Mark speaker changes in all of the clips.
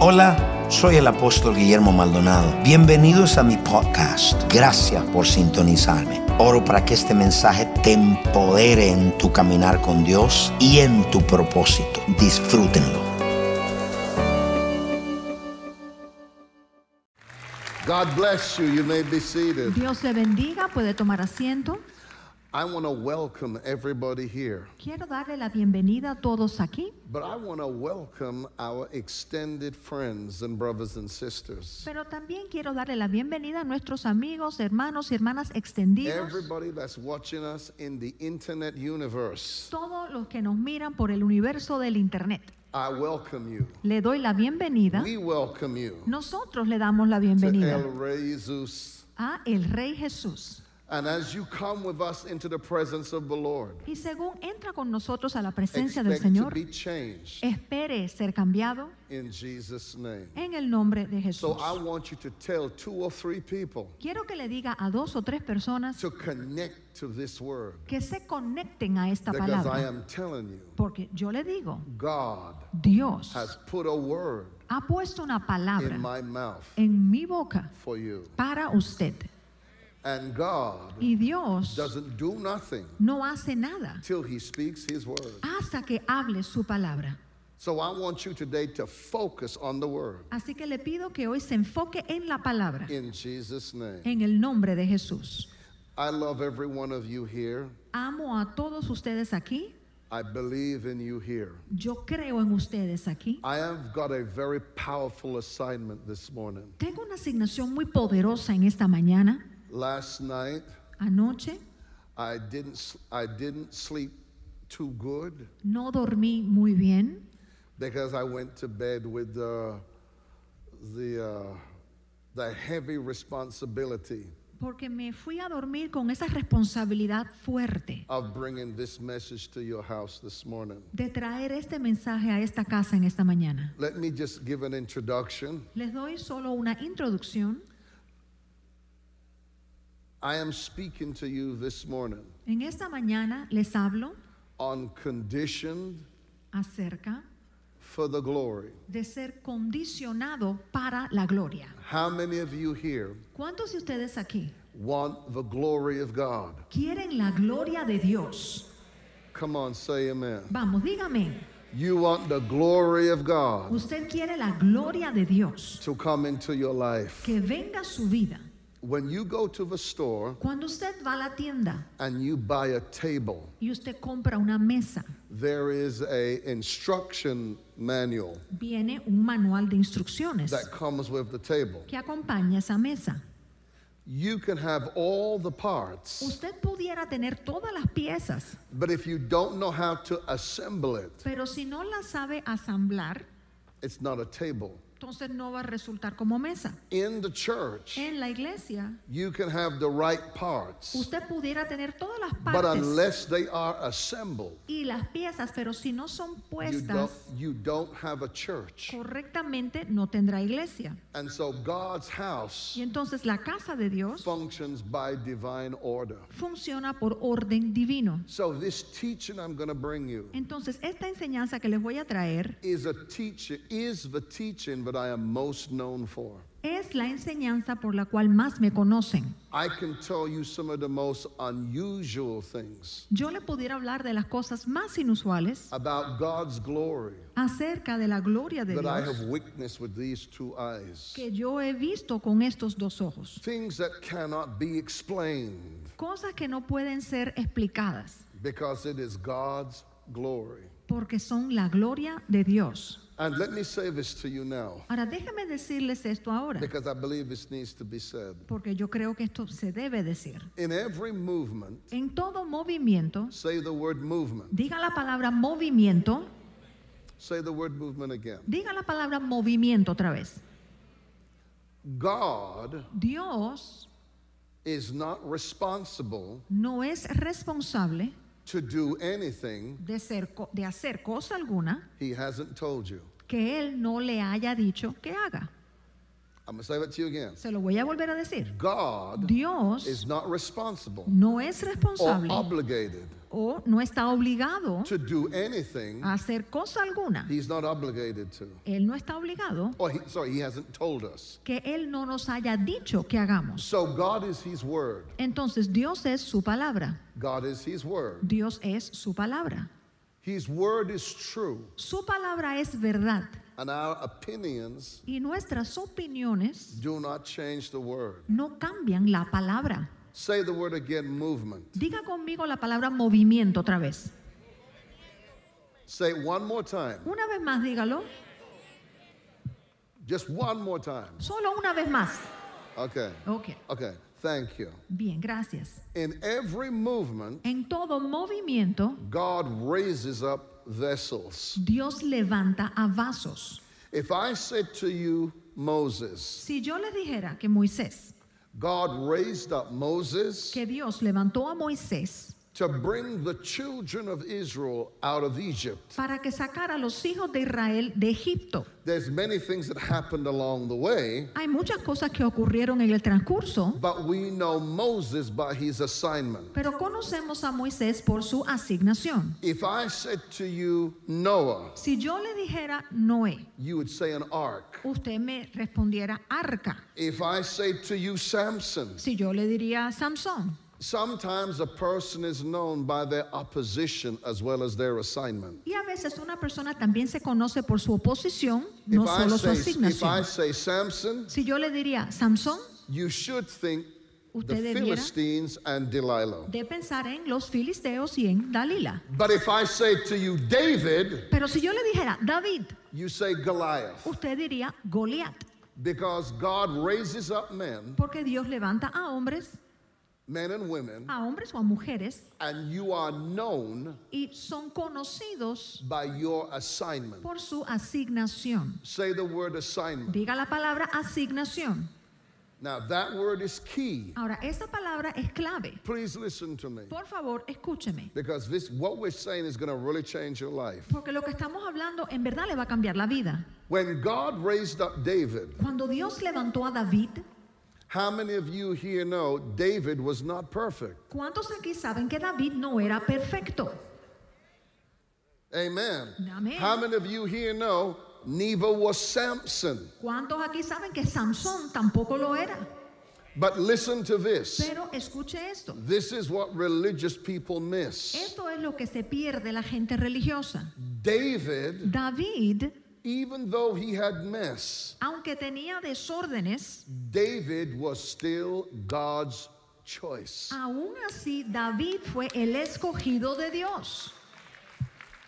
Speaker 1: Hola, soy el apóstol Guillermo Maldonado. Bienvenidos a mi podcast. Gracias por sintonizarme. Oro para que este mensaje te empodere en tu caminar con Dios y en tu propósito. Disfrútenlo.
Speaker 2: God bless you. You may be seated.
Speaker 3: Dios le bendiga, puede tomar asiento.
Speaker 2: I want to welcome everybody here,
Speaker 3: Quiero darle la bienvenida a todos aquí,
Speaker 2: but I want to welcome our extended friends and brothers and sisters.
Speaker 3: pero también quiero darle la bienvenida a nuestros amigos, hermanos y hermanas extendidos,
Speaker 2: Everybody that's watching us in the internet universe,
Speaker 3: todos los que nos miran por el universo del Internet.
Speaker 2: I welcome you.
Speaker 3: Le doy la bienvenida.
Speaker 2: We welcome you
Speaker 3: Nosotros le damos la
Speaker 2: to El
Speaker 3: bienvenida
Speaker 2: Rey Jesus.
Speaker 3: a el Rey Jesús.
Speaker 2: And as you come with us into the presence of the Lord,
Speaker 3: Y según entra con nosotros a la presencia del
Speaker 2: expect to
Speaker 3: Señor, Eh.
Speaker 2: be changed
Speaker 3: espere ser cambiado
Speaker 2: in Jesus' name.
Speaker 3: en el nombre de
Speaker 2: So
Speaker 3: Jesús.
Speaker 2: I want you to tell two or three people
Speaker 3: Quiero que le diga a dos o tres personas
Speaker 2: to connect to this word
Speaker 3: que se conecten a esta
Speaker 2: because I
Speaker 3: palabra.
Speaker 2: am telling you.
Speaker 3: Porque yo le digo,
Speaker 2: God
Speaker 3: Dios
Speaker 2: has put a word
Speaker 3: ha puesto una palabra
Speaker 2: in my mouth
Speaker 3: en mi boca
Speaker 2: for you.
Speaker 3: para usted.
Speaker 2: And God
Speaker 3: Y Dios
Speaker 2: doesn't do nothing
Speaker 3: no hace nada
Speaker 2: till he speaks his word.
Speaker 3: hasta que hable su palabra.
Speaker 2: So I want you today to focus on the word
Speaker 3: Así que le pido que hoy se enfoque en la palabra,
Speaker 2: in Jesus' name.
Speaker 3: en el nombre de Jesús.
Speaker 2: I love every one of you here.
Speaker 3: Amo a todos ustedes aquí.
Speaker 2: I believe in you here.
Speaker 3: Yo creo en ustedes aquí.
Speaker 2: I have got a very powerful assignment this morning.
Speaker 3: Tengo una asignación muy poderosa en esta mañana,
Speaker 2: Last night,
Speaker 3: anoche.
Speaker 2: I didn't, s- I didn't sleep too good
Speaker 3: No dormí muy bien
Speaker 2: because I went to bed with uh, the, uh, the heavy responsibility
Speaker 3: porque me fui a dormir con esa responsabilidad fuerte.
Speaker 2: of bringing this message to your house this morning.
Speaker 3: de traer este mensaje a esta casa en esta mañana.
Speaker 2: Let me just give an introduction.
Speaker 3: Les doy solo una introducción.
Speaker 2: I am speaking to you this morning
Speaker 3: En esta mañana les hablo
Speaker 2: on condition
Speaker 3: acerca
Speaker 2: for the glory.
Speaker 3: de ser condicionado para la gloria.
Speaker 2: How many of you here
Speaker 3: ¿Cuántos de ustedes aquí
Speaker 2: want the glory of God?
Speaker 3: quieren la gloria de Dios?
Speaker 2: Come on, say amen.
Speaker 3: Vamos, dígame,
Speaker 2: You want the glory of God
Speaker 3: usted quiere la gloria de Dios,
Speaker 2: to come into your life.
Speaker 3: que venga a su vida.
Speaker 2: When you go to the store
Speaker 3: Cuando usted va a la tienda
Speaker 2: and you buy a table,
Speaker 3: y usted compra una mesa,
Speaker 2: there is a instruction manual
Speaker 3: viene un manual de instrucciones
Speaker 2: that comes with the table.
Speaker 3: que acompaña esa mesa.
Speaker 2: You can have all the parts,
Speaker 3: Usted pudiera tener todas las piezas,
Speaker 2: but if you don't know how to assemble it,
Speaker 3: pero si no las sabe asamblar,
Speaker 2: it's not a table.
Speaker 3: entonces no va a resultar como mesa.
Speaker 2: In the church,
Speaker 3: En la iglesia,
Speaker 2: you can have the right parts,
Speaker 3: usted pudiera tener todas las
Speaker 2: but
Speaker 3: partes
Speaker 2: unless they are assembled,
Speaker 3: y las piezas, pero si no son
Speaker 2: you don't,
Speaker 3: puestas
Speaker 2: you don't have a church.
Speaker 3: correctamente, no tendrá iglesia.
Speaker 2: And so God's house
Speaker 3: Y entonces la casa de Dios
Speaker 2: functions by divine order.
Speaker 3: funciona por orden divino.
Speaker 2: So this teaching I'm going to bring you
Speaker 3: Entonces, esta enseñanza que les voy a traer
Speaker 2: is a teacher is the teaching that I am most known for.
Speaker 3: es la enseñanza por la cual más me conocen.
Speaker 2: I can tell you some of the most unusual things
Speaker 3: Yo le pudiera hablar de las cosas más inusuales
Speaker 2: about God's glory
Speaker 3: acerca de la gloria de
Speaker 2: that I have
Speaker 3: Dios
Speaker 2: witnessed with these two eyes.
Speaker 3: que yo he visto con estos dos ojos.
Speaker 2: Things that cannot be explained
Speaker 3: Cosas que no pueden ser explicadas
Speaker 2: because it is God's glory.
Speaker 3: porque son la gloria de Dios.
Speaker 2: And let me say this to you now
Speaker 3: Ahora déjame decirles esto ahora
Speaker 2: because I believe this needs to be said.
Speaker 3: porque yo creo que esto se debe decir.
Speaker 2: In every movement,
Speaker 3: En todo movimiento,
Speaker 2: say the word movement.
Speaker 3: diga la palabra movimiento,
Speaker 2: Say the word movement again.
Speaker 3: diga la palabra movimiento otra vez.
Speaker 2: God
Speaker 3: Dios
Speaker 2: is not responsible
Speaker 3: no es responsable
Speaker 2: to do anything
Speaker 3: de, ser co- de hacer cosa alguna
Speaker 2: he hasn't told you.
Speaker 3: que Él no le haya dicho que haga.
Speaker 2: I'm going to say that to you again.
Speaker 3: Se lo voy a volver a decir.
Speaker 2: God is
Speaker 3: Dios
Speaker 2: not responsible
Speaker 3: no es
Speaker 2: or
Speaker 3: responsable
Speaker 2: obligated
Speaker 3: o no está obligado
Speaker 2: to do anything
Speaker 3: a hacer cosa alguna.
Speaker 2: he's not obligated to.
Speaker 3: Él no está obligado
Speaker 2: Or he, sorry, he hasn't told us.
Speaker 3: que Él no nos haya dicho que hagamos.
Speaker 2: So God is his word.
Speaker 3: Entonces Dios es su palabra.
Speaker 2: God is his word.
Speaker 3: Dios es su palabra.
Speaker 2: His word is true.
Speaker 3: Su palabra es verdad
Speaker 2: And our opinions
Speaker 3: y nuestras opiniones
Speaker 2: do not change the word.
Speaker 3: no cambian la palabra.
Speaker 2: Say the word again movement.
Speaker 3: Diga conmigo la palabra movimiento otra vez.
Speaker 2: Say it one more time.
Speaker 3: Una vez más, dígalo.
Speaker 2: Just one more time.
Speaker 3: Solo una vez más.
Speaker 2: Okay.
Speaker 3: Ok.
Speaker 2: Okay. Thank you.
Speaker 3: Bien, gracias.
Speaker 2: In every movement,
Speaker 3: En todo movimiento,
Speaker 2: God raises up vessels.
Speaker 3: Dios levanta a vasos.
Speaker 2: If I said to you, Moses,
Speaker 3: Si yo les dijera que Moisés,
Speaker 2: God raised up Moses
Speaker 3: que Dios levantó a Moisés
Speaker 2: to bring the children of Israel out of Egypt.
Speaker 3: para que sacara a los hijos de Israel de Egipto.
Speaker 2: There's many things that happened along the way,
Speaker 3: Hay muchas cosas que ocurrieron en el transcurso,
Speaker 2: but we know Moses by his assignment.
Speaker 3: pero conocemos a Moisés por su asignación.
Speaker 2: If I said to you, Noah,
Speaker 3: Si yo le dijera Noé,
Speaker 2: you would say an ark.
Speaker 3: usted me respondiera arca.
Speaker 2: If I say to you, Samson,
Speaker 3: Si yo le diría Samson,
Speaker 2: sometimes a person is known by their opposition as well as their assignment.
Speaker 3: Y a veces una persona también se conoce por su oposición, no
Speaker 2: if, I
Speaker 3: solo su
Speaker 2: say, if I
Speaker 3: asignación.
Speaker 2: say Samson,
Speaker 3: Si yo le diría, Samson,
Speaker 2: you should think the
Speaker 3: Usted debiera-
Speaker 2: Philistines and Delilah.
Speaker 3: de pensar en los filisteos y en Dalila.
Speaker 2: But if I say to you, David,
Speaker 3: Pero si yo le dijera, David,
Speaker 2: you say Goliath.
Speaker 3: usted diría Goliat,
Speaker 2: Because God raises up men,
Speaker 3: porque Dios levanta a hombres,
Speaker 2: men and women,
Speaker 3: a hombres o a mujeres,
Speaker 2: and you are known
Speaker 3: y son conocidos
Speaker 2: by your assignment.
Speaker 3: por su asignación.
Speaker 2: Say the word assignment.
Speaker 3: Diga la palabra asignación.
Speaker 2: Now, that word is key.
Speaker 3: Ahora, esa palabra es clave.
Speaker 2: Please listen to me.
Speaker 3: Por favor, escúcheme,
Speaker 2: Because this, what we're saying is going to really change your life.
Speaker 3: porque lo que estamos hablando en verdad le va a cambiar la vida.
Speaker 2: When God raised up David,
Speaker 3: Cuando Dios levantó a David,
Speaker 2: how many of you here know David was not perfect?
Speaker 3: ¿cuántos aquí saben que David no era perfecto?
Speaker 2: Amen.
Speaker 3: Amen.
Speaker 2: How many of you here know Neva was Samson?
Speaker 3: ¿Cuántos aquí saben que Sansón tampoco lo era?
Speaker 2: But listen to this.
Speaker 3: Pero escuche esto.
Speaker 2: This is what religious people miss.
Speaker 3: Esto es lo que se pierde la gente religiosa.
Speaker 2: David,
Speaker 3: David,
Speaker 2: even though he had mess,
Speaker 3: aunque tenía desórdenes,
Speaker 2: Mm. David was still God's choice.
Speaker 3: aún así David fue el escogido de Dios.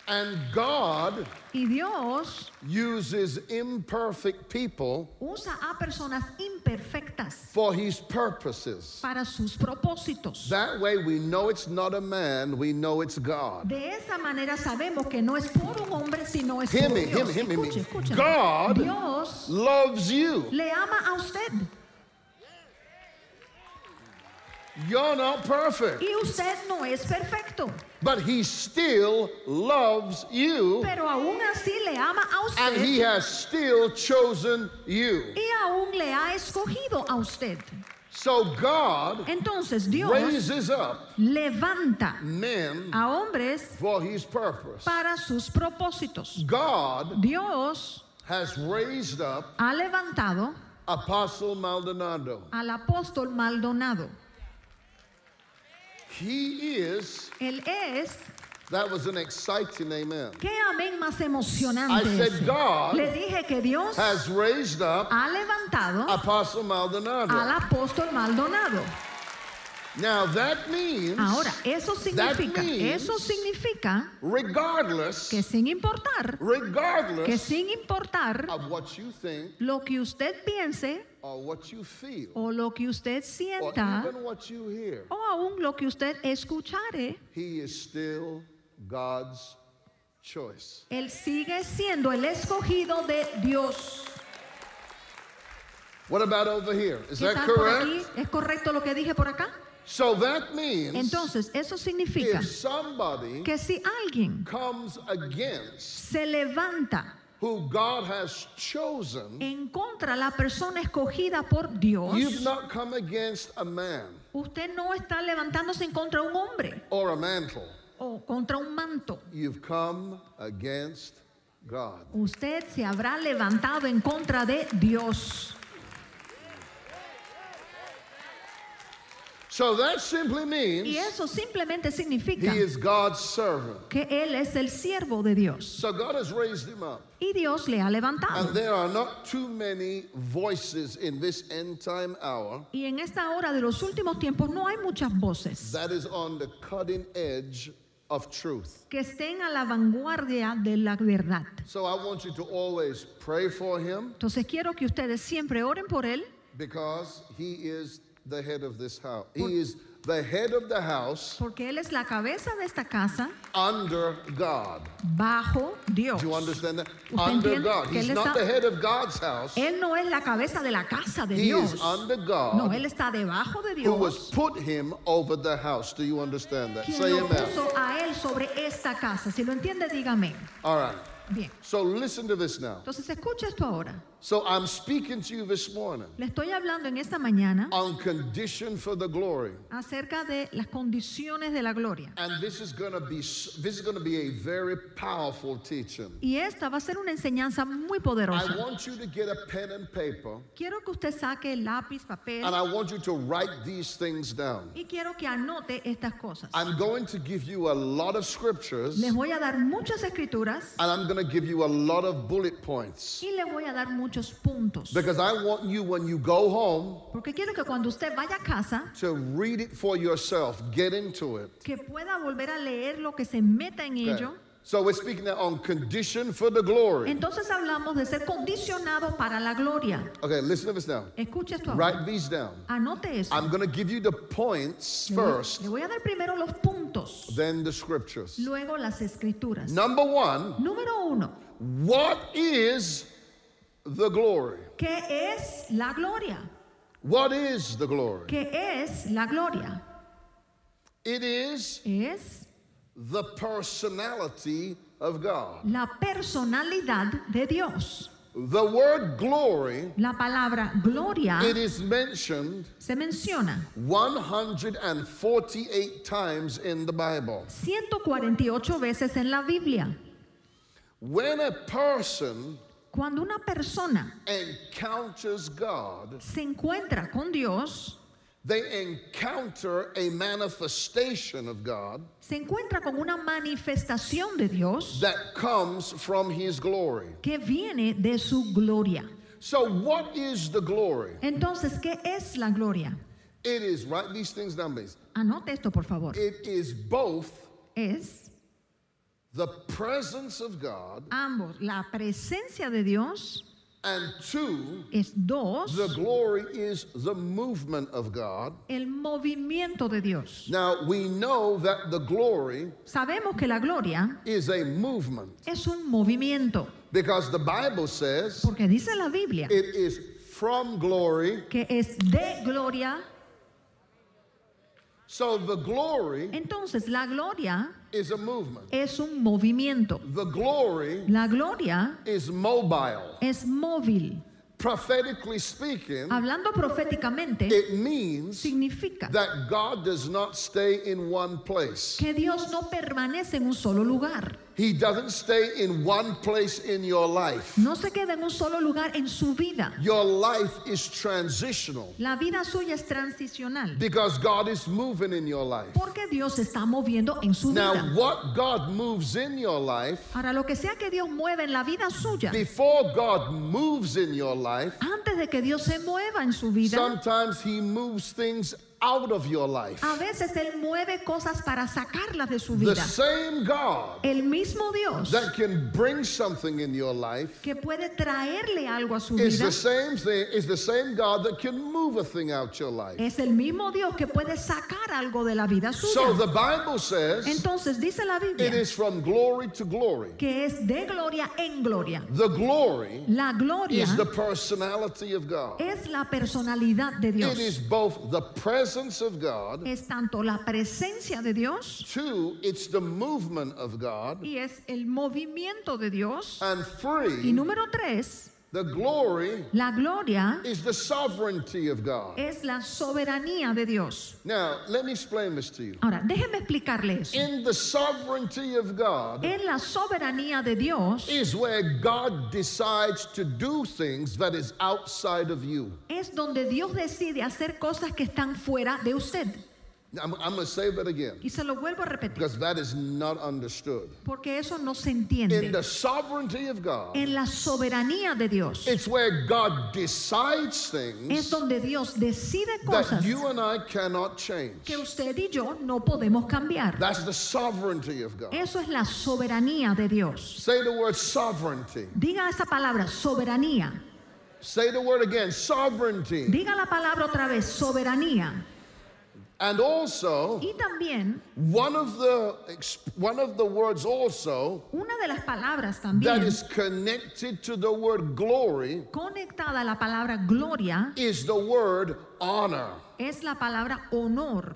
Speaker 2: And God
Speaker 3: Y Dios
Speaker 2: uses imperfect people
Speaker 3: usa a personas imperfectas
Speaker 2: for his purposes.
Speaker 3: para sus propósitos.
Speaker 2: That way we know it's not a man, we know it's God.
Speaker 3: De esa manera sabemos que no es por un hombre, sino es
Speaker 2: Hear
Speaker 3: por
Speaker 2: me, hear
Speaker 3: Dios.
Speaker 2: me, hear me, hear me.
Speaker 3: Escuche, escuche.
Speaker 2: God
Speaker 3: Dios
Speaker 2: Loves you.
Speaker 3: le ama a usted
Speaker 2: You're not perfect,
Speaker 3: y usted no es perfecto,
Speaker 2: but he still loves you
Speaker 3: pero aún así le ama a
Speaker 2: and he
Speaker 3: usted
Speaker 2: has still chosen you.
Speaker 3: y aún le ha escogido a usted.
Speaker 2: So God
Speaker 3: Entonces Dios
Speaker 2: raises up
Speaker 3: levanta
Speaker 2: men
Speaker 3: a hombres
Speaker 2: for his purpose.
Speaker 3: para sus propósitos.
Speaker 2: God
Speaker 3: Dios
Speaker 2: has raised up
Speaker 3: ha levantado
Speaker 2: Apostle Maldonado.
Speaker 3: al apóstol Maldonado.
Speaker 2: He is,
Speaker 3: Él es
Speaker 2: that was an exciting amen.
Speaker 3: Qué amén más emocionante.
Speaker 2: I said,
Speaker 3: ese.
Speaker 2: "God
Speaker 3: Le dije que Dios
Speaker 2: Has raised up
Speaker 3: ha levantado
Speaker 2: Apostle
Speaker 3: al
Speaker 2: Maldonado.
Speaker 3: apóstol Maldonado.
Speaker 2: Now that means,
Speaker 3: Ahora, eso significa,
Speaker 2: means-
Speaker 3: eso significa
Speaker 2: regardless,
Speaker 3: que sin importar, que
Speaker 2: regardless
Speaker 3: sin importar
Speaker 2: of what you think
Speaker 3: lo que usted piense
Speaker 2: or what you feel
Speaker 3: o lo que usted
Speaker 2: or
Speaker 3: sienta
Speaker 2: even what you hear,
Speaker 3: o aún lo que usted escuchare,
Speaker 2: he is still God's choice.
Speaker 3: él sigue siendo el escogido de Dios.
Speaker 2: What about over here? Is
Speaker 3: ¿Qué
Speaker 2: that
Speaker 3: tal por aquí?
Speaker 2: correct?
Speaker 3: ¿Es correcto lo que dije por acá?
Speaker 2: So that means
Speaker 3: Entonces, eso significa
Speaker 2: if somebody
Speaker 3: que si alguien
Speaker 2: comes against
Speaker 3: se levanta
Speaker 2: who God has chosen,
Speaker 3: en contra la persona escogida por
Speaker 2: you've
Speaker 3: Dios,
Speaker 2: not come against a man
Speaker 3: usted no está levantándose en contra de un hombre
Speaker 2: or a mantle.
Speaker 3: o contra un manto.
Speaker 2: You've come against God.
Speaker 3: Usted se habrá levantado en contra de Dios.
Speaker 2: So that simply
Speaker 3: Y
Speaker 2: means
Speaker 3: eso simplemente
Speaker 2: he
Speaker 3: significa
Speaker 2: is God's servant.
Speaker 3: que Él es el siervo de Dios.
Speaker 2: So God has raised him up.
Speaker 3: Y Dios le ha
Speaker 2: And
Speaker 3: levantado.
Speaker 2: there are not too many voices in this end time hour
Speaker 3: Y en esta hora de los últimos tiempos no hay muchas voces
Speaker 2: that is on the cutting edge of truth.
Speaker 3: que estén a la vanguardia de la verdad.
Speaker 2: So I want you to always pray for him
Speaker 3: Entonces quiero que ustedes siempre oren por Él
Speaker 2: because he is the head of this house. He is the head of the house
Speaker 3: porque Él es la cabeza de esta casa
Speaker 2: under God.
Speaker 3: bajo Dios.
Speaker 2: Do you understand that?
Speaker 3: Usted
Speaker 2: Under
Speaker 3: entiende
Speaker 2: God.
Speaker 3: que
Speaker 2: He's
Speaker 3: él
Speaker 2: not
Speaker 3: está-
Speaker 2: the head of God's house.
Speaker 3: Él no es la cabeza de la casa de
Speaker 2: He
Speaker 3: Dios.
Speaker 2: is under
Speaker 3: No,
Speaker 2: God
Speaker 3: Él está debajo de
Speaker 2: who was
Speaker 3: Dios.
Speaker 2: put him over the house. Do you understand that?
Speaker 3: quien
Speaker 2: Say
Speaker 3: lo
Speaker 2: amen.
Speaker 3: puso a él sobre esta casa. Si lo entiende, dígame.
Speaker 2: All right.
Speaker 3: Bien.
Speaker 2: So listen to this now.
Speaker 3: Entonces escucha esto ahora.
Speaker 2: So I'm speaking to you this morning
Speaker 3: Le estoy hablando en esta mañana
Speaker 2: on condition for the glory.
Speaker 3: acerca de las condiciones de la gloria.
Speaker 2: And this is going to be s- this is going to be a very powerful teaching.
Speaker 3: Y esta va a ser una enseñanza muy
Speaker 2: I
Speaker 3: poderosa.
Speaker 2: want you to get a pen and paper
Speaker 3: Quiero que usted saque lápiz, papel
Speaker 2: and I want you to write these things down.
Speaker 3: y quiero que anote estas cosas.
Speaker 2: I'm going to give you a lot of scriptures
Speaker 3: Les
Speaker 2: and
Speaker 3: voy a dar muchas escrituras
Speaker 2: I'm going to give you a lot of bullet points
Speaker 3: y les voy a dar muchos puntos.
Speaker 2: because I want you when you go home
Speaker 3: Porque quiero que cuando usted vaya a casa,
Speaker 2: to read it for yourself, get into it.
Speaker 3: que pueda volver a leer lo que se meta en
Speaker 2: Okay.
Speaker 3: ello.
Speaker 2: So we're speaking now on condition for the glory.
Speaker 3: Entonces hablamos de ser condicionado para la gloria.
Speaker 2: Okay, listen to this now.
Speaker 3: Escuche esto. ahora.
Speaker 2: Write these down.
Speaker 3: Anote eso.
Speaker 2: I'm going to give you the points
Speaker 3: Le voy-
Speaker 2: first,
Speaker 3: Le voy a dar primero los puntos,
Speaker 2: then the scriptures.
Speaker 3: luego las escrituras.
Speaker 2: Number one,
Speaker 3: Número uno,
Speaker 2: what is the glory?
Speaker 3: ¿qué es la gloria?
Speaker 2: What is the glory?
Speaker 3: ¿Qué es la gloria?
Speaker 2: It is
Speaker 3: Es
Speaker 2: the personality of God.
Speaker 3: la personalidad de Dios.
Speaker 2: The word glory,
Speaker 3: La palabra gloria
Speaker 2: it is mentioned
Speaker 3: se menciona
Speaker 2: 148 times in the Bible.
Speaker 3: 148 veces en la Biblia.
Speaker 2: When a person
Speaker 3: Cuando una persona
Speaker 2: encounters God,
Speaker 3: se encuentra con Dios,
Speaker 2: they encounter a manifestation of God
Speaker 3: se encuentra con una manifestación de Dios
Speaker 2: that comes from His glory.
Speaker 3: que viene de su gloria.
Speaker 2: So, what is the glory?
Speaker 3: Entonces, ¿qué es la gloria?
Speaker 2: It is, write these things down, please.
Speaker 3: Anote esto, por favor.
Speaker 2: It is both
Speaker 3: Es
Speaker 2: the presence of God
Speaker 3: ambos, la presencia de Dios
Speaker 2: and two,
Speaker 3: es dos,
Speaker 2: the glory is the movement of God.
Speaker 3: el movimiento de Dios.
Speaker 2: Now, we know that the glory
Speaker 3: Sabemos que la gloria
Speaker 2: is a movement
Speaker 3: es un movimiento,
Speaker 2: because the Bible says
Speaker 3: porque dice la Biblia
Speaker 2: it is from glory
Speaker 3: que es de gloria.
Speaker 2: So the glory
Speaker 3: Entonces, la gloria
Speaker 2: is a movement.
Speaker 3: es un movimiento.
Speaker 2: The glory
Speaker 3: La gloria
Speaker 2: is mobile.
Speaker 3: es móvil.
Speaker 2: Prophetically speaking,
Speaker 3: Hablando proféticamente,
Speaker 2: it means
Speaker 3: significa
Speaker 2: that God does not stay in one place.
Speaker 3: que Dios no permanece en un solo lugar.
Speaker 2: He doesn't stay in one place in your life.
Speaker 3: No se queda en un solo lugar en su vida.
Speaker 2: Your life is transitional
Speaker 3: La vida suya es transicional
Speaker 2: because God is moving in your life.
Speaker 3: porque Dios se está moviendo en su
Speaker 2: Now,
Speaker 3: vida.
Speaker 2: what God moves in your life,
Speaker 3: Ahora, lo que sea que Dios mueva en la vida suya,
Speaker 2: before God moves in your life,
Speaker 3: antes de que Dios se mueva en su vida,
Speaker 2: sometimes He moves things out of your life.
Speaker 3: a veces Él mueve cosas para sacarlas de su
Speaker 2: The
Speaker 3: vida.
Speaker 2: same God
Speaker 3: El mismo Dios
Speaker 2: that can bring something in your life
Speaker 3: que puede traerle algo a su
Speaker 2: is
Speaker 3: vida
Speaker 2: the same thing is the same God that can move a thing out your life.
Speaker 3: es el mismo Dios que puede sacar algo de la vida
Speaker 2: So
Speaker 3: suya.
Speaker 2: the Bible says
Speaker 3: Entonces dice la
Speaker 2: it
Speaker 3: Biblia
Speaker 2: is from glory to glory.
Speaker 3: que es de gloria en gloria.
Speaker 2: The glory
Speaker 3: La gloria
Speaker 2: is the personality of God.
Speaker 3: es la personalidad de
Speaker 2: It
Speaker 3: Dios.
Speaker 2: is both the presence of God.
Speaker 3: Es tanto la presencia de Dios
Speaker 2: Two, it's the movement of God.
Speaker 3: y es el movimiento de Dios.
Speaker 2: And
Speaker 3: Y
Speaker 2: three,
Speaker 3: número tres,
Speaker 2: the glory
Speaker 3: la gloria
Speaker 2: is the sovereignty of God.
Speaker 3: es la soberanía de Dios.
Speaker 2: Now, let me explain this to you.
Speaker 3: Ahora, déjeme explicarle eso.
Speaker 2: In the sovereignty of God
Speaker 3: En la soberanía de Dios
Speaker 2: is where God decides to do things that is outside of you.
Speaker 3: es donde Dios decide hacer cosas que están fuera de usted.
Speaker 2: Now, I'm, I'm going to say that again
Speaker 3: Y se lo vuelvo a repetir,
Speaker 2: because that is not understood.
Speaker 3: porque eso no se
Speaker 2: In
Speaker 3: entiende.
Speaker 2: the sovereignty of God,
Speaker 3: En la soberanía de Dios
Speaker 2: it's where God decides
Speaker 3: es
Speaker 2: things
Speaker 3: donde Dios decide
Speaker 2: that
Speaker 3: cosas
Speaker 2: you and I cannot change.
Speaker 3: que usted y yo no podemos cambiar.
Speaker 2: That's the sovereignty of God.
Speaker 3: Eso es la soberanía de Dios.
Speaker 2: Say the word sovereignty.
Speaker 3: Diga esa palabra, soberanía.
Speaker 2: Say the word again, sovereignty.
Speaker 3: Diga la palabra otra vez, soberanía.
Speaker 2: And also,
Speaker 3: Y también
Speaker 2: one of the ex- one of the words also
Speaker 3: una de las palabras
Speaker 2: that
Speaker 3: también
Speaker 2: is connected to the word glory
Speaker 3: conectada a la palabra gloria
Speaker 2: is the word honor.
Speaker 3: es la palabra honor.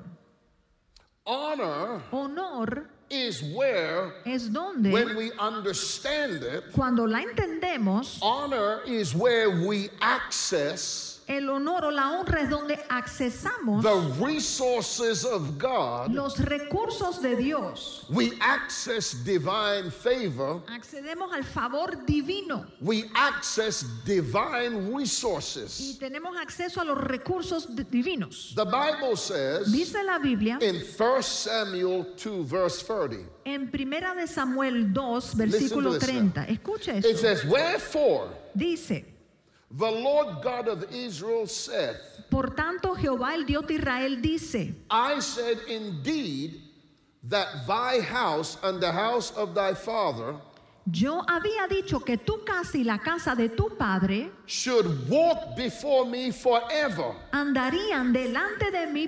Speaker 2: Honor
Speaker 3: Honor
Speaker 2: is where
Speaker 3: es donde
Speaker 2: when we understand it,
Speaker 3: cuando la entendemos,
Speaker 2: honor is where we access
Speaker 3: el honor o la honra es donde accesamos
Speaker 2: the resources of God.
Speaker 3: los recursos de Dios.
Speaker 2: We access divine favor.
Speaker 3: Accedemos al favor divino
Speaker 2: We access divine
Speaker 3: y
Speaker 2: resources.
Speaker 3: tenemos acceso a los recursos di- divinos.
Speaker 2: The Bible says
Speaker 3: Dice la Biblia
Speaker 2: in 1 Samuel 2, verse 30,
Speaker 3: en Primera de Samuel 2,
Speaker 2: to
Speaker 3: versículo
Speaker 2: this now.
Speaker 3: 30. Escuche
Speaker 2: it
Speaker 3: esto.
Speaker 2: says, Wherefore
Speaker 3: Dice,
Speaker 2: the Lord God of Israel saith,
Speaker 3: por tanto Jehová el Dios de Israel dice,
Speaker 2: I said indeed that thy house and the house of thy father
Speaker 3: yo había dicho que tu casa y la casa de tu padre
Speaker 2: should walk before me forever.
Speaker 3: andarían delante de mí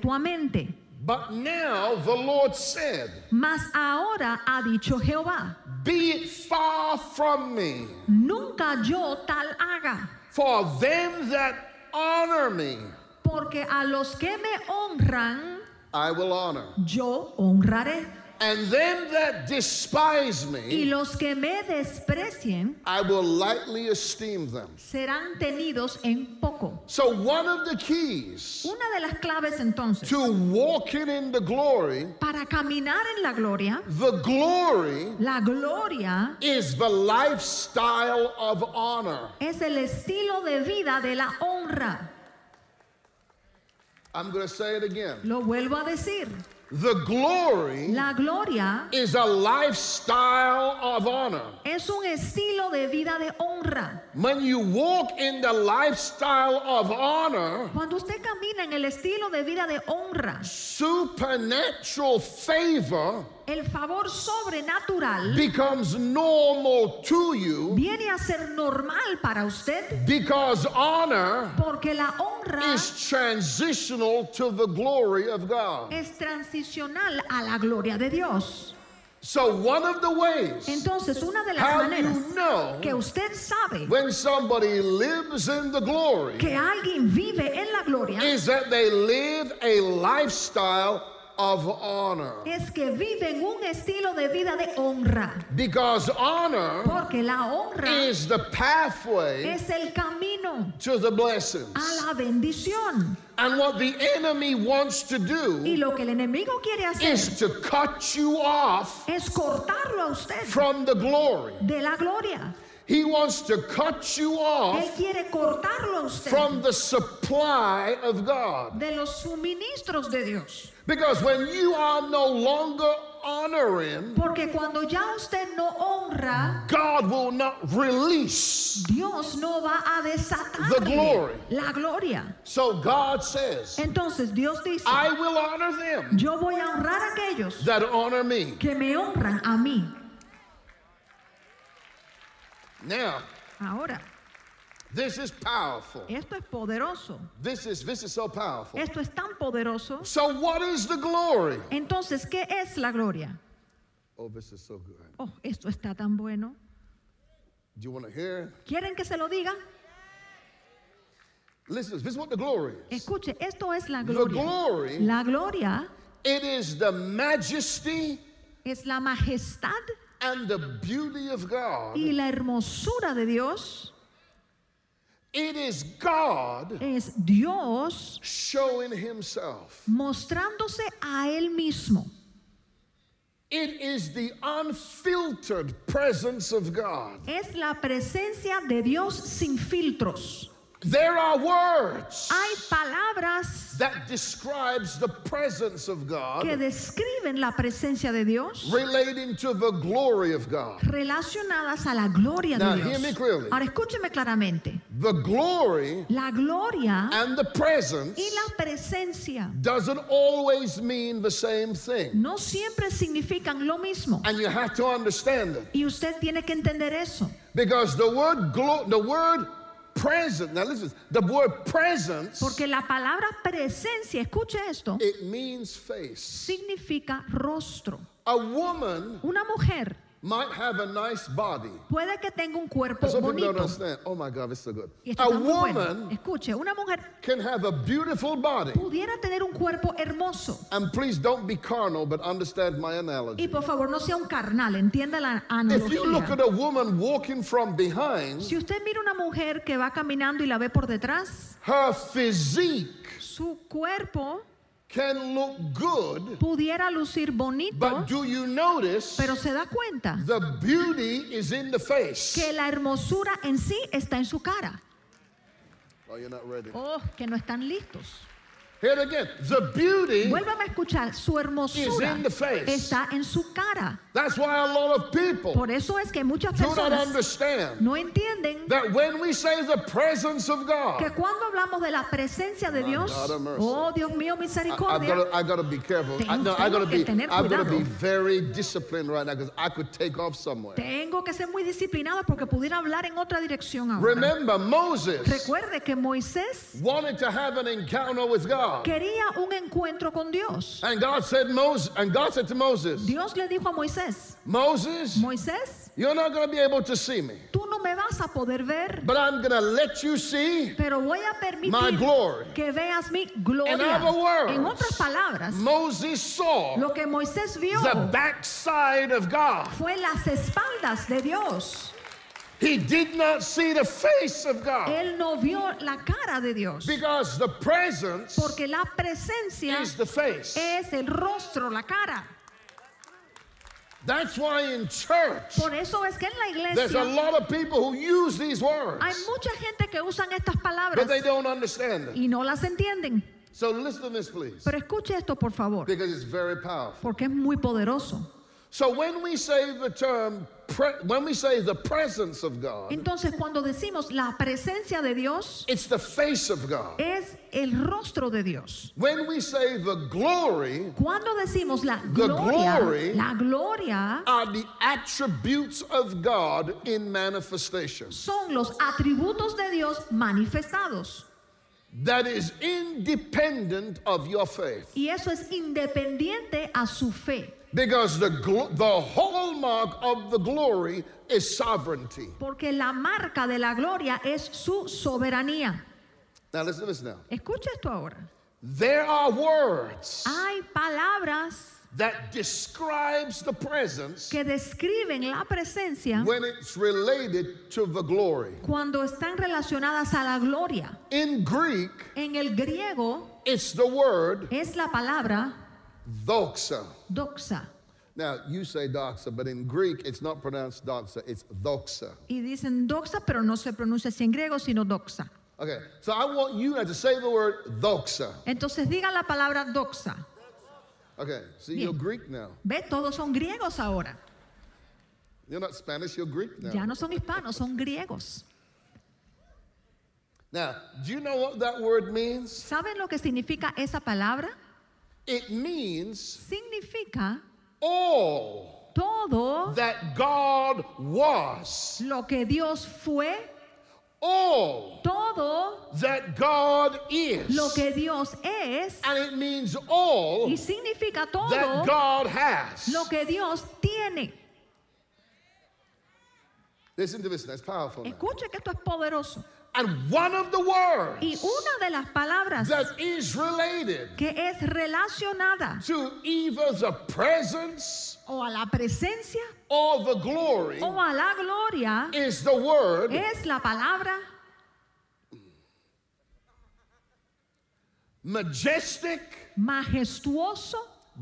Speaker 3: perpetuamente.
Speaker 2: But now the Lord said,
Speaker 3: Mas ahora ha dicho Jehová,
Speaker 2: Be it far from me,
Speaker 3: nunca yo tal haga,
Speaker 2: for them that honor me
Speaker 3: porque a los que me honran,
Speaker 2: I will honor.
Speaker 3: yo honraré,
Speaker 2: And them that despise
Speaker 3: y
Speaker 2: me,
Speaker 3: los que me desprecien
Speaker 2: I will lightly esteem them.
Speaker 3: serán tenidos en poco.
Speaker 2: So, one of the keys
Speaker 3: Una de las claves entonces,
Speaker 2: to walking in the glory,
Speaker 3: para caminar en la gloria,
Speaker 2: the glory
Speaker 3: la gloria
Speaker 2: is the lifestyle of honor.
Speaker 3: es el estilo de vida de la honra.
Speaker 2: I'm going to say it again.
Speaker 3: Lo vuelvo a decir,
Speaker 2: The glory
Speaker 3: la gloria
Speaker 2: is a lifestyle of honor.
Speaker 3: es un estilo de vida de honra.
Speaker 2: When you walk in the lifestyle of honor,
Speaker 3: Cuando usted camina en el estilo de vida de honra,
Speaker 2: supernatural favor
Speaker 3: el favor sobrenatural
Speaker 2: becomes normal to you.
Speaker 3: viene a ser normal para usted
Speaker 2: Because honor
Speaker 3: porque la honra
Speaker 2: is transitional to the glory of God.
Speaker 3: es transicional a la gloria de Dios.
Speaker 2: So, one of the ways
Speaker 3: Entonces, una de las
Speaker 2: how you
Speaker 3: maneras que
Speaker 2: know
Speaker 3: usted sabe
Speaker 2: when somebody lives in the glory
Speaker 3: que alguien vive en la gloria
Speaker 2: is that they live a lifestyle of honor.
Speaker 3: es que vive en un estilo de vida de honra,
Speaker 2: Because honor
Speaker 3: porque la honra
Speaker 2: is the pathway
Speaker 3: es el camino
Speaker 2: to the blessings.
Speaker 3: a la bendición.
Speaker 2: And what the enemy wants to
Speaker 3: Y
Speaker 2: do
Speaker 3: lo que el enemigo quiere hacer
Speaker 2: is to cut you off
Speaker 3: es cortarlo a usted
Speaker 2: from the glory.
Speaker 3: de la gloria.
Speaker 2: He wants to cut you off
Speaker 3: Él quiere cortarlo a usted
Speaker 2: from the supply of God.
Speaker 3: de los suministros de Dios.
Speaker 2: Because when you are no longer honoring,
Speaker 3: Porque cuando ya usted no honra,
Speaker 2: God will not release.
Speaker 3: Dios no va a
Speaker 2: The
Speaker 3: desatar
Speaker 2: glory.
Speaker 3: la gloria.
Speaker 2: So God says,
Speaker 3: Entonces Dios dice,
Speaker 2: I will honor them
Speaker 3: yo voy a honrar a aquellos
Speaker 2: that honor me.
Speaker 3: que me honran a mí.
Speaker 2: Now,
Speaker 3: Ahora,
Speaker 2: this is powerful.
Speaker 3: esto es poderoso.
Speaker 2: This is this is so powerful.
Speaker 3: Esto es tan poderoso.
Speaker 2: So what is the glory?
Speaker 3: Entonces, ¿qué es la gloria?
Speaker 2: Oh, this is so good.
Speaker 3: Oh, esto está tan bueno.
Speaker 2: Do you want to hear?
Speaker 3: ¿Quieren que se lo diga?
Speaker 2: Listen, this is what the glory is.
Speaker 3: Escuche, esto es la
Speaker 2: The
Speaker 3: gloria.
Speaker 2: glory,
Speaker 3: La gloria
Speaker 2: it is the majesty
Speaker 3: es la majestad
Speaker 2: and the beauty of God.
Speaker 3: y la hermosura de Dios.
Speaker 2: It is God
Speaker 3: Es Dios
Speaker 2: showing himself.
Speaker 3: mostrándose a Él mismo.
Speaker 2: It is the unfiltered presence of God.
Speaker 3: Es la presencia de Dios sin filtros.
Speaker 2: There are words
Speaker 3: Hay palabras
Speaker 2: that describes the presence of
Speaker 3: que
Speaker 2: God
Speaker 3: describen la presencia de Dios
Speaker 2: relating to the glory of God.
Speaker 3: relacionadas a la gloria
Speaker 2: Now,
Speaker 3: de
Speaker 2: hear me
Speaker 3: Dios.
Speaker 2: clearly.
Speaker 3: Ahora escúcheme claramente.
Speaker 2: The glory
Speaker 3: La gloria
Speaker 2: and the presence
Speaker 3: y la presencia
Speaker 2: doesn't always mean the same thing.
Speaker 3: no siempre significan lo mismo.
Speaker 2: And you have to understand it
Speaker 3: Y usted tiene que entender eso.
Speaker 2: because the word glo- the word present. Now listen, the word presence
Speaker 3: Porque la palabra presencia, escuche esto,
Speaker 2: it means face.
Speaker 3: significa rostro.
Speaker 2: A woman
Speaker 3: Una mujer
Speaker 2: might have a nice body.
Speaker 3: puede que tenga un cuerpo
Speaker 2: Some people don't
Speaker 3: bonito.
Speaker 2: understand. Oh my God, this is so good.
Speaker 3: Y esto
Speaker 2: A
Speaker 3: está muy bueno.
Speaker 2: woman
Speaker 3: Escuche, una mujer
Speaker 2: can have a beautiful body.
Speaker 3: pudiera tener un cuerpo hermoso.
Speaker 2: And please don't be carnal, but understand my
Speaker 3: Y
Speaker 2: analogy.
Speaker 3: por favor, no sea un carnal, entienda la
Speaker 2: If you look at
Speaker 3: analogía.
Speaker 2: a woman walking from behind,
Speaker 3: Si usted mira una mujer que va caminando y la ve por detrás,
Speaker 2: her physique
Speaker 3: su cuerpo
Speaker 2: can look good,
Speaker 3: pudiera lucir bonito,
Speaker 2: but do you notice
Speaker 3: pero se da cuenta
Speaker 2: the beauty is in the face?
Speaker 3: que la hermosura en sí está en su cara.
Speaker 2: Oh, you're not ready.
Speaker 3: Oh, que no están listos.
Speaker 2: Hear it again. The beauty,
Speaker 3: Vuelvan a escuchar, su hermosura
Speaker 2: in the face.
Speaker 3: está en su cara.
Speaker 2: that's why a lot of people
Speaker 3: Por eso es que muchas
Speaker 2: do not
Speaker 3: personas
Speaker 2: understand
Speaker 3: no entienden
Speaker 2: that when we say the presence of
Speaker 3: que
Speaker 2: God,
Speaker 3: cuando hablamos de la presencia de
Speaker 2: My
Speaker 3: Dios,
Speaker 2: God have mercy.
Speaker 3: oh Dios mío,
Speaker 2: I, I've
Speaker 3: misericordia,
Speaker 2: got to, I got to be careful. I, no, I got to
Speaker 3: Tengo que
Speaker 2: be,
Speaker 3: tener
Speaker 2: I've got to be
Speaker 3: cuidado.
Speaker 2: very disciplined right now because I could take off somewhere.
Speaker 3: tengo que ser muy disciplinado porque pudiera hablar en otra dirección ahora.
Speaker 2: Remember, Moses
Speaker 3: Recuerde que Moisés
Speaker 2: wanted to have an encounter with God.
Speaker 3: quería un encuentro con Dios.
Speaker 2: And God said, Moses, and God said to Moses,
Speaker 3: Dios le dijo a Moisés,
Speaker 2: Moses,
Speaker 3: Moisés,
Speaker 2: you're not going to be able to see me,
Speaker 3: tú no me vas a poder ver,
Speaker 2: but I'm going to let you see
Speaker 3: pero voy a
Speaker 2: my
Speaker 3: permitir
Speaker 2: glory.
Speaker 3: que veas mi
Speaker 2: In
Speaker 3: gloria.
Speaker 2: other words,
Speaker 3: En otras palabras,
Speaker 2: Moses saw
Speaker 3: lo que Moisés vio
Speaker 2: the backside of God.
Speaker 3: fue las espaldas de Dios.
Speaker 2: He did not see the face of God
Speaker 3: Él no vio la cara de Dios.
Speaker 2: because the presence
Speaker 3: Porque la presencia
Speaker 2: is the face.
Speaker 3: es el rostro, la cara.
Speaker 2: That's why in church,
Speaker 3: Por eso es que en la
Speaker 2: there's a
Speaker 3: iglesia
Speaker 2: lot of people who use these
Speaker 3: hay
Speaker 2: words,
Speaker 3: mucha gente que usan estas
Speaker 2: but
Speaker 3: palabras
Speaker 2: they don't understand them.
Speaker 3: y no las entienden.
Speaker 2: So listen to this, please.
Speaker 3: Pero escuche esto, por favor,
Speaker 2: because it's very powerful.
Speaker 3: porque es muy poderoso.
Speaker 2: So when we say the term, pre- when we say the presence of God,
Speaker 3: Entonces, cuando decimos la presencia de Dios,
Speaker 2: it's the face of God.
Speaker 3: es el rostro de Dios.
Speaker 2: When we say the glory
Speaker 3: Cuando decimos la gloria,
Speaker 2: glory-
Speaker 3: la gloria
Speaker 2: are the attributes of God in manifestation.
Speaker 3: son los atributos de Dios manifestados.
Speaker 2: That is independent of your faith.
Speaker 3: Y eso es independiente a su fe.
Speaker 2: Because the, gl- the hallmark of the glory is sovereignty.
Speaker 3: Porque la marca de la gloria es su soberanía.
Speaker 2: Now listen to this now.
Speaker 3: Escucha esto ahora.
Speaker 2: There are words
Speaker 3: Hay palabras
Speaker 2: that describes the presence
Speaker 3: que describen la presencia
Speaker 2: when it's related to the glory.
Speaker 3: cuando están relacionadas a la gloria.
Speaker 2: In Greek,
Speaker 3: En el griego
Speaker 2: it's the word
Speaker 3: es la palabra
Speaker 2: doxa.
Speaker 3: doxa.
Speaker 2: Now, you say doxa, but in Greek, it's not pronounced doxa, it's doxa.
Speaker 3: Y dicen doxa, pero no se pronuncia así en griego, sino doxa.
Speaker 2: Okay, so I want you now to say the word doxa.
Speaker 3: Entonces digan la palabra doxa.
Speaker 2: Okay, see,
Speaker 3: Bien.
Speaker 2: you're Greek now.
Speaker 3: Ve, todos son griegos ahora.
Speaker 2: You're not Spanish, you're Greek now.
Speaker 3: Ya no son hispanos, son griegos.
Speaker 2: Now, do you know what that word means?
Speaker 3: ¿Saben lo que significa esa palabra?
Speaker 2: It means
Speaker 3: Significa
Speaker 2: all
Speaker 3: todo
Speaker 2: that God was,
Speaker 3: lo que Dios fue,
Speaker 2: all
Speaker 3: todo
Speaker 2: that God is,
Speaker 3: lo que Dios es
Speaker 2: and it means all
Speaker 3: y significa
Speaker 2: that
Speaker 3: todo
Speaker 2: God has.
Speaker 3: lo que Dios tiene.
Speaker 2: Listen to this, that's powerful. now.
Speaker 3: Escuche que esto es poderoso.
Speaker 2: And one of the words
Speaker 3: Y una de las palabras
Speaker 2: that is related
Speaker 3: que es relacionada
Speaker 2: to either the presence
Speaker 3: o a la presencia
Speaker 2: or the glory
Speaker 3: o a la gloria
Speaker 2: is the word
Speaker 3: es la palabra
Speaker 2: majestic.
Speaker 3: majestuoso.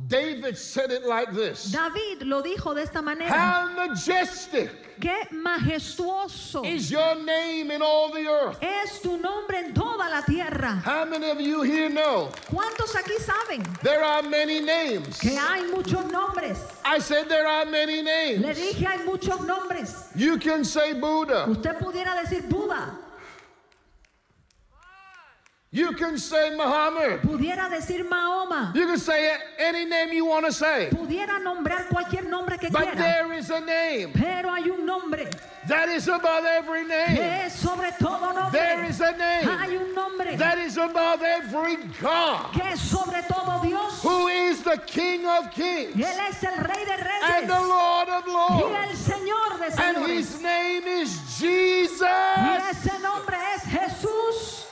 Speaker 2: David said it like this
Speaker 3: David lo dijo de esta manera.
Speaker 2: How majestic
Speaker 3: Qué majestuoso
Speaker 2: is your name in all the earth.
Speaker 3: es tu nombre en toda la tierra.
Speaker 2: How many of you here know
Speaker 3: ¿Cuántos aquí saben
Speaker 2: there are many names?
Speaker 3: que hay muchos nombres?
Speaker 2: I said there are many
Speaker 3: Le
Speaker 2: names.
Speaker 3: dije hay muchos nombres.
Speaker 2: You can say Buddha.
Speaker 3: Usted pudiera decir Buda,
Speaker 2: You can say Muhammad.
Speaker 3: pudiera decir Mahoma,
Speaker 2: You can say any name you want to say.
Speaker 3: pudiera nombrar cualquier nombre que
Speaker 2: But
Speaker 3: quiera.
Speaker 2: there is a name
Speaker 3: Pero hay un nombre
Speaker 2: that is above every name.
Speaker 3: que es sobre todo
Speaker 2: There
Speaker 3: nombre.
Speaker 2: is a name
Speaker 3: Hay un nombre
Speaker 2: that is above every God,
Speaker 3: que es sobre todo Dios.
Speaker 2: who is the King of
Speaker 3: Y
Speaker 2: kings
Speaker 3: Él es el Rey de
Speaker 2: and the
Speaker 3: Reyes
Speaker 2: Lord of
Speaker 3: y
Speaker 2: lords.
Speaker 3: el Señor de
Speaker 2: And
Speaker 3: Señores.
Speaker 2: his name is
Speaker 3: Y
Speaker 2: Jesus.
Speaker 3: ese nombre es Jesús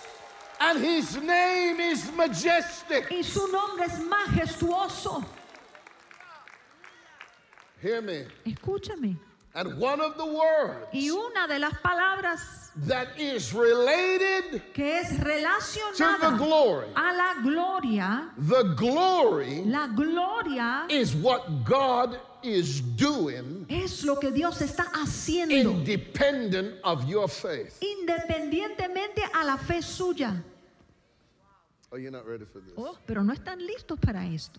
Speaker 2: And his name is majestic.
Speaker 3: y su nombre es majestuoso.
Speaker 2: Hear me.
Speaker 3: Escúchame.
Speaker 2: And one of the words
Speaker 3: Y una de las palabras
Speaker 2: that is related
Speaker 3: que es
Speaker 2: to the
Speaker 3: relacionada
Speaker 2: glory.
Speaker 3: a la gloria,
Speaker 2: The glory
Speaker 3: la gloria
Speaker 2: is what God is doing
Speaker 3: es lo que Dios está haciendo
Speaker 2: independent of your faith.
Speaker 3: independientemente a la fe suya.
Speaker 2: Oh, you're not ready for this.
Speaker 3: Oh, pero no están listos para esto.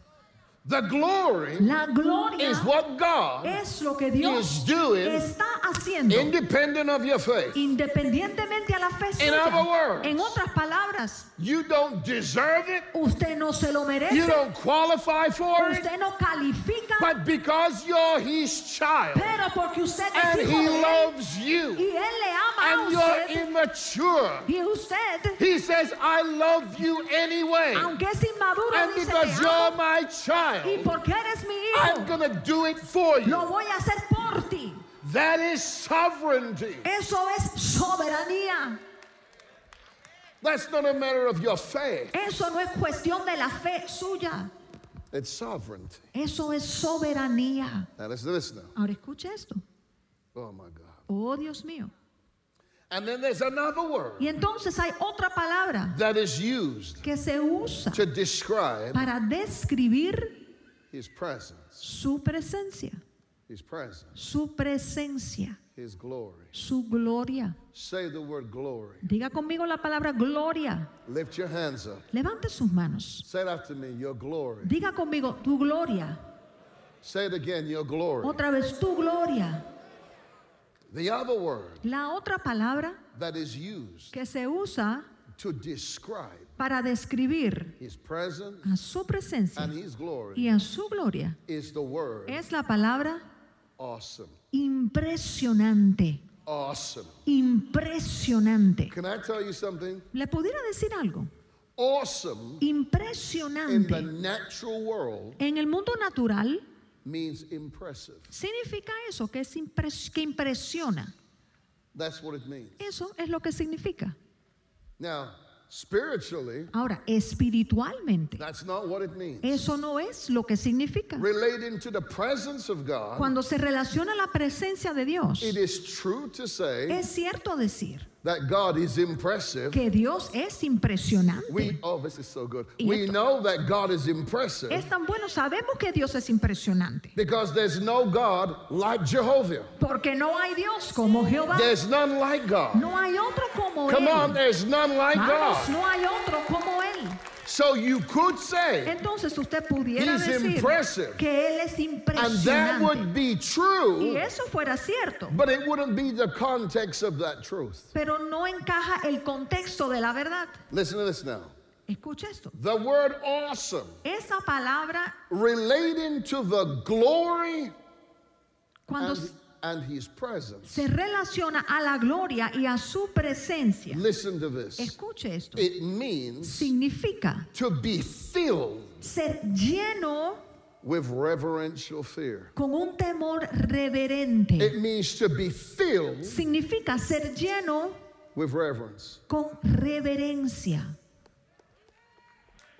Speaker 2: The glory
Speaker 3: La gloria
Speaker 2: is what God
Speaker 3: es lo que
Speaker 2: is
Speaker 3: Dios
Speaker 2: doing
Speaker 3: está haciendo
Speaker 2: independent of your faith.
Speaker 3: independientemente a la fe
Speaker 2: In other
Speaker 3: suya.
Speaker 2: words,
Speaker 3: En otras palabras,
Speaker 2: You don't deserve it.
Speaker 3: usted no se lo
Speaker 2: You
Speaker 3: merece,
Speaker 2: don't qualify for it.
Speaker 3: usted no califica,
Speaker 2: But because you're his child
Speaker 3: pero porque usted
Speaker 2: and
Speaker 3: es hijo
Speaker 2: he
Speaker 3: de él
Speaker 2: loves
Speaker 3: y
Speaker 2: you
Speaker 3: él le ama a
Speaker 2: and you're
Speaker 3: usted
Speaker 2: immature,
Speaker 3: y usted,
Speaker 2: he says, I love you anyway.
Speaker 3: aunque es inmaduro,
Speaker 2: And
Speaker 3: dice
Speaker 2: because
Speaker 3: "Te
Speaker 2: you're
Speaker 3: amo,
Speaker 2: my
Speaker 3: y
Speaker 2: child,
Speaker 3: porque eres mi
Speaker 2: I'm
Speaker 3: hijo,
Speaker 2: going to do it for
Speaker 3: lo
Speaker 2: you.
Speaker 3: voy a hacer por ti.
Speaker 2: That is sovereignty.
Speaker 3: Eso es soberanía.
Speaker 2: That's not a matter of your faith.
Speaker 3: Eso no es cuestión de la fe suya.
Speaker 2: It's sovereignty.
Speaker 3: Eso es soberanía.
Speaker 2: Now let's do this now.
Speaker 3: Ahora escuche esto.
Speaker 2: Oh my God.
Speaker 3: Oh, Dios mío.
Speaker 2: And then there's another word
Speaker 3: Y entonces hay otra palabra
Speaker 2: that is used
Speaker 3: que se usa
Speaker 2: to describe
Speaker 3: para describir
Speaker 2: his presence,
Speaker 3: su presencia,
Speaker 2: his presence,
Speaker 3: su presencia,
Speaker 2: his glory.
Speaker 3: su gloria.
Speaker 2: Say the word glory.
Speaker 3: Diga conmigo la palabra gloria.
Speaker 2: Lift your hands up.
Speaker 3: Levante sus manos.
Speaker 2: Say it after me, your glory.
Speaker 3: Diga conmigo tu gloria.
Speaker 2: Say it again, your glory.
Speaker 3: Otra vez tu gloria.
Speaker 2: The other word
Speaker 3: La otra palabra
Speaker 2: that is used
Speaker 3: que se usa
Speaker 2: to describe
Speaker 3: para describir
Speaker 2: his presence
Speaker 3: a su presencia
Speaker 2: and his glory
Speaker 3: y a su gloria
Speaker 2: is the word
Speaker 3: es la palabra
Speaker 2: awesome.
Speaker 3: impresionante.
Speaker 2: Awesome.
Speaker 3: Impresionante.
Speaker 2: Can I tell you something?
Speaker 3: ¿Le pudiera decir algo?
Speaker 2: Awesome in the
Speaker 3: Impresionante.
Speaker 2: natural world
Speaker 3: En el mundo natural
Speaker 2: means impressive.
Speaker 3: significa eso, que, es impres- que impresiona.
Speaker 2: That's what it means.
Speaker 3: Eso es lo que significa.
Speaker 2: Now, spiritually,
Speaker 3: Ahora, espiritualmente,
Speaker 2: that's not what it means.
Speaker 3: eso no es lo que significa.
Speaker 2: Relating to the presence of God,
Speaker 3: Cuando se relaciona la presencia de Dios,
Speaker 2: it is true to say
Speaker 3: es cierto decir
Speaker 2: that God is impressive.
Speaker 3: que Dios es
Speaker 2: We
Speaker 3: impresionante.
Speaker 2: oh, this is so good.
Speaker 3: Y
Speaker 2: We
Speaker 3: esto-
Speaker 2: know that God is impressive
Speaker 3: Es tan bueno, sabemos que Dios es impresionante.
Speaker 2: because there's no God like Jehovah.
Speaker 3: Porque no hay Dios como Jehová.
Speaker 2: There's none like God.
Speaker 3: No hay otro como
Speaker 2: Come on,
Speaker 3: Él.
Speaker 2: there's none like
Speaker 3: Vamos,
Speaker 2: God.
Speaker 3: no hay otro como Él.
Speaker 2: So you could say
Speaker 3: Entonces usted pudiera
Speaker 2: He's
Speaker 3: decir
Speaker 2: impressive.
Speaker 3: que él es
Speaker 2: And that would
Speaker 3: impresionante.
Speaker 2: be
Speaker 3: Y
Speaker 2: true,
Speaker 3: eso fuera cierto,
Speaker 2: but it wouldn't be the context of that truth.
Speaker 3: pero no encaja el contexto de la verdad.
Speaker 2: Listen to this now.
Speaker 3: Escuche esto.
Speaker 2: The word awesome
Speaker 3: Esa palabra
Speaker 2: relating to the glory
Speaker 3: cuando
Speaker 2: and, and his presence.
Speaker 3: se relaciona a la gloria y a su presencia.
Speaker 2: Listen to this.
Speaker 3: Escuche esto.
Speaker 2: It means
Speaker 3: Significa
Speaker 2: to be filled
Speaker 3: ser lleno
Speaker 2: with reverential fear.
Speaker 3: con un temor reverente.
Speaker 2: It means to be filled
Speaker 3: Significa ser lleno
Speaker 2: with reverence.
Speaker 3: con reverencia.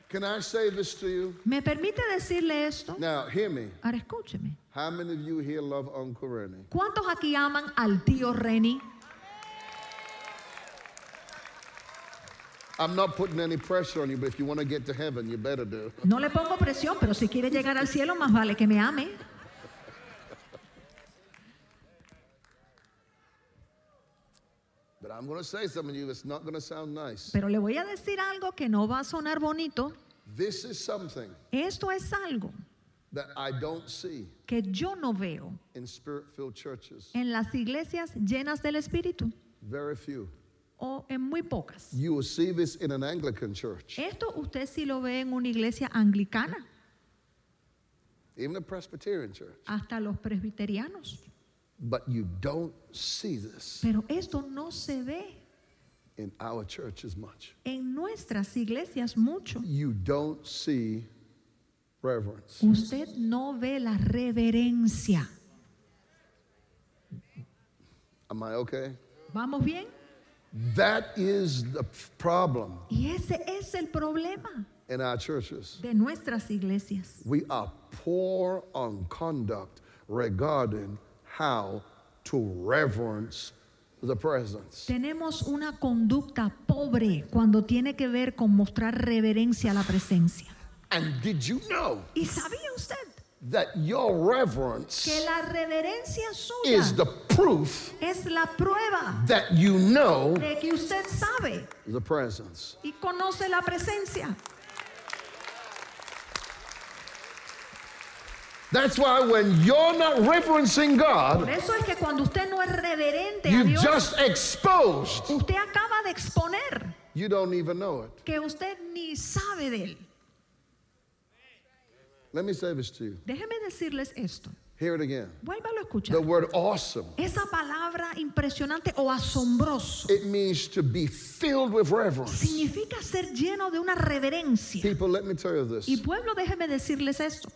Speaker 2: Can I say this to you?
Speaker 3: ¿Me permite decirle esto?
Speaker 2: Now, hear me.
Speaker 3: Ahora escúcheme.
Speaker 2: How many of you here love Uncle Rennie?
Speaker 3: ¿Cuántos aquí aman al tío Reni?
Speaker 2: I'm not putting any pressure on you, but if you want to get to heaven, you better do.
Speaker 3: No le pongo presión, pero si quiere llegar al cielo, más vale que me ame.
Speaker 2: But I'm going to say something to you that's not going to sound nice.
Speaker 3: Pero le voy a decir algo que no va a sonar bonito.
Speaker 2: This is something
Speaker 3: Esto es algo
Speaker 2: that I don't see
Speaker 3: que yo no veo
Speaker 2: in spirit filled churches.
Speaker 3: en las iglesias llenas del Espíritu
Speaker 2: Very few.
Speaker 3: o en muy pocas.
Speaker 2: You will see this in an Anglican church,
Speaker 3: Esto usted sí lo ve en una iglesia anglicana,
Speaker 2: even a Presbyterian church.
Speaker 3: hasta los presbiterianos.
Speaker 2: But you don't see this
Speaker 3: Pero esto no se ve
Speaker 2: in our church as much.
Speaker 3: en nuestras iglesias mucho.
Speaker 2: You don't see reverence.
Speaker 3: Usted no ve la reverencia.
Speaker 2: Am I okay?
Speaker 3: ¿Vamos bien?
Speaker 2: That is the problem
Speaker 3: Y ese es el problema
Speaker 2: in our churches.
Speaker 3: de nuestras iglesias.
Speaker 2: We are poor on conduct regarding how to reverence the presence.
Speaker 3: Tenemos una conducta pobre cuando tiene que ver con mostrar reverencia a la presencia.
Speaker 2: And did you know
Speaker 3: ¿Y sabía usted
Speaker 2: that your
Speaker 3: que
Speaker 2: reverence
Speaker 3: la reverencia
Speaker 2: is
Speaker 3: suya
Speaker 2: the proof
Speaker 3: es la prueba
Speaker 2: that you know
Speaker 3: de que usted sabe
Speaker 2: the presence?
Speaker 3: y conoce la presencia?
Speaker 2: That's why when you're not reverencing
Speaker 3: Por
Speaker 2: God,
Speaker 3: eso es que cuando usted no es reverente a
Speaker 2: you
Speaker 3: Dios,
Speaker 2: just exposed.
Speaker 3: usted acaba de exponer
Speaker 2: You don't even know it.
Speaker 3: que usted ni sabe de él.
Speaker 2: Let me say this to you.
Speaker 3: Déjeme decirles esto.
Speaker 2: Hear it again.
Speaker 3: Vuélvalo a escuchar.
Speaker 2: The word awesome,
Speaker 3: Esa palabra impresionante o asombroso
Speaker 2: it means to be filled with reverence.
Speaker 3: significa ser lleno de una reverencia.
Speaker 2: People, let me tell you this.
Speaker 3: Y pueblo, déjeme decirles esto.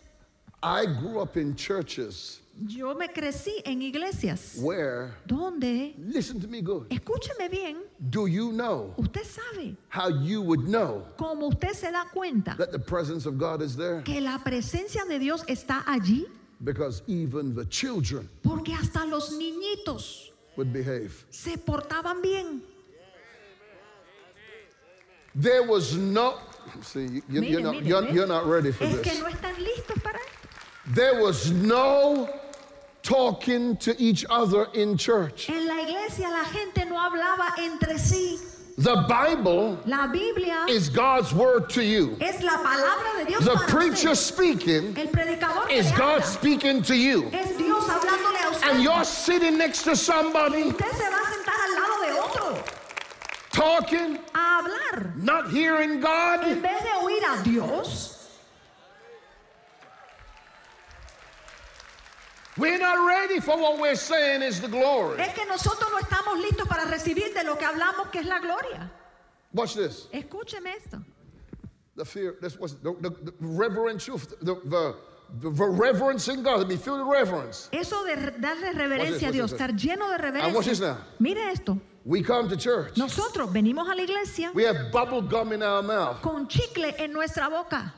Speaker 2: I grew up in churches
Speaker 3: Yo me crecí en iglesias
Speaker 2: where,
Speaker 3: donde,
Speaker 2: listen to me good,
Speaker 3: escúcheme bien,
Speaker 2: do you know
Speaker 3: usted sabe
Speaker 2: how you would know
Speaker 3: cómo usted se da cuenta
Speaker 2: that the presence of God is there?
Speaker 3: que la presencia de Dios está allí,
Speaker 2: Because even the children
Speaker 3: porque hasta los niñitos
Speaker 2: would behave.
Speaker 3: se portaban bien.
Speaker 2: There was no, see, you, you- you're,
Speaker 3: Miren,
Speaker 2: not,
Speaker 3: miren,
Speaker 2: you're,
Speaker 3: ven.
Speaker 2: you're not ready for
Speaker 3: Es que
Speaker 2: this.
Speaker 3: no están listos para esto.
Speaker 2: There was no talking to each other in church.
Speaker 3: En la iglesia la gente no hablaba entre sí.
Speaker 2: The Bible
Speaker 3: La Biblia
Speaker 2: is God's word to you.
Speaker 3: es la palabra de Dios
Speaker 2: The
Speaker 3: para
Speaker 2: preacher
Speaker 3: usted.
Speaker 2: speaking
Speaker 3: El predicador que
Speaker 2: is
Speaker 3: le
Speaker 2: God
Speaker 3: habla
Speaker 2: speaking to you.
Speaker 3: es Dios hablándole a usted.
Speaker 2: And you're sitting next to somebody
Speaker 3: Usted se va a sentar al lado de otro
Speaker 2: talking,
Speaker 3: a hablar
Speaker 2: not hearing
Speaker 3: en
Speaker 2: God.
Speaker 3: vez de oír a Dios.
Speaker 2: We're not ready for what we're saying is the glory.
Speaker 3: Es que nosotros no estamos listos para recibir de lo que hablamos que es la gloria.
Speaker 2: Watch this.
Speaker 3: Escúcheme esto.
Speaker 2: The fear, this was the, the, the reverential, the, the, the, the reverence in God, to be filled with reverence.
Speaker 3: Eso de re- darle reverencia a
Speaker 2: watch
Speaker 3: Dios,
Speaker 2: this.
Speaker 3: estar lleno de
Speaker 2: And watch this
Speaker 3: reverencia.
Speaker 2: now.
Speaker 3: Mire esto.
Speaker 2: We come to church.
Speaker 3: Nosotros venimos a la iglesia
Speaker 2: We have bubble gum in our mouth.
Speaker 3: con chicle en nuestra boca.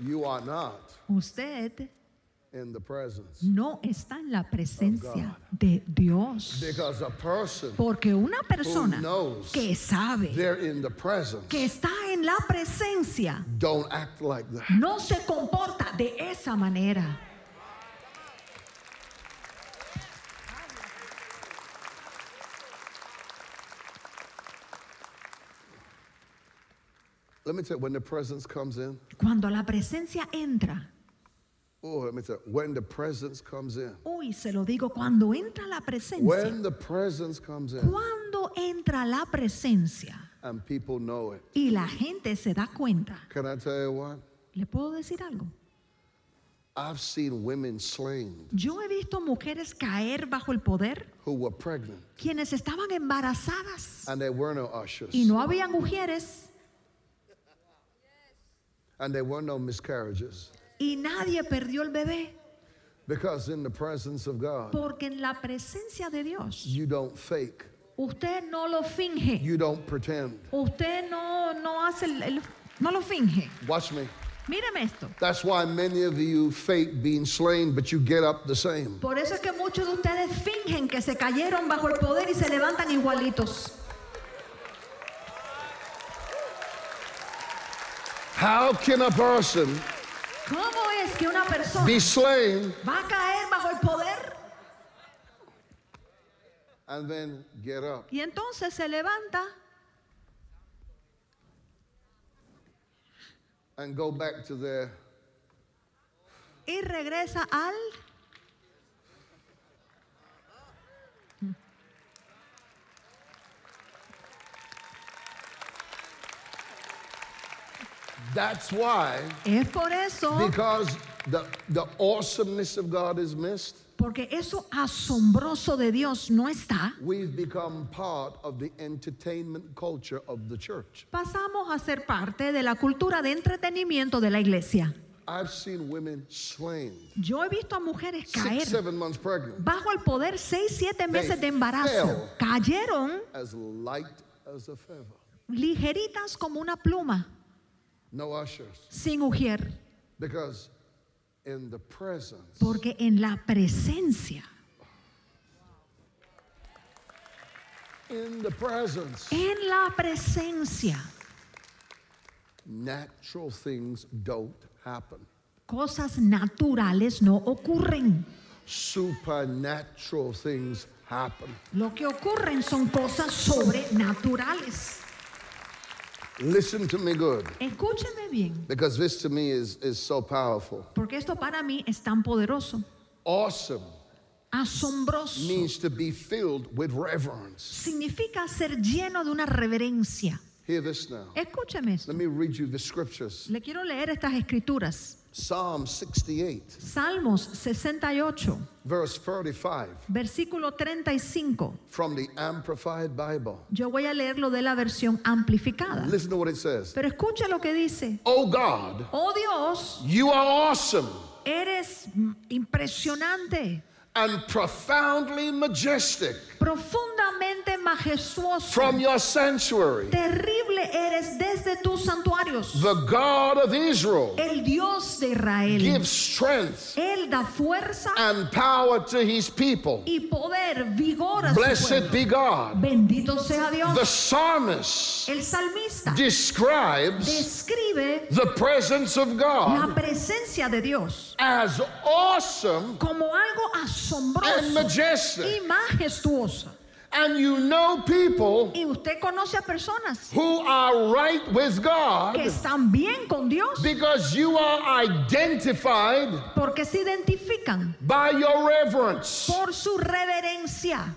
Speaker 2: You are not
Speaker 3: Usted
Speaker 2: in the presence.
Speaker 3: no está en la presencia de Dios.
Speaker 2: Because a person,
Speaker 3: Porque una
Speaker 2: Oh,
Speaker 3: persona
Speaker 2: knows
Speaker 3: que sabe
Speaker 2: they're in the presence,
Speaker 3: que está en la presencia
Speaker 2: don't act like that.
Speaker 3: no se comporta de esa manera.
Speaker 2: Let me tell you, when the presence comes in,
Speaker 3: Cuando la presencia entra,
Speaker 2: oh, let me tell you, when the presence comes in,
Speaker 3: uy, se lo digo, cuando entra la presencia,
Speaker 2: when the presence comes in
Speaker 3: cuando entra la presencia
Speaker 2: and people know it,
Speaker 3: y la gente se da cuenta,
Speaker 2: can I tell you what?
Speaker 3: ¿Le puedo decir algo?
Speaker 2: I've seen women slain
Speaker 3: Yo he visto mujeres caer bajo el poder,
Speaker 2: who were pregnant
Speaker 3: quienes estaban embarazadas
Speaker 2: and there were no ushers
Speaker 3: y no habían mujeres
Speaker 2: and there were no miscarriages
Speaker 3: y nadie perdió el bebé,
Speaker 2: because in the presence of God,
Speaker 3: porque en la presencia de Dios
Speaker 2: you don't fake,
Speaker 3: usted no lo finge,
Speaker 2: you don't pretend.
Speaker 3: usted no, no hace, el- el- no lo finge.
Speaker 2: Watch me.
Speaker 3: Míreme esto.
Speaker 2: That's why many of you fake being slain, but you get up the same.
Speaker 3: Por eso es que muchos de ustedes fingen que se cayeron bajo el poder y se levantan igualitos.
Speaker 2: How can a person
Speaker 3: ¿Cómo es que una persona
Speaker 2: be slain
Speaker 3: va a caer bajo el poder
Speaker 2: and then get up?
Speaker 3: y entonces se levanta
Speaker 2: and go back to their
Speaker 3: y regresa al...
Speaker 2: that's why
Speaker 3: Es por eso,
Speaker 2: because the the awesomeness of God is missed
Speaker 3: porque eso asombroso de Dios no está.
Speaker 2: we've become part of the entertainment culture of the church
Speaker 3: Pasamos a ser parte de la cultura de entretenimiento de la iglesia.
Speaker 2: I've seen women slain
Speaker 3: Yo he visto a mujeres
Speaker 2: six
Speaker 3: caer
Speaker 2: seven months pregnant
Speaker 3: bajo el poder seis, siete meses de embarazo.
Speaker 2: fell.
Speaker 3: Cayeron
Speaker 2: as light as a feather
Speaker 3: ligeritas como una pluma,
Speaker 2: no ushers
Speaker 3: sin ujier.
Speaker 2: because in the presence
Speaker 3: Porque en la presencia,
Speaker 2: in the presence
Speaker 3: en la presencia,
Speaker 2: natural things don't happen
Speaker 3: cosas naturales no ocurren.
Speaker 2: supernatural things happen
Speaker 3: Lo que ocurren son cosas sobrenaturales.
Speaker 2: listen to me good
Speaker 3: Escúcheme bien,
Speaker 2: Because this to me is, is so powerful.
Speaker 3: porque esto para mí es tan poderoso,
Speaker 2: Awesome
Speaker 3: asombroso.
Speaker 2: means to be filled with reverence.
Speaker 3: Significa ser lleno de una reverencia.
Speaker 2: Hear this now.
Speaker 3: Escúcheme esto.
Speaker 2: Let me read you the scriptures.
Speaker 3: Le quiero leer estas escrituras.
Speaker 2: Psalm 68,
Speaker 3: Salmos 68,
Speaker 2: verse 35,
Speaker 3: versículo 35.
Speaker 2: from the Amplified Bible.
Speaker 3: Yo voy a leerlo de la versión amplificada.
Speaker 2: Listen to what it says.
Speaker 3: Pero escucha lo que dice.
Speaker 2: Oh God,
Speaker 3: Oh Dios,
Speaker 2: you are awesome
Speaker 3: eres mm, impresionante,
Speaker 2: and profoundly majestic
Speaker 3: profundamente majestuoso.
Speaker 2: from your sanctuary,
Speaker 3: Terrible eres desde tus santuarios.
Speaker 2: the God of Israel.
Speaker 3: El Dios de Israel.
Speaker 2: gives strength
Speaker 3: Él da fuerza
Speaker 2: and power to his people.
Speaker 3: y poder, vigor a su
Speaker 2: Blessed
Speaker 3: pueblo.
Speaker 2: be God.
Speaker 3: Bendito sea
Speaker 2: The
Speaker 3: Dios.
Speaker 2: psalmist
Speaker 3: El salmista
Speaker 2: describes
Speaker 3: describe
Speaker 2: the presence of
Speaker 3: la
Speaker 2: God
Speaker 3: presencia de Dios
Speaker 2: as awesome
Speaker 3: como algo
Speaker 2: and
Speaker 3: asombroso y
Speaker 2: majestic.
Speaker 3: majestuoso.
Speaker 2: And you know people
Speaker 3: Y usted conoce a personas
Speaker 2: who are right with
Speaker 3: que
Speaker 2: God
Speaker 3: están bien con Dios
Speaker 2: because you are identified
Speaker 3: porque se identifican
Speaker 2: by your reverence.
Speaker 3: por su reverencia.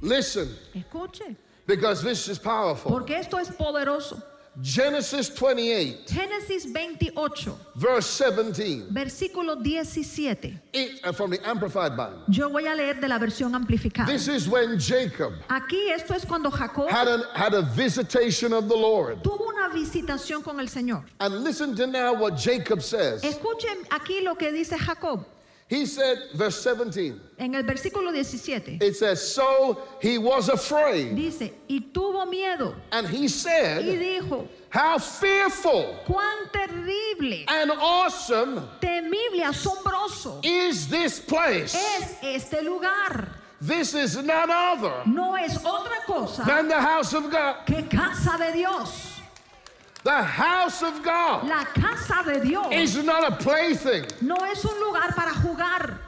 Speaker 2: Listen,
Speaker 3: Escuche,
Speaker 2: because this is powerful.
Speaker 3: porque esto es poderoso.
Speaker 2: Genesis 28,
Speaker 3: Génesis 28,
Speaker 2: verse 17.
Speaker 3: versículo 17.
Speaker 2: It, uh, from the Amplified Bible.
Speaker 3: Yo voy a leer de la versión amplificada.
Speaker 2: This is when Jacob
Speaker 3: Aquí esto es cuando Jacob
Speaker 2: had, an, had a visitation of the Lord.
Speaker 3: tuvo una visitación con el Señor.
Speaker 2: And listen to now what Jacob says.
Speaker 3: Escuchen aquí lo que dice Jacob
Speaker 2: He said, verse 17,
Speaker 3: en el versículo 17.
Speaker 2: it says, So he was afraid.
Speaker 3: Dice, y tuvo miedo
Speaker 2: And he
Speaker 3: y
Speaker 2: said,
Speaker 3: dijo,
Speaker 2: How fearful
Speaker 3: cuán terrible,
Speaker 2: and awesome
Speaker 3: temible, asombroso
Speaker 2: is this place.
Speaker 3: es este lugar.
Speaker 2: This is none other
Speaker 3: No es otra cosa
Speaker 2: than the house of God.
Speaker 3: que casa de Dios.
Speaker 2: The house of God
Speaker 3: La casa de Dios
Speaker 2: is not a plaything,
Speaker 3: no es un lugar para jugar.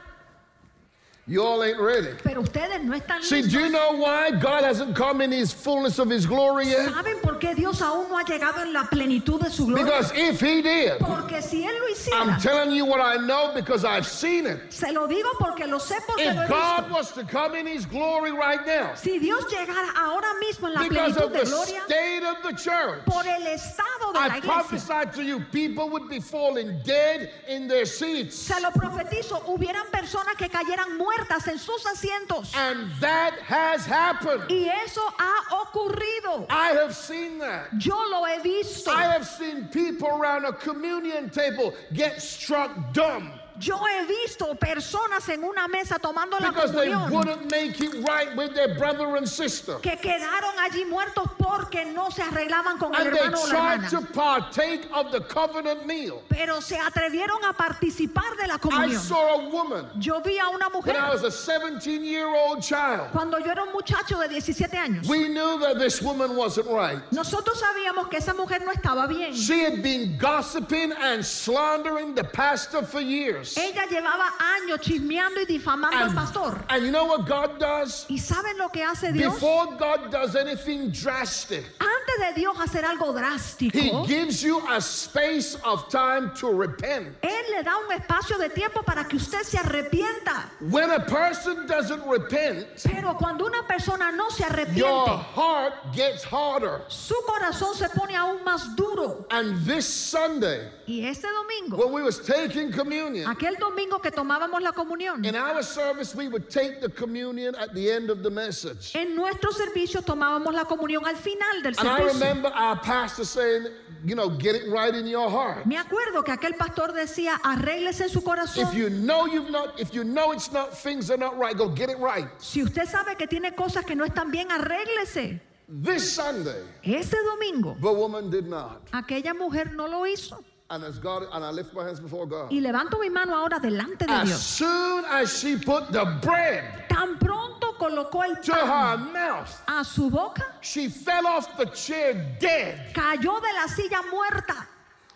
Speaker 2: You all ain't ready.
Speaker 3: Pero ustedes no están
Speaker 2: See, do you
Speaker 3: listos.
Speaker 2: know why God hasn't come in his fullness of his glory yet?
Speaker 3: ¿Saben por qué Dios aún no ha llegado en la plenitud de su gloria?
Speaker 2: Because if he did,
Speaker 3: Porque si Él lo hiciera,
Speaker 2: I'm telling you what I know because I've seen it.
Speaker 3: se lo digo porque lo sé porque lo he
Speaker 2: If God
Speaker 3: visto.
Speaker 2: was to come in his glory right now,
Speaker 3: Si Dios llegara ahora mismo en la
Speaker 2: because
Speaker 3: plenitud
Speaker 2: of
Speaker 3: de
Speaker 2: the
Speaker 3: gloria,
Speaker 2: state of the church,
Speaker 3: por el estado de la
Speaker 2: I
Speaker 3: iglesia,
Speaker 2: prophesy to you, people would be falling dead in their seats.
Speaker 3: se lo profetizo, hubieran personas que cayeran muertas en sus asientos.
Speaker 2: And that has happened.
Speaker 3: Y eso ha ocurrido.
Speaker 2: I have seen that.
Speaker 3: Yo lo he visto.
Speaker 2: I have seen people around a communion table get struck dumb
Speaker 3: Yo he visto personas en una mesa tomando la
Speaker 2: because they
Speaker 3: comunión
Speaker 2: wouldn't make it right with their brother and sister.
Speaker 3: que quedaron allí muertos porque no se arreglaban con el
Speaker 2: And they
Speaker 3: hermano o la
Speaker 2: tried to
Speaker 3: hermana.
Speaker 2: partake of the covenant meal.
Speaker 3: Pero se atrevieron a participar de la
Speaker 2: I
Speaker 3: comunión.
Speaker 2: saw a woman
Speaker 3: Yo vi a una
Speaker 2: when
Speaker 3: mujer
Speaker 2: I was a 17 year old child.
Speaker 3: cuando yo era un muchacho de 17 años.
Speaker 2: We knew that this woman wasn't right.
Speaker 3: Nosotros sabíamos que esa mujer no estaba bien.
Speaker 2: She had been gossiping and slandering the pastor for years.
Speaker 3: Ella llevaba años chismeando y difamando al pastor.
Speaker 2: and you know what God does?
Speaker 3: ¿Y saben lo que hace Dios?
Speaker 2: Before God does anything drastic,
Speaker 3: Antes de Dios hacer algo
Speaker 2: He
Speaker 3: drástico,
Speaker 2: gives you a space of time to repent.
Speaker 3: Él le da un espacio de tiempo para que usted se arrepienta.
Speaker 2: When a person doesn't repent,
Speaker 3: Pero cuando una persona no se
Speaker 2: your
Speaker 3: arrepiente,
Speaker 2: heart gets harder.
Speaker 3: su corazón se pone aún más duro.
Speaker 2: And this Sunday,
Speaker 3: Y este domingo,
Speaker 2: when we was taking communion,
Speaker 3: aquel domingo que tomábamos la comunión,
Speaker 2: in our service we would take the communion at the end of the message.
Speaker 3: en nuestro servicio tomábamos la comunión al final del
Speaker 2: And I
Speaker 3: servicio.
Speaker 2: remember our pastor saying, you know, get it right in your heart.
Speaker 3: Me acuerdo que aquel pastor decía, arréglese en su
Speaker 2: If
Speaker 3: corazón.
Speaker 2: you know you've not, if you know it's not, things are not right, go get it right.
Speaker 3: Si usted sabe que tiene cosas que no están bien, arréglese.
Speaker 2: This Sunday,
Speaker 3: Ese domingo,
Speaker 2: the woman did not.
Speaker 3: aquella mujer no lo hizo.
Speaker 2: And as God, and I lift my hands before God.
Speaker 3: Y levanto mi mano ahora delante de
Speaker 2: As
Speaker 3: Dios.
Speaker 2: soon as she put the bread
Speaker 3: Tan pronto colocó el
Speaker 2: to
Speaker 3: pan
Speaker 2: her mouth,
Speaker 3: a su boca,
Speaker 2: she fell off the chair dead.
Speaker 3: cayó de la silla muerta.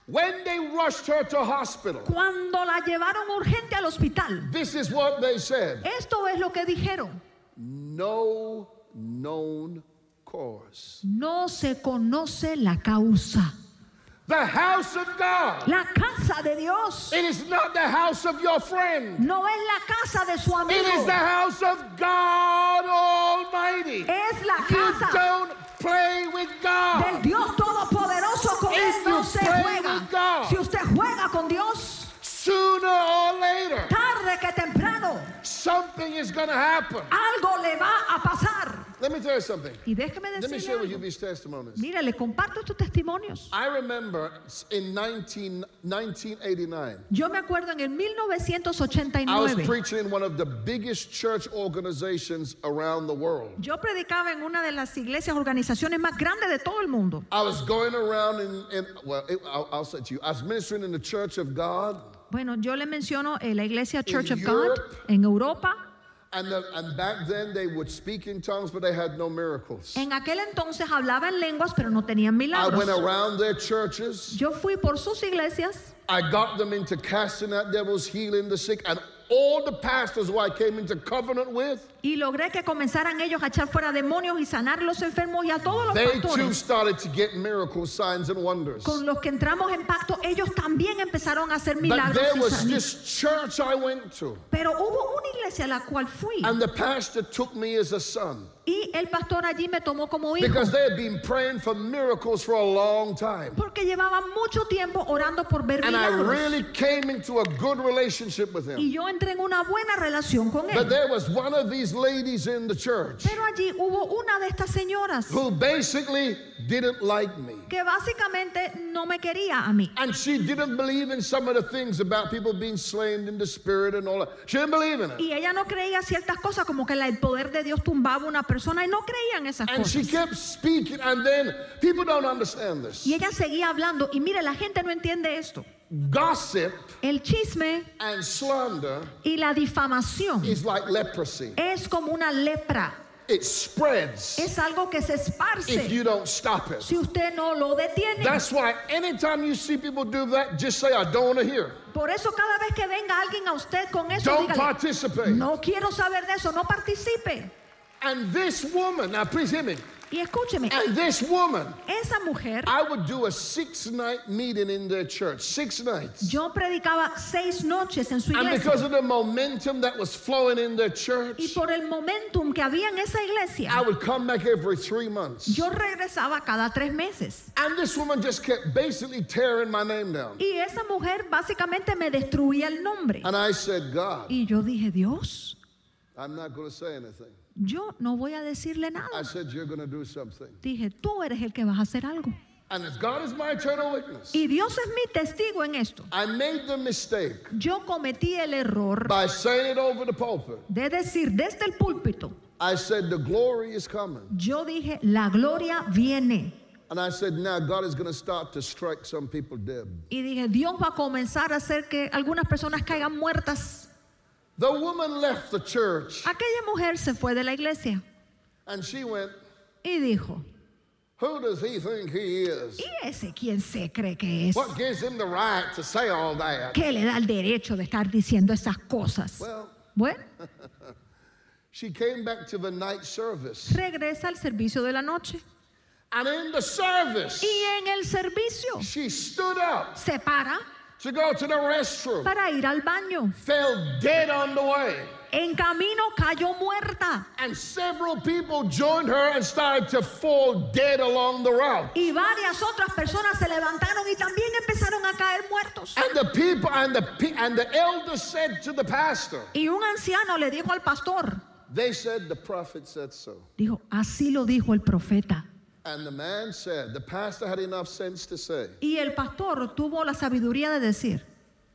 Speaker 2: When they rushed her to hospital,
Speaker 3: Cuando la llevaron urgente al hospital,
Speaker 2: this is what they said.
Speaker 3: esto es lo que dijeron.
Speaker 2: No known cause.
Speaker 3: No se conoce la causa.
Speaker 2: The house of God.
Speaker 3: La casa de Dios
Speaker 2: It is not the house of your friend.
Speaker 3: no es la casa de su
Speaker 2: It is the
Speaker 3: amigo.
Speaker 2: house of God Almighty.
Speaker 3: Es la
Speaker 2: You
Speaker 3: casa
Speaker 2: don't play with
Speaker 3: del
Speaker 2: God.
Speaker 3: Dios Todopoderoso con él
Speaker 2: If
Speaker 3: no
Speaker 2: you
Speaker 3: se
Speaker 2: play with
Speaker 3: juega.
Speaker 2: God.
Speaker 3: Si usted juega con Dios,
Speaker 2: Sooner or later,
Speaker 3: tarde que temprano,
Speaker 2: something is going to happen.
Speaker 3: algo le va a pasar.
Speaker 2: Let me tell you something.
Speaker 3: Y déjeme
Speaker 2: Let me share with you
Speaker 3: decirle,
Speaker 2: these testimonies.
Speaker 3: mira, le comparto estos testimonios.
Speaker 2: I remember in 19, 1989,
Speaker 3: Yo me acuerdo en el
Speaker 2: I was
Speaker 3: 1989,
Speaker 2: preaching in one of the biggest church organizations around the world.
Speaker 3: yo predicaba en una de las iglesias, organizaciones más grandes de todo el mundo.
Speaker 2: I was going around and, and well, it, I'll, I'll say to you, I was ministering in the Church of God,
Speaker 3: Bueno, yo le menciono eh, la iglesia Church
Speaker 2: In
Speaker 3: of God
Speaker 2: Europe.
Speaker 3: en Europa.
Speaker 2: and, the, and back then they would speak in tongues, but they had no miracles.
Speaker 3: En aquel entonces hablaban lenguas, pero no tenían
Speaker 2: I went
Speaker 3: milagros.
Speaker 2: around their churches.
Speaker 3: Yo fui por sus iglesias
Speaker 2: I got them into casting out devils, healing the sick, and all the pastors who I came into covenant with,
Speaker 3: y logré que comenzaran ellos a echar fuera demonios y sanar los enfermos y a todos los
Speaker 2: They too
Speaker 3: pastores.
Speaker 2: started to get miracles, signs, and wonders.
Speaker 3: Con los que entramos en pacto, ellos también empezaron a hacer
Speaker 2: But
Speaker 3: milagros.
Speaker 2: there
Speaker 3: y
Speaker 2: was
Speaker 3: sanar.
Speaker 2: this church I went to,
Speaker 3: Pero hubo una iglesia a la cual fui
Speaker 2: and the pastor took me as a son
Speaker 3: y el pastor allí me tomó como hijo.
Speaker 2: because they had been praying for miracles for a long time.
Speaker 3: porque llevaba mucho tiempo orando por ver
Speaker 2: And I
Speaker 3: milagros.
Speaker 2: really came into a good relationship with him.
Speaker 3: y yo entré en una buena relación con
Speaker 2: But
Speaker 3: él.
Speaker 2: there was one of these ladies in the church
Speaker 3: Pero allí hubo una de estas señoras
Speaker 2: who basically didn't like me.
Speaker 3: que básicamente no me quería a mí.
Speaker 2: And she didn't believe in some of the things about people being slain in the spirit and all that. She didn't believe in it.
Speaker 3: Y ella no creía ciertas cosas, como que la- el poder de Dios tumbaba a una persona y no creían esas
Speaker 2: And she
Speaker 3: cosas.
Speaker 2: kept speaking, and then people don't understand this.
Speaker 3: Y ella seguía hablando. Y mire, la gente no entiende esto.
Speaker 2: Gossip
Speaker 3: El chisme
Speaker 2: and slander
Speaker 3: y la difamación
Speaker 2: is like leprosy.
Speaker 3: es como una lepra.
Speaker 2: it spreads
Speaker 3: Es algo que se
Speaker 2: if
Speaker 3: esparce
Speaker 2: you don't stop it.
Speaker 3: si usted no lo detiene.
Speaker 2: That's why anytime you see people do that, just say, I don't want to hear.
Speaker 3: Por eso cada vez que venga alguien a usted con eso,
Speaker 2: Don't
Speaker 3: dígale,
Speaker 2: participate.
Speaker 3: no quiero saber de eso, no participe.
Speaker 2: And this woman, now please hear me.
Speaker 3: Y escúcheme,
Speaker 2: And this woman,
Speaker 3: esa mujer,
Speaker 2: I would do a six night meeting in their church, six nights.
Speaker 3: yo predicaba seis noches en su
Speaker 2: And
Speaker 3: iglesia.
Speaker 2: because of the momentum that was flowing in their church,
Speaker 3: Y por el momentum que había en esa
Speaker 2: I
Speaker 3: iglesia,
Speaker 2: would come back every three months.
Speaker 3: yo regresaba cada tres meses.
Speaker 2: And this woman just kept basically tearing my name down.
Speaker 3: Y esa mujer básicamente me destruía el nombre.
Speaker 2: And I said, God,
Speaker 3: Y yo dije, Dios,
Speaker 2: I'm not going to say anything.
Speaker 3: yo no voy a decirle
Speaker 2: I
Speaker 3: nada.
Speaker 2: said, You're going to do something.
Speaker 3: Dije, tú eres el que vas a hacer algo.
Speaker 2: And as God is my eternal witness,
Speaker 3: Y Dios es mi testigo en esto.
Speaker 2: I made the mistake
Speaker 3: Yo cometí el error
Speaker 2: by saying it over the pulpit.
Speaker 3: de decir desde el púlpito,
Speaker 2: I said, The glory is coming.
Speaker 3: yo dije, la gloria viene.
Speaker 2: And I said, Now God is going to start to strike some people dead.
Speaker 3: Y dije, Dios va a comenzar a hacer que algunas personas caigan muertas.
Speaker 2: The woman left the church
Speaker 3: Aquella mujer se fue de la iglesia
Speaker 2: and she went,
Speaker 3: y dijo,
Speaker 2: Who does he think he is?
Speaker 3: ¿y ese quién se cree que es?
Speaker 2: What gives him the right to say all that?
Speaker 3: ¿Qué le da el derecho de estar diciendo esas cosas?
Speaker 2: Well,
Speaker 3: Bueno,
Speaker 2: she came back to the night service.
Speaker 3: regresa al servicio de la noche.
Speaker 2: And in the service,
Speaker 3: Y en el servicio
Speaker 2: she stood up
Speaker 3: se para
Speaker 2: to go to the restroom,
Speaker 3: para ir al baño.
Speaker 2: fell dead on the way.
Speaker 3: En camino cayó muerta.
Speaker 2: And several people joined her and started to fall dead along the route.
Speaker 3: Y varias otras personas se levantaron y también empezaron a caer muertos.
Speaker 2: And the people and the pe- and the elder said to the pastor,
Speaker 3: Y un anciano le dijo al pastor,
Speaker 2: they said the prophet said so.
Speaker 3: dijo, así lo dijo el profeta.
Speaker 2: And the man said, the pastor had enough sense to say
Speaker 3: Y el pastor tuvo la sabiduría de decir,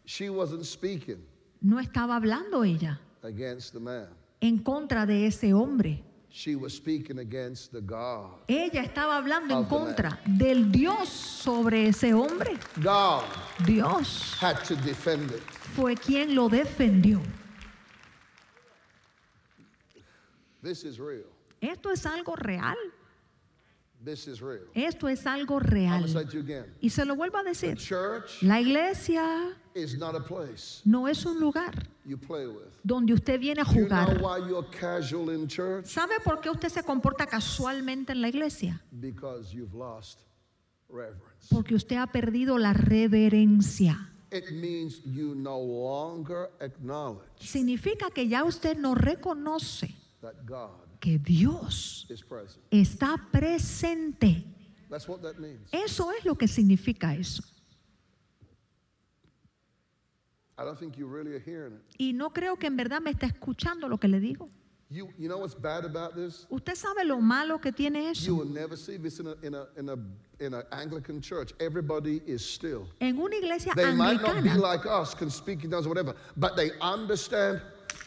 Speaker 2: she wasn't speaking
Speaker 3: no estaba hablando ella
Speaker 2: against the man.
Speaker 3: en contra de ese hombre.
Speaker 2: She was speaking against the God.
Speaker 3: Ella estaba hablando en
Speaker 2: Of the
Speaker 3: contra del Dios sobre ese hombre.
Speaker 2: God
Speaker 3: Dios
Speaker 2: had to defend it.
Speaker 3: fue quien lo defendió.
Speaker 2: This is real.
Speaker 3: Esto es algo real.
Speaker 2: This is real.
Speaker 3: Esto es algo
Speaker 2: I'm gonna say
Speaker 3: real.
Speaker 2: it to you again.
Speaker 3: Y se lo vuelvo a
Speaker 2: The
Speaker 3: decir.
Speaker 2: church
Speaker 3: La iglesia
Speaker 2: is not a place
Speaker 3: no es un lugar
Speaker 2: you play with.
Speaker 3: donde usted viene a
Speaker 2: Do you know
Speaker 3: jugar.
Speaker 2: why you're casual in church?
Speaker 3: ¿Sabe por qué usted se comporta casualmente en la iglesia?
Speaker 2: Because you've lost reverence.
Speaker 3: Porque usted ha perdido la reverencia.
Speaker 2: It means you no longer acknowledge
Speaker 3: Significa que ya usted no reconoce
Speaker 2: that God
Speaker 3: que Dios
Speaker 2: is present.
Speaker 3: está presente.
Speaker 2: That's what that means.
Speaker 3: Eso es lo que significa eso.
Speaker 2: I don't think you really are hearing it.
Speaker 3: Y no creo que en verdad me está escuchando lo que le digo.
Speaker 2: You, you know what's bad about this?
Speaker 3: Usted sabe lo malo que tiene
Speaker 2: You
Speaker 3: eso.
Speaker 2: will never see this in a in a in a in an Anglican church. Everybody is still.
Speaker 3: En una iglesia
Speaker 2: They might not be
Speaker 3: anglicana
Speaker 2: like us, can speak in tongues or whatever, but they understand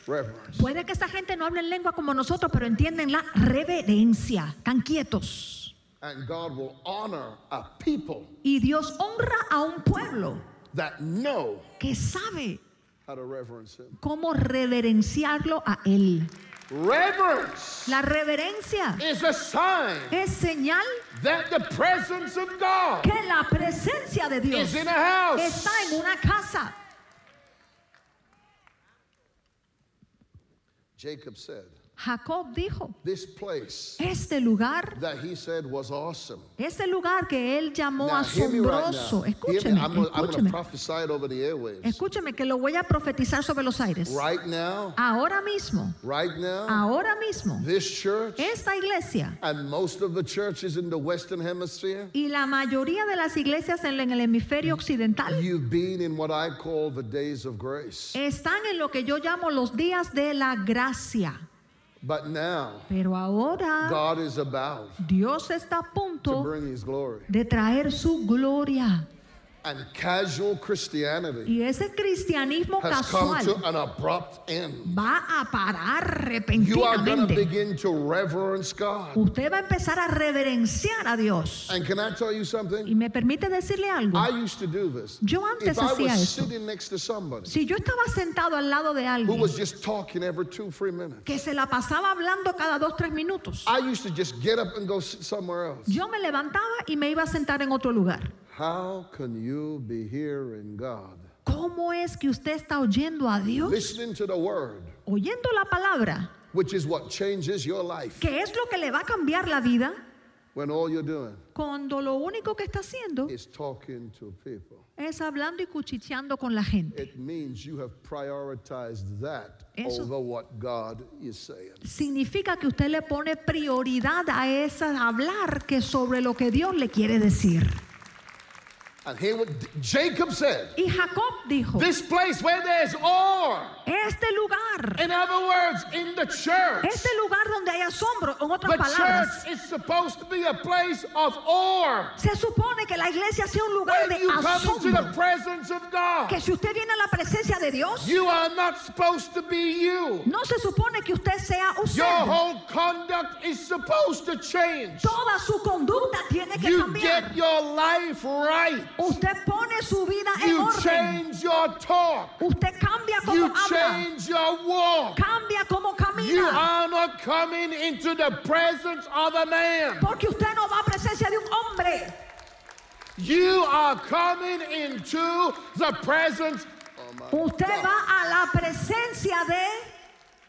Speaker 2: reverence.
Speaker 3: Puede que esa gente no hable en lengua como nosotros, pero entienden la reverencia. Están quietos.
Speaker 2: And God will honor a people
Speaker 3: Y Dios honra a un pueblo
Speaker 2: that know
Speaker 3: que sabe
Speaker 2: how to reverence Him.
Speaker 3: cómo reverenciarlo a Él.
Speaker 2: Reverence
Speaker 3: La reverencia
Speaker 2: is a sign
Speaker 3: es señal
Speaker 2: that the presence of God
Speaker 3: que la presencia de Dios
Speaker 2: is in a
Speaker 3: está
Speaker 2: house.
Speaker 3: en una casa.
Speaker 2: Jacob said,
Speaker 3: Jacob dijo,
Speaker 2: This place
Speaker 3: este lugar,
Speaker 2: that he said was awesome.
Speaker 3: ese lugar que él llamó
Speaker 2: Now, hear me right now.
Speaker 3: asombroso.
Speaker 2: Hear me.
Speaker 3: Escúcheme,
Speaker 2: I'm gonna- I'm going to
Speaker 3: escúcheme,
Speaker 2: prophesy it over the airwaves.
Speaker 3: escúcheme que lo voy a profetizar sobre los aires.
Speaker 2: Right now,
Speaker 3: Ahora mismo,
Speaker 2: right now,
Speaker 3: ahora mismo,
Speaker 2: this church
Speaker 3: esta iglesia
Speaker 2: and most of the churches in the Western Hemisphere,
Speaker 3: y la mayoría de las iglesias en en el hemisferio occidental
Speaker 2: you've been in what I call the days of grace.
Speaker 3: están en lo que yo llamo los días de la gracia.
Speaker 2: But now,
Speaker 3: Pero ahora
Speaker 2: God is about
Speaker 3: Dios está a
Speaker 2: to
Speaker 3: punto
Speaker 2: bring His glory.
Speaker 3: de traer su gloria.
Speaker 2: and casual Christianity
Speaker 3: Y ese cristianismo
Speaker 2: has come to
Speaker 3: casual
Speaker 2: an abrupt end.
Speaker 3: va a parar
Speaker 2: You are going to
Speaker 3: repentinamente.
Speaker 2: begin to reverence God.
Speaker 3: Usted va a empezar a reverenciar a Dios.
Speaker 2: And can I tell you something?
Speaker 3: Y me permite decirle algo.
Speaker 2: I used to do this.
Speaker 3: Yo antes
Speaker 2: If I
Speaker 3: hacía
Speaker 2: was
Speaker 3: esto.
Speaker 2: sitting next to somebody
Speaker 3: Si yo estaba sentado al lado de
Speaker 2: who
Speaker 3: alguien
Speaker 2: was just talking every two, three minutes,
Speaker 3: que se la pasaba hablando cada dos, tres minutos,
Speaker 2: I used to just get up and go sit somewhere else.
Speaker 3: yo me levantaba y me iba a sentar en otro lugar.
Speaker 2: How can you be hearing God?
Speaker 3: ¿Cómo es que usted está oyendo a Dios?
Speaker 2: Listening to the word,
Speaker 3: Oyendo la palabra,
Speaker 2: which is what changes your life
Speaker 3: que es lo que le va a cambiar la vida
Speaker 2: when all you're doing
Speaker 3: cuando lo único que está haciendo
Speaker 2: is talking to people.
Speaker 3: es hablando y cuchicheando con la gente.
Speaker 2: It means you have prioritized that
Speaker 3: Eso-
Speaker 2: over what God is saying.
Speaker 3: Significa que usted le pone prioridad a esa hablar que sobre lo que Dios le quiere decir.
Speaker 2: And here what Jacob said,
Speaker 3: Y Jacob dijo,
Speaker 2: this place where there's or,
Speaker 3: este lugar,
Speaker 2: in other words, in the church.
Speaker 3: este lugar donde hay asombro, en otras
Speaker 2: The
Speaker 3: palabras,
Speaker 2: church is supposed to be a place of or.
Speaker 3: se supone que la iglesia sea un lugar
Speaker 2: When
Speaker 3: de
Speaker 2: you come into the
Speaker 3: asombro.
Speaker 2: presence of God,
Speaker 3: Que si usted viene a la presencia de Dios,
Speaker 2: you are not supposed to be you.
Speaker 3: no se supone que usted sea usted.
Speaker 2: Your whole conduct is supposed to change.
Speaker 3: Toda su conducta tiene que
Speaker 2: You
Speaker 3: cambiar.
Speaker 2: get your life right.
Speaker 3: Usted pone su vida en
Speaker 2: You
Speaker 3: orden.
Speaker 2: change your talk.
Speaker 3: Usted cambia como
Speaker 2: You
Speaker 3: habla.
Speaker 2: change your walk.
Speaker 3: Cambia como
Speaker 2: You
Speaker 3: camina.
Speaker 2: are not coming into the presence of a man.
Speaker 3: Porque usted no va a presencia de un hombre.
Speaker 2: You are coming into the presence.
Speaker 3: Usted va a la presencia de.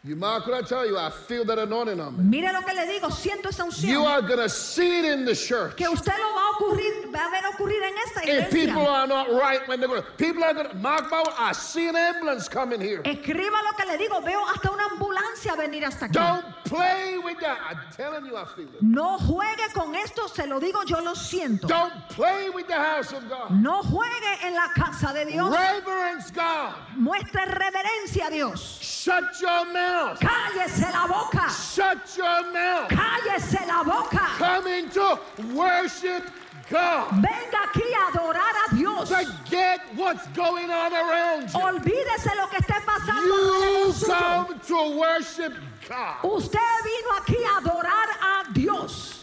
Speaker 2: You mark what I tell you. I feel that anointing on me.
Speaker 3: Mire lo que le digo. Siento esa
Speaker 2: You
Speaker 3: unción.
Speaker 2: are going to see it in the church.
Speaker 3: Que usted lo va a ocurrir, va a ver ocurrir en esta
Speaker 2: If people
Speaker 3: iglesia.
Speaker 2: are not right when they're going to, people are going to, mark my word, I see an ambulance coming here.
Speaker 3: Escriba lo que le digo. Veo hasta una ambulancia venir hasta aquí.
Speaker 2: Don't play with that. I'm telling you, I feel it.
Speaker 3: No juegue con esto. Se lo digo. Yo lo siento.
Speaker 2: Don't play with the house of God.
Speaker 3: No juegue en la casa de Dios.
Speaker 2: Reverence God.
Speaker 3: Muestre reverencia a Dios.
Speaker 2: Shut your mouth.
Speaker 3: Cállese la boca.
Speaker 2: Shut your mouth.
Speaker 3: Cállese la boca.
Speaker 2: Come into worship God.
Speaker 3: Venga aquí a adorar a Dios.
Speaker 2: Forget what's going on around you.
Speaker 3: Olvídese lo que esté pasando. alrededor
Speaker 2: You
Speaker 3: suyo.
Speaker 2: come to worship God.
Speaker 3: Usted vino aquí a adorar a Dios.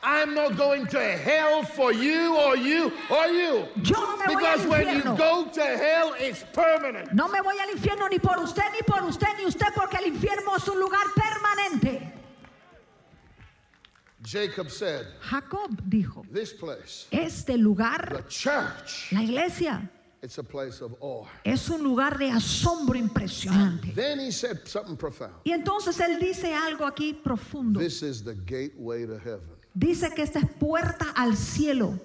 Speaker 2: I'm not going to hell for you or you or you.
Speaker 3: Yo no me voy al
Speaker 2: Because when you
Speaker 3: infierno.
Speaker 2: go to hell, it's permanent.
Speaker 3: No me voy al infierno ni por usted, ni por usted, ni usted, porque el infierno es un lugar permanente.
Speaker 2: Jacob said,
Speaker 3: Jacob dijo,
Speaker 2: This place,
Speaker 3: este lugar,
Speaker 2: the church,
Speaker 3: la iglesia,
Speaker 2: it's a place of awe.
Speaker 3: es un lugar de asombro impresionante.
Speaker 2: Then he said something profound.
Speaker 3: Y entonces él dice algo aquí profundo.
Speaker 2: This is the gateway to heaven.
Speaker 3: Dice que esta es puerta al cielo.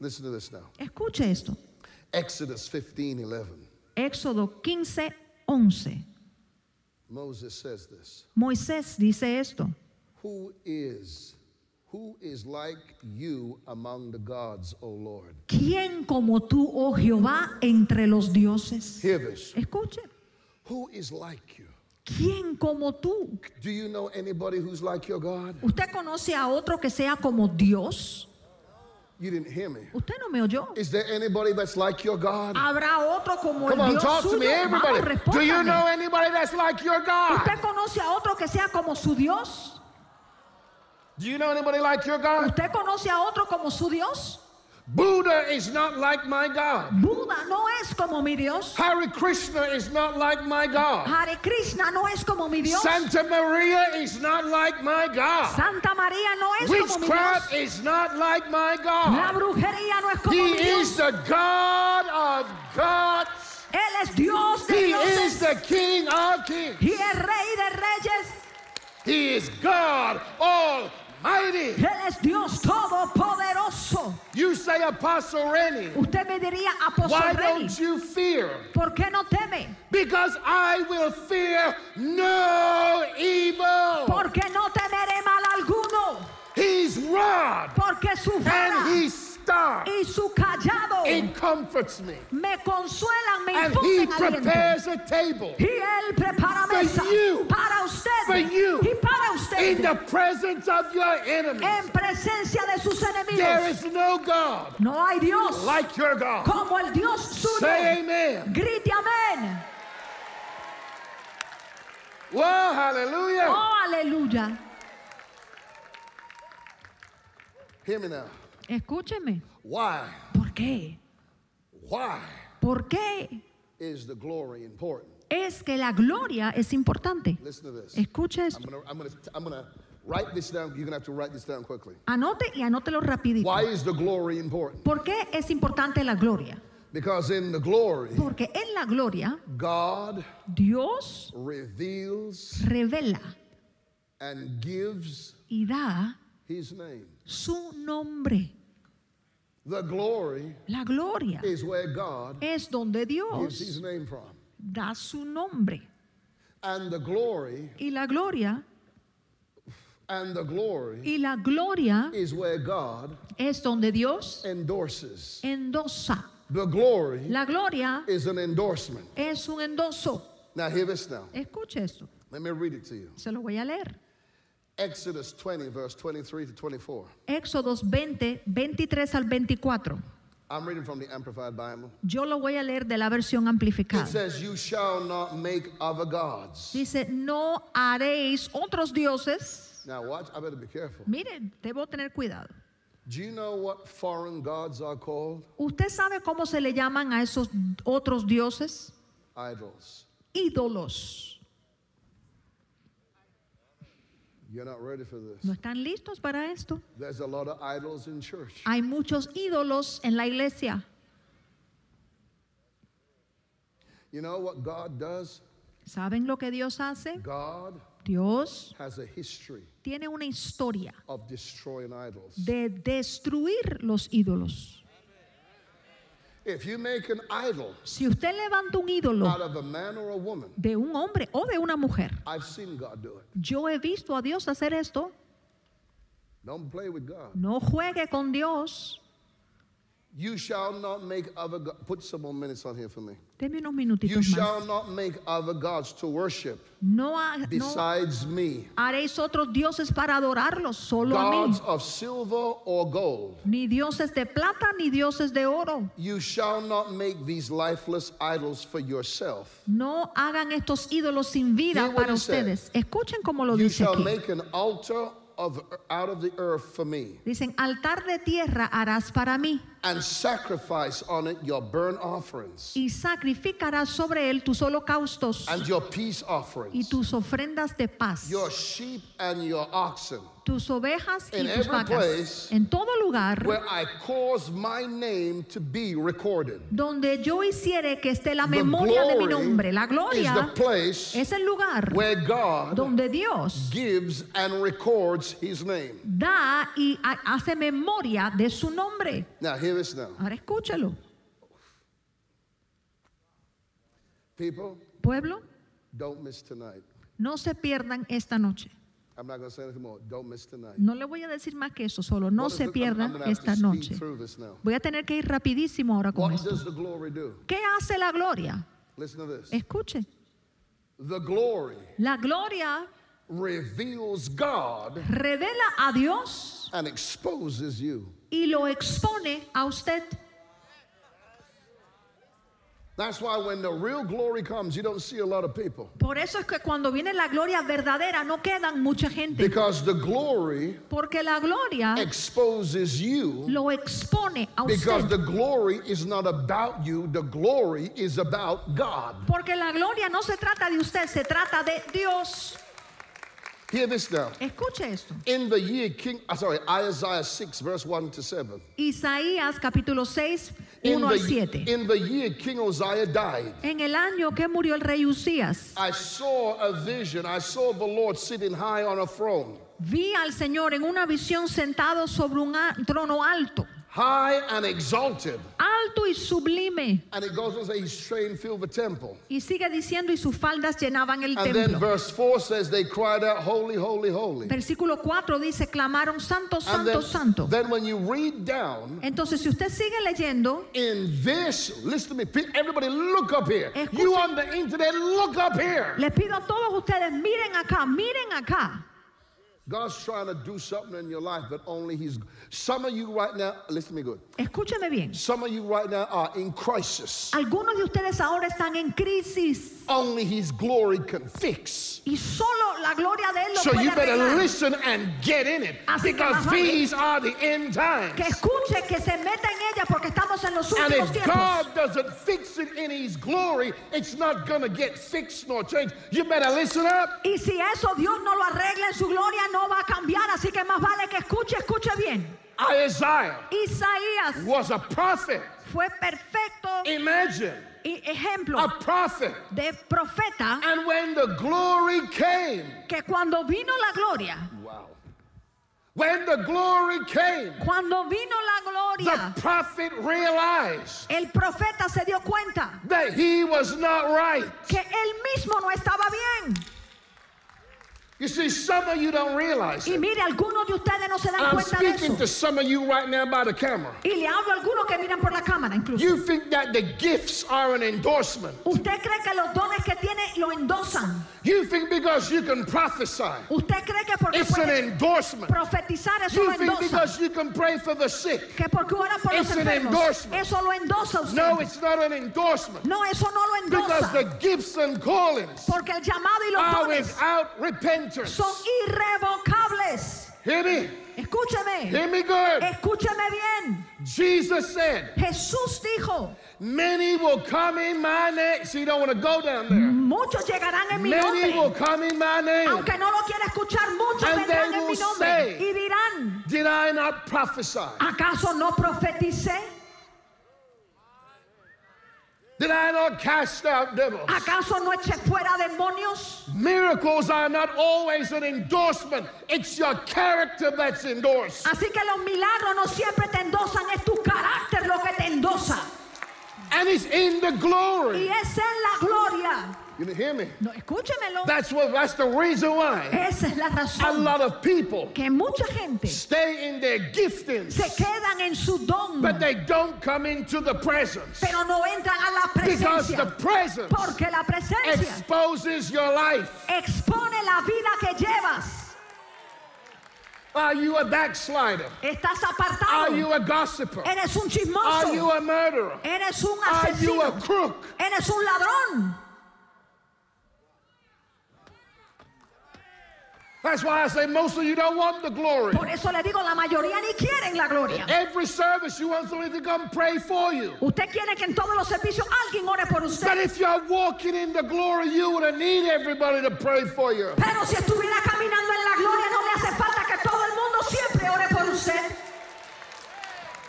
Speaker 2: Listen to this now.
Speaker 3: Escuche esto.
Speaker 2: Exodus 15 11.
Speaker 3: Éxodo 15, 11.
Speaker 2: Moses says this.
Speaker 3: Moisés dice esto.
Speaker 2: Who is, who is like you among the gods, O Lord?
Speaker 3: ¿Quién como tú, oh Jehová, entre los dioses?
Speaker 2: Hear this.
Speaker 3: Escuche.
Speaker 2: Who is like you?
Speaker 3: ¿Quién como tú?
Speaker 2: Do you know anybody who's like your God?
Speaker 3: ¿Usted conoce a otro que sea como Dios?
Speaker 2: You didn't hear me.
Speaker 3: ¿Usted no me oyó?
Speaker 2: Is there anybody that's like your God?
Speaker 3: ¿Habrá otro como el
Speaker 2: Come on,
Speaker 3: Ah, Dios
Speaker 2: talk to
Speaker 3: suyo?
Speaker 2: me, everybody.
Speaker 3: Vamos,
Speaker 2: Do you
Speaker 3: respóndame.
Speaker 2: know anybody that's like your God?
Speaker 3: ¿Usted conoce a otro que sea como su Dios?
Speaker 2: Do you know anybody like your God?
Speaker 3: ¿Usted conoce a otro como su Dios?
Speaker 2: Buddha is not like my God.
Speaker 3: Buda no es como mi Dios.
Speaker 2: Hare Krishna is not like my God.
Speaker 3: Hare Krishna no es como mi Ah, Dios.
Speaker 2: Santa Maria is not like my God.
Speaker 3: Santa María no es como mi
Speaker 2: Witchcraft
Speaker 3: Dios.
Speaker 2: is not like my
Speaker 3: La
Speaker 2: God.
Speaker 3: brujería no es como
Speaker 2: He
Speaker 3: mi Dios.
Speaker 2: is the God of gods.
Speaker 3: Él es Dios de
Speaker 2: He is
Speaker 3: dioses
Speaker 2: the King of kings.
Speaker 3: y es Rey de reyes.
Speaker 2: He is God Almighty.
Speaker 3: Él es Dios todopoderoso.
Speaker 2: You say Apostle Rennie.
Speaker 3: Usted me diría,
Speaker 2: Why
Speaker 3: apóstol Rey,
Speaker 2: don't you fear?
Speaker 3: ¿por qué no teme?
Speaker 2: Because I will fear no evil.
Speaker 3: Porque no temeré mal alguno,
Speaker 2: His rod
Speaker 3: porque su vara
Speaker 2: and his staff
Speaker 3: y su callado
Speaker 2: It comforts me.
Speaker 3: me consuelan, me
Speaker 2: And He
Speaker 3: infunden aliento.
Speaker 2: prepares a table
Speaker 3: Y Él prepara
Speaker 2: For
Speaker 3: mesa
Speaker 2: you.
Speaker 3: para usted
Speaker 2: For you.
Speaker 3: y para
Speaker 2: in
Speaker 3: usted
Speaker 2: the presence of your enemies.
Speaker 3: en presencia de sus
Speaker 2: There
Speaker 3: enemigos.
Speaker 2: is no God
Speaker 3: No hay Dios
Speaker 2: like your God.
Speaker 3: como el Dios suyo.
Speaker 2: Say amen.
Speaker 3: Grite amén.
Speaker 2: Whoa, hallelujah.
Speaker 3: Oh, aleluya.
Speaker 2: Hear me now.
Speaker 3: Escúcheme.
Speaker 2: Why?
Speaker 3: ¿Por qué?
Speaker 2: Why
Speaker 3: ¿Por qué
Speaker 2: is the glory important?
Speaker 3: es que la gloria es importante?
Speaker 2: Listen to this.
Speaker 3: Escuche
Speaker 2: I'm
Speaker 3: esto.
Speaker 2: gonna, I'm gonna, I'm gonna write this down. You're gonna have to write this down quickly.
Speaker 3: Anote y anótelo rapidito.
Speaker 2: Why is the glory important?
Speaker 3: ¿Por qué es importante la gloria?
Speaker 2: Because in the glory,
Speaker 3: Porque en la gloria
Speaker 2: God
Speaker 3: Dios
Speaker 2: reveals
Speaker 3: revela
Speaker 2: and gives
Speaker 3: y da
Speaker 2: His name.
Speaker 3: su nombre.
Speaker 2: The glory
Speaker 3: La gloria
Speaker 2: is where God
Speaker 3: es donde
Speaker 2: gives
Speaker 3: Dios
Speaker 2: His name from,
Speaker 3: da su nombre.
Speaker 2: and the glory
Speaker 3: Y la gloria
Speaker 2: and the glory
Speaker 3: y la gloria
Speaker 2: is where God
Speaker 3: es donde Dios
Speaker 2: endorses.
Speaker 3: endosa.
Speaker 2: The glory
Speaker 3: La gloria
Speaker 2: is an endorsement.
Speaker 3: es un endoso.
Speaker 2: Now hear this now.
Speaker 3: Escuche esto.
Speaker 2: Let me read it to you.
Speaker 3: Se lo voy a leer.
Speaker 2: Exodus 20, verse 23 to 24.
Speaker 3: Éxodos 20, 23 al 24.
Speaker 2: I'm reading from the Amplified Bible.
Speaker 3: Yo lo voy a leer de la versión
Speaker 2: It
Speaker 3: amplificada.
Speaker 2: says, You shall not make other gods.
Speaker 3: Dice, no haréis otros dioses.
Speaker 2: Now, watch, I better be careful.
Speaker 3: Miren, debo tener cuidado.
Speaker 2: Do you know what foreign gods are called?
Speaker 3: ¿Usted sabe cómo se le llaman a esos otros dioses?
Speaker 2: Idols.
Speaker 3: Ídolos.
Speaker 2: You're not ready for this.
Speaker 3: ¿No están listos para esto?
Speaker 2: There's a lot of idols in church.
Speaker 3: Hay muchos ídolos en la iglesia.
Speaker 2: You know what God does?
Speaker 3: ¿Saben lo que Dios hace?
Speaker 2: God
Speaker 3: Dios
Speaker 2: has a history
Speaker 3: tiene una historia
Speaker 2: of destroying idols.
Speaker 3: de destruir los ídolos.
Speaker 2: If you make an idol
Speaker 3: Si usted levanta un ídolo
Speaker 2: out of a man or a woman,
Speaker 3: de un hombre o de una mujer,
Speaker 2: I've seen God do it.
Speaker 3: yo he visto a Dios hacer esto.
Speaker 2: Don't play with God.
Speaker 3: No juegue con Dios.
Speaker 2: You shall not make other gods. Put some more minutes on here for me.
Speaker 3: Deme unos
Speaker 2: You
Speaker 3: minutitos
Speaker 2: shall
Speaker 3: más.
Speaker 2: not make other gods to worship
Speaker 3: No, ha- no
Speaker 2: besides me,
Speaker 3: haréis otros dioses para adorarlos, solo a mí.
Speaker 2: gods of silver or gold.
Speaker 3: Ni dioses de plata ni dioses de oro.
Speaker 2: You shall not make these lifeless idols for yourself.
Speaker 3: No hagan estos ídolos sin
Speaker 2: Hear
Speaker 3: vida
Speaker 2: what
Speaker 3: para
Speaker 2: he said.
Speaker 3: ustedes. Escuchen cómo lo
Speaker 2: You
Speaker 3: dice
Speaker 2: shall
Speaker 3: aquí.
Speaker 2: make an altar of out of the earth for me,
Speaker 3: Dicen, altar de tierra harás para mí
Speaker 2: and sacrifice on it your burnt offerings
Speaker 3: y sacrificarás sobre él tus holocaustos
Speaker 2: and your peace
Speaker 3: y
Speaker 2: offerings,
Speaker 3: tus ofrendas de paz,
Speaker 2: your sheep and your oxen,
Speaker 3: tus ovejas y
Speaker 2: in
Speaker 3: tus
Speaker 2: every
Speaker 3: vacas.
Speaker 2: place
Speaker 3: En todo lugar
Speaker 2: where I cause my name to be recorded.
Speaker 3: donde yo hiciere que esté la
Speaker 2: The
Speaker 3: memoria de mi
Speaker 2: glory
Speaker 3: nombre, la
Speaker 2: is the
Speaker 3: gloria
Speaker 2: place
Speaker 3: es el lugar
Speaker 2: where God
Speaker 3: donde Dios
Speaker 2: gives and records his name.
Speaker 3: da y ha- hace memoria de su nombre.
Speaker 2: Now, hear this now.
Speaker 3: Ahora escúchalo,
Speaker 2: People,
Speaker 3: pueblo,
Speaker 2: don't miss tonight.
Speaker 3: no se pierdan esta noche.
Speaker 2: I'm not going to say anything more. Don't miss tonight.
Speaker 3: No le voy a decir más que eso, solo no
Speaker 2: What is
Speaker 3: se
Speaker 2: the- I'm- I'm
Speaker 3: pierdan
Speaker 2: gonna have to
Speaker 3: esta
Speaker 2: speed
Speaker 3: noche.
Speaker 2: through this now.
Speaker 3: Voy a tener que ir rapidísimo ahora con
Speaker 2: What
Speaker 3: esto.
Speaker 2: does the glory do?
Speaker 3: ¿Qué hace la gloria?
Speaker 2: Listen to this.
Speaker 3: Escuche,
Speaker 2: The glory
Speaker 3: la gloria
Speaker 2: reveals God
Speaker 3: revela a Dios
Speaker 2: and exposes you.
Speaker 3: y lo expone a usted.
Speaker 2: That's why when the real glory comes, you don't see a lot of people.
Speaker 3: Por eso es que cuando viene la gloria verdadera no quedan mucha gente,
Speaker 2: Because the glory
Speaker 3: porque la gloria
Speaker 2: exposes you
Speaker 3: lo expone a
Speaker 2: Because the
Speaker 3: usted.
Speaker 2: glory is not about you, the glory is about God.
Speaker 3: Porque la gloria no se trata de usted, se trata de Dios.
Speaker 2: Hear this now.
Speaker 3: Escuche esto.
Speaker 2: In the year King, uh, sorry, Isaiah 6, verse 1 to 7.
Speaker 3: Isaías capítulo 6,
Speaker 2: In
Speaker 3: 1
Speaker 2: the,
Speaker 3: al 7.
Speaker 2: in the year King Uzziah died,
Speaker 3: En el año que murió el rey Usías,
Speaker 2: I saw a vision. I saw the Lord sitting high on a throne,
Speaker 3: vi al Señor en una visión sentado sobre un a- trono alto,
Speaker 2: high and exalted.
Speaker 3: alto y sublime.
Speaker 2: And it goes on to say his train filled the temple.
Speaker 3: Y sigue diciendo, y sus faldas llenaban el
Speaker 2: And then
Speaker 3: templo.
Speaker 2: verse 4 says they cried out, Holy, holy, holy.
Speaker 3: Versículo 4 dice, clamaron santo,
Speaker 2: And
Speaker 3: santo,
Speaker 2: then,
Speaker 3: santo.
Speaker 2: then when you read down,
Speaker 3: Entonces, si usted sigue leyendo,
Speaker 2: in this, listen to me, pe- everybody look up here.
Speaker 3: Escuchen.
Speaker 2: You on the internet, look up here.
Speaker 3: les pido a todos ustedes, miren acá, miren acá.
Speaker 2: God's trying to do something in your life, but only He's. Some of you right now, listen to me good.
Speaker 3: Escúcheme bien.
Speaker 2: Some of you right now are in crisis.
Speaker 3: Algunos de ustedes ahora están en crisis
Speaker 2: Only His glory can fix.
Speaker 3: y solo la gloria de Él lo
Speaker 2: So
Speaker 3: puede
Speaker 2: you better
Speaker 3: arreglar.
Speaker 2: listen and get in it
Speaker 3: Así que
Speaker 2: because
Speaker 3: más vale.
Speaker 2: these are the end
Speaker 3: Que
Speaker 2: times.
Speaker 3: escuche, que se meta en ella porque estamos en los
Speaker 2: And
Speaker 3: últimos
Speaker 2: if
Speaker 3: tiempos.
Speaker 2: God doesn't fix it in His glory, it's not going to get fixed nor changed. You better listen up.
Speaker 3: Y si eso Dios no lo arregla en su gloria, no va a cambiar. Así que más vale que escuche, escuche bien.
Speaker 2: Isaiah
Speaker 3: Isaías
Speaker 2: was a prophet.
Speaker 3: fue perfecto
Speaker 2: Imagine
Speaker 3: y ejemplo
Speaker 2: a prophet.
Speaker 3: de profeta
Speaker 2: And when the glory came,
Speaker 3: que cuando vino la gloria,
Speaker 2: wow. When the glory came,
Speaker 3: cuando vino la
Speaker 2: the
Speaker 3: gloria,
Speaker 2: prophet realized
Speaker 3: el profeta se dio cuenta
Speaker 2: that he was not right.
Speaker 3: que él mismo no estaba bien.
Speaker 2: You see, some of you don't realize
Speaker 3: Y
Speaker 2: it.
Speaker 3: mire, algunos de ustedes no se dan
Speaker 2: I'm
Speaker 3: cuenta de
Speaker 2: speaking to
Speaker 3: eso.
Speaker 2: some of you right now by the camera.
Speaker 3: Y le hablo a algunos que miran por la cámara incluso.
Speaker 2: You think that the gifts are an endorsement.
Speaker 3: Usted cree que los dones que tiene lo endosan.
Speaker 2: You think because you can prophesy,
Speaker 3: Usted cree que porque
Speaker 2: it's an
Speaker 3: puede
Speaker 2: endorsement.
Speaker 3: profetizar eso lo
Speaker 2: You think
Speaker 3: endosa.
Speaker 2: because you can pray for the sick.
Speaker 3: Que porque ora por los
Speaker 2: It's an
Speaker 3: enfermos.
Speaker 2: endorsement.
Speaker 3: Eso lo endosa usted.
Speaker 2: No, it's not an endorsement.
Speaker 3: no, eso no lo
Speaker 2: Because
Speaker 3: endosa.
Speaker 2: the Ah, gifts and callings
Speaker 3: Porque el llamado y los
Speaker 2: are
Speaker 3: dones
Speaker 2: without repentance.
Speaker 3: son irrevocables.
Speaker 2: Hear me?
Speaker 3: Escúcheme.
Speaker 2: Hear me good.
Speaker 3: Escúcheme bien.
Speaker 2: Jesus said,
Speaker 3: Jesús dijo,
Speaker 2: Many will come in my name. See, you don't want to go down
Speaker 3: Mm-hmm.
Speaker 2: there.
Speaker 3: muchos llegarán en mi
Speaker 2: Many will
Speaker 3: nombre.
Speaker 2: come in my name.
Speaker 3: Aunque no lo quiera escuchar, muchos
Speaker 2: And
Speaker 3: vendrán
Speaker 2: they
Speaker 3: en mi
Speaker 2: will
Speaker 3: nombre.
Speaker 2: say,
Speaker 3: y dirán,
Speaker 2: Did I not prophesy?
Speaker 3: ¿Acaso no profeticé?
Speaker 2: Did I not cast out devils?
Speaker 3: ¿Acaso no eché fuera demonios?
Speaker 2: Miracles are not always an endorsement. It's your character that's endorsed.
Speaker 3: Así que los milagros no siempre te endosan, es tu carácter lo que te endosa.
Speaker 2: And it's in the
Speaker 3: Y
Speaker 2: glory.
Speaker 3: es en la gloria.
Speaker 2: You hear me?
Speaker 3: No, escúchemelo.
Speaker 2: That's what that's the reason why
Speaker 3: Esa es la
Speaker 2: a
Speaker 3: razón
Speaker 2: lot of people
Speaker 3: que mucha gente
Speaker 2: stay in their giftings,
Speaker 3: se quedan en su don,
Speaker 2: but they don't come into the presence.
Speaker 3: pero no entran a la
Speaker 2: Because the
Speaker 3: presencia.
Speaker 2: presence
Speaker 3: Porque la presencia
Speaker 2: exposes your life.
Speaker 3: expone la vida que llevas.
Speaker 2: Are you a backslider?
Speaker 3: Estás
Speaker 2: Are you
Speaker 3: apartado.
Speaker 2: a gossiper?
Speaker 3: Eres un
Speaker 2: Are you
Speaker 3: chismoso.
Speaker 2: a murderer?
Speaker 3: Eres un
Speaker 2: Are you a
Speaker 3: asesino.
Speaker 2: crook?
Speaker 3: Eres un ladrón.
Speaker 2: That's why I say most of you don't want the glory.
Speaker 3: Por eso le digo, la mayoría ni quieren la gloria.
Speaker 2: Every service you want somebody to come pray for you.
Speaker 3: Usted quiere que en todos los servicios alguien ore por
Speaker 2: But
Speaker 3: usted.
Speaker 2: if you're walking in the glory, you would have need everybody to pray for you.
Speaker 3: Pero si estuviera caminando en la gloria, no le hace falta que todo el mundo siempre ore por usted.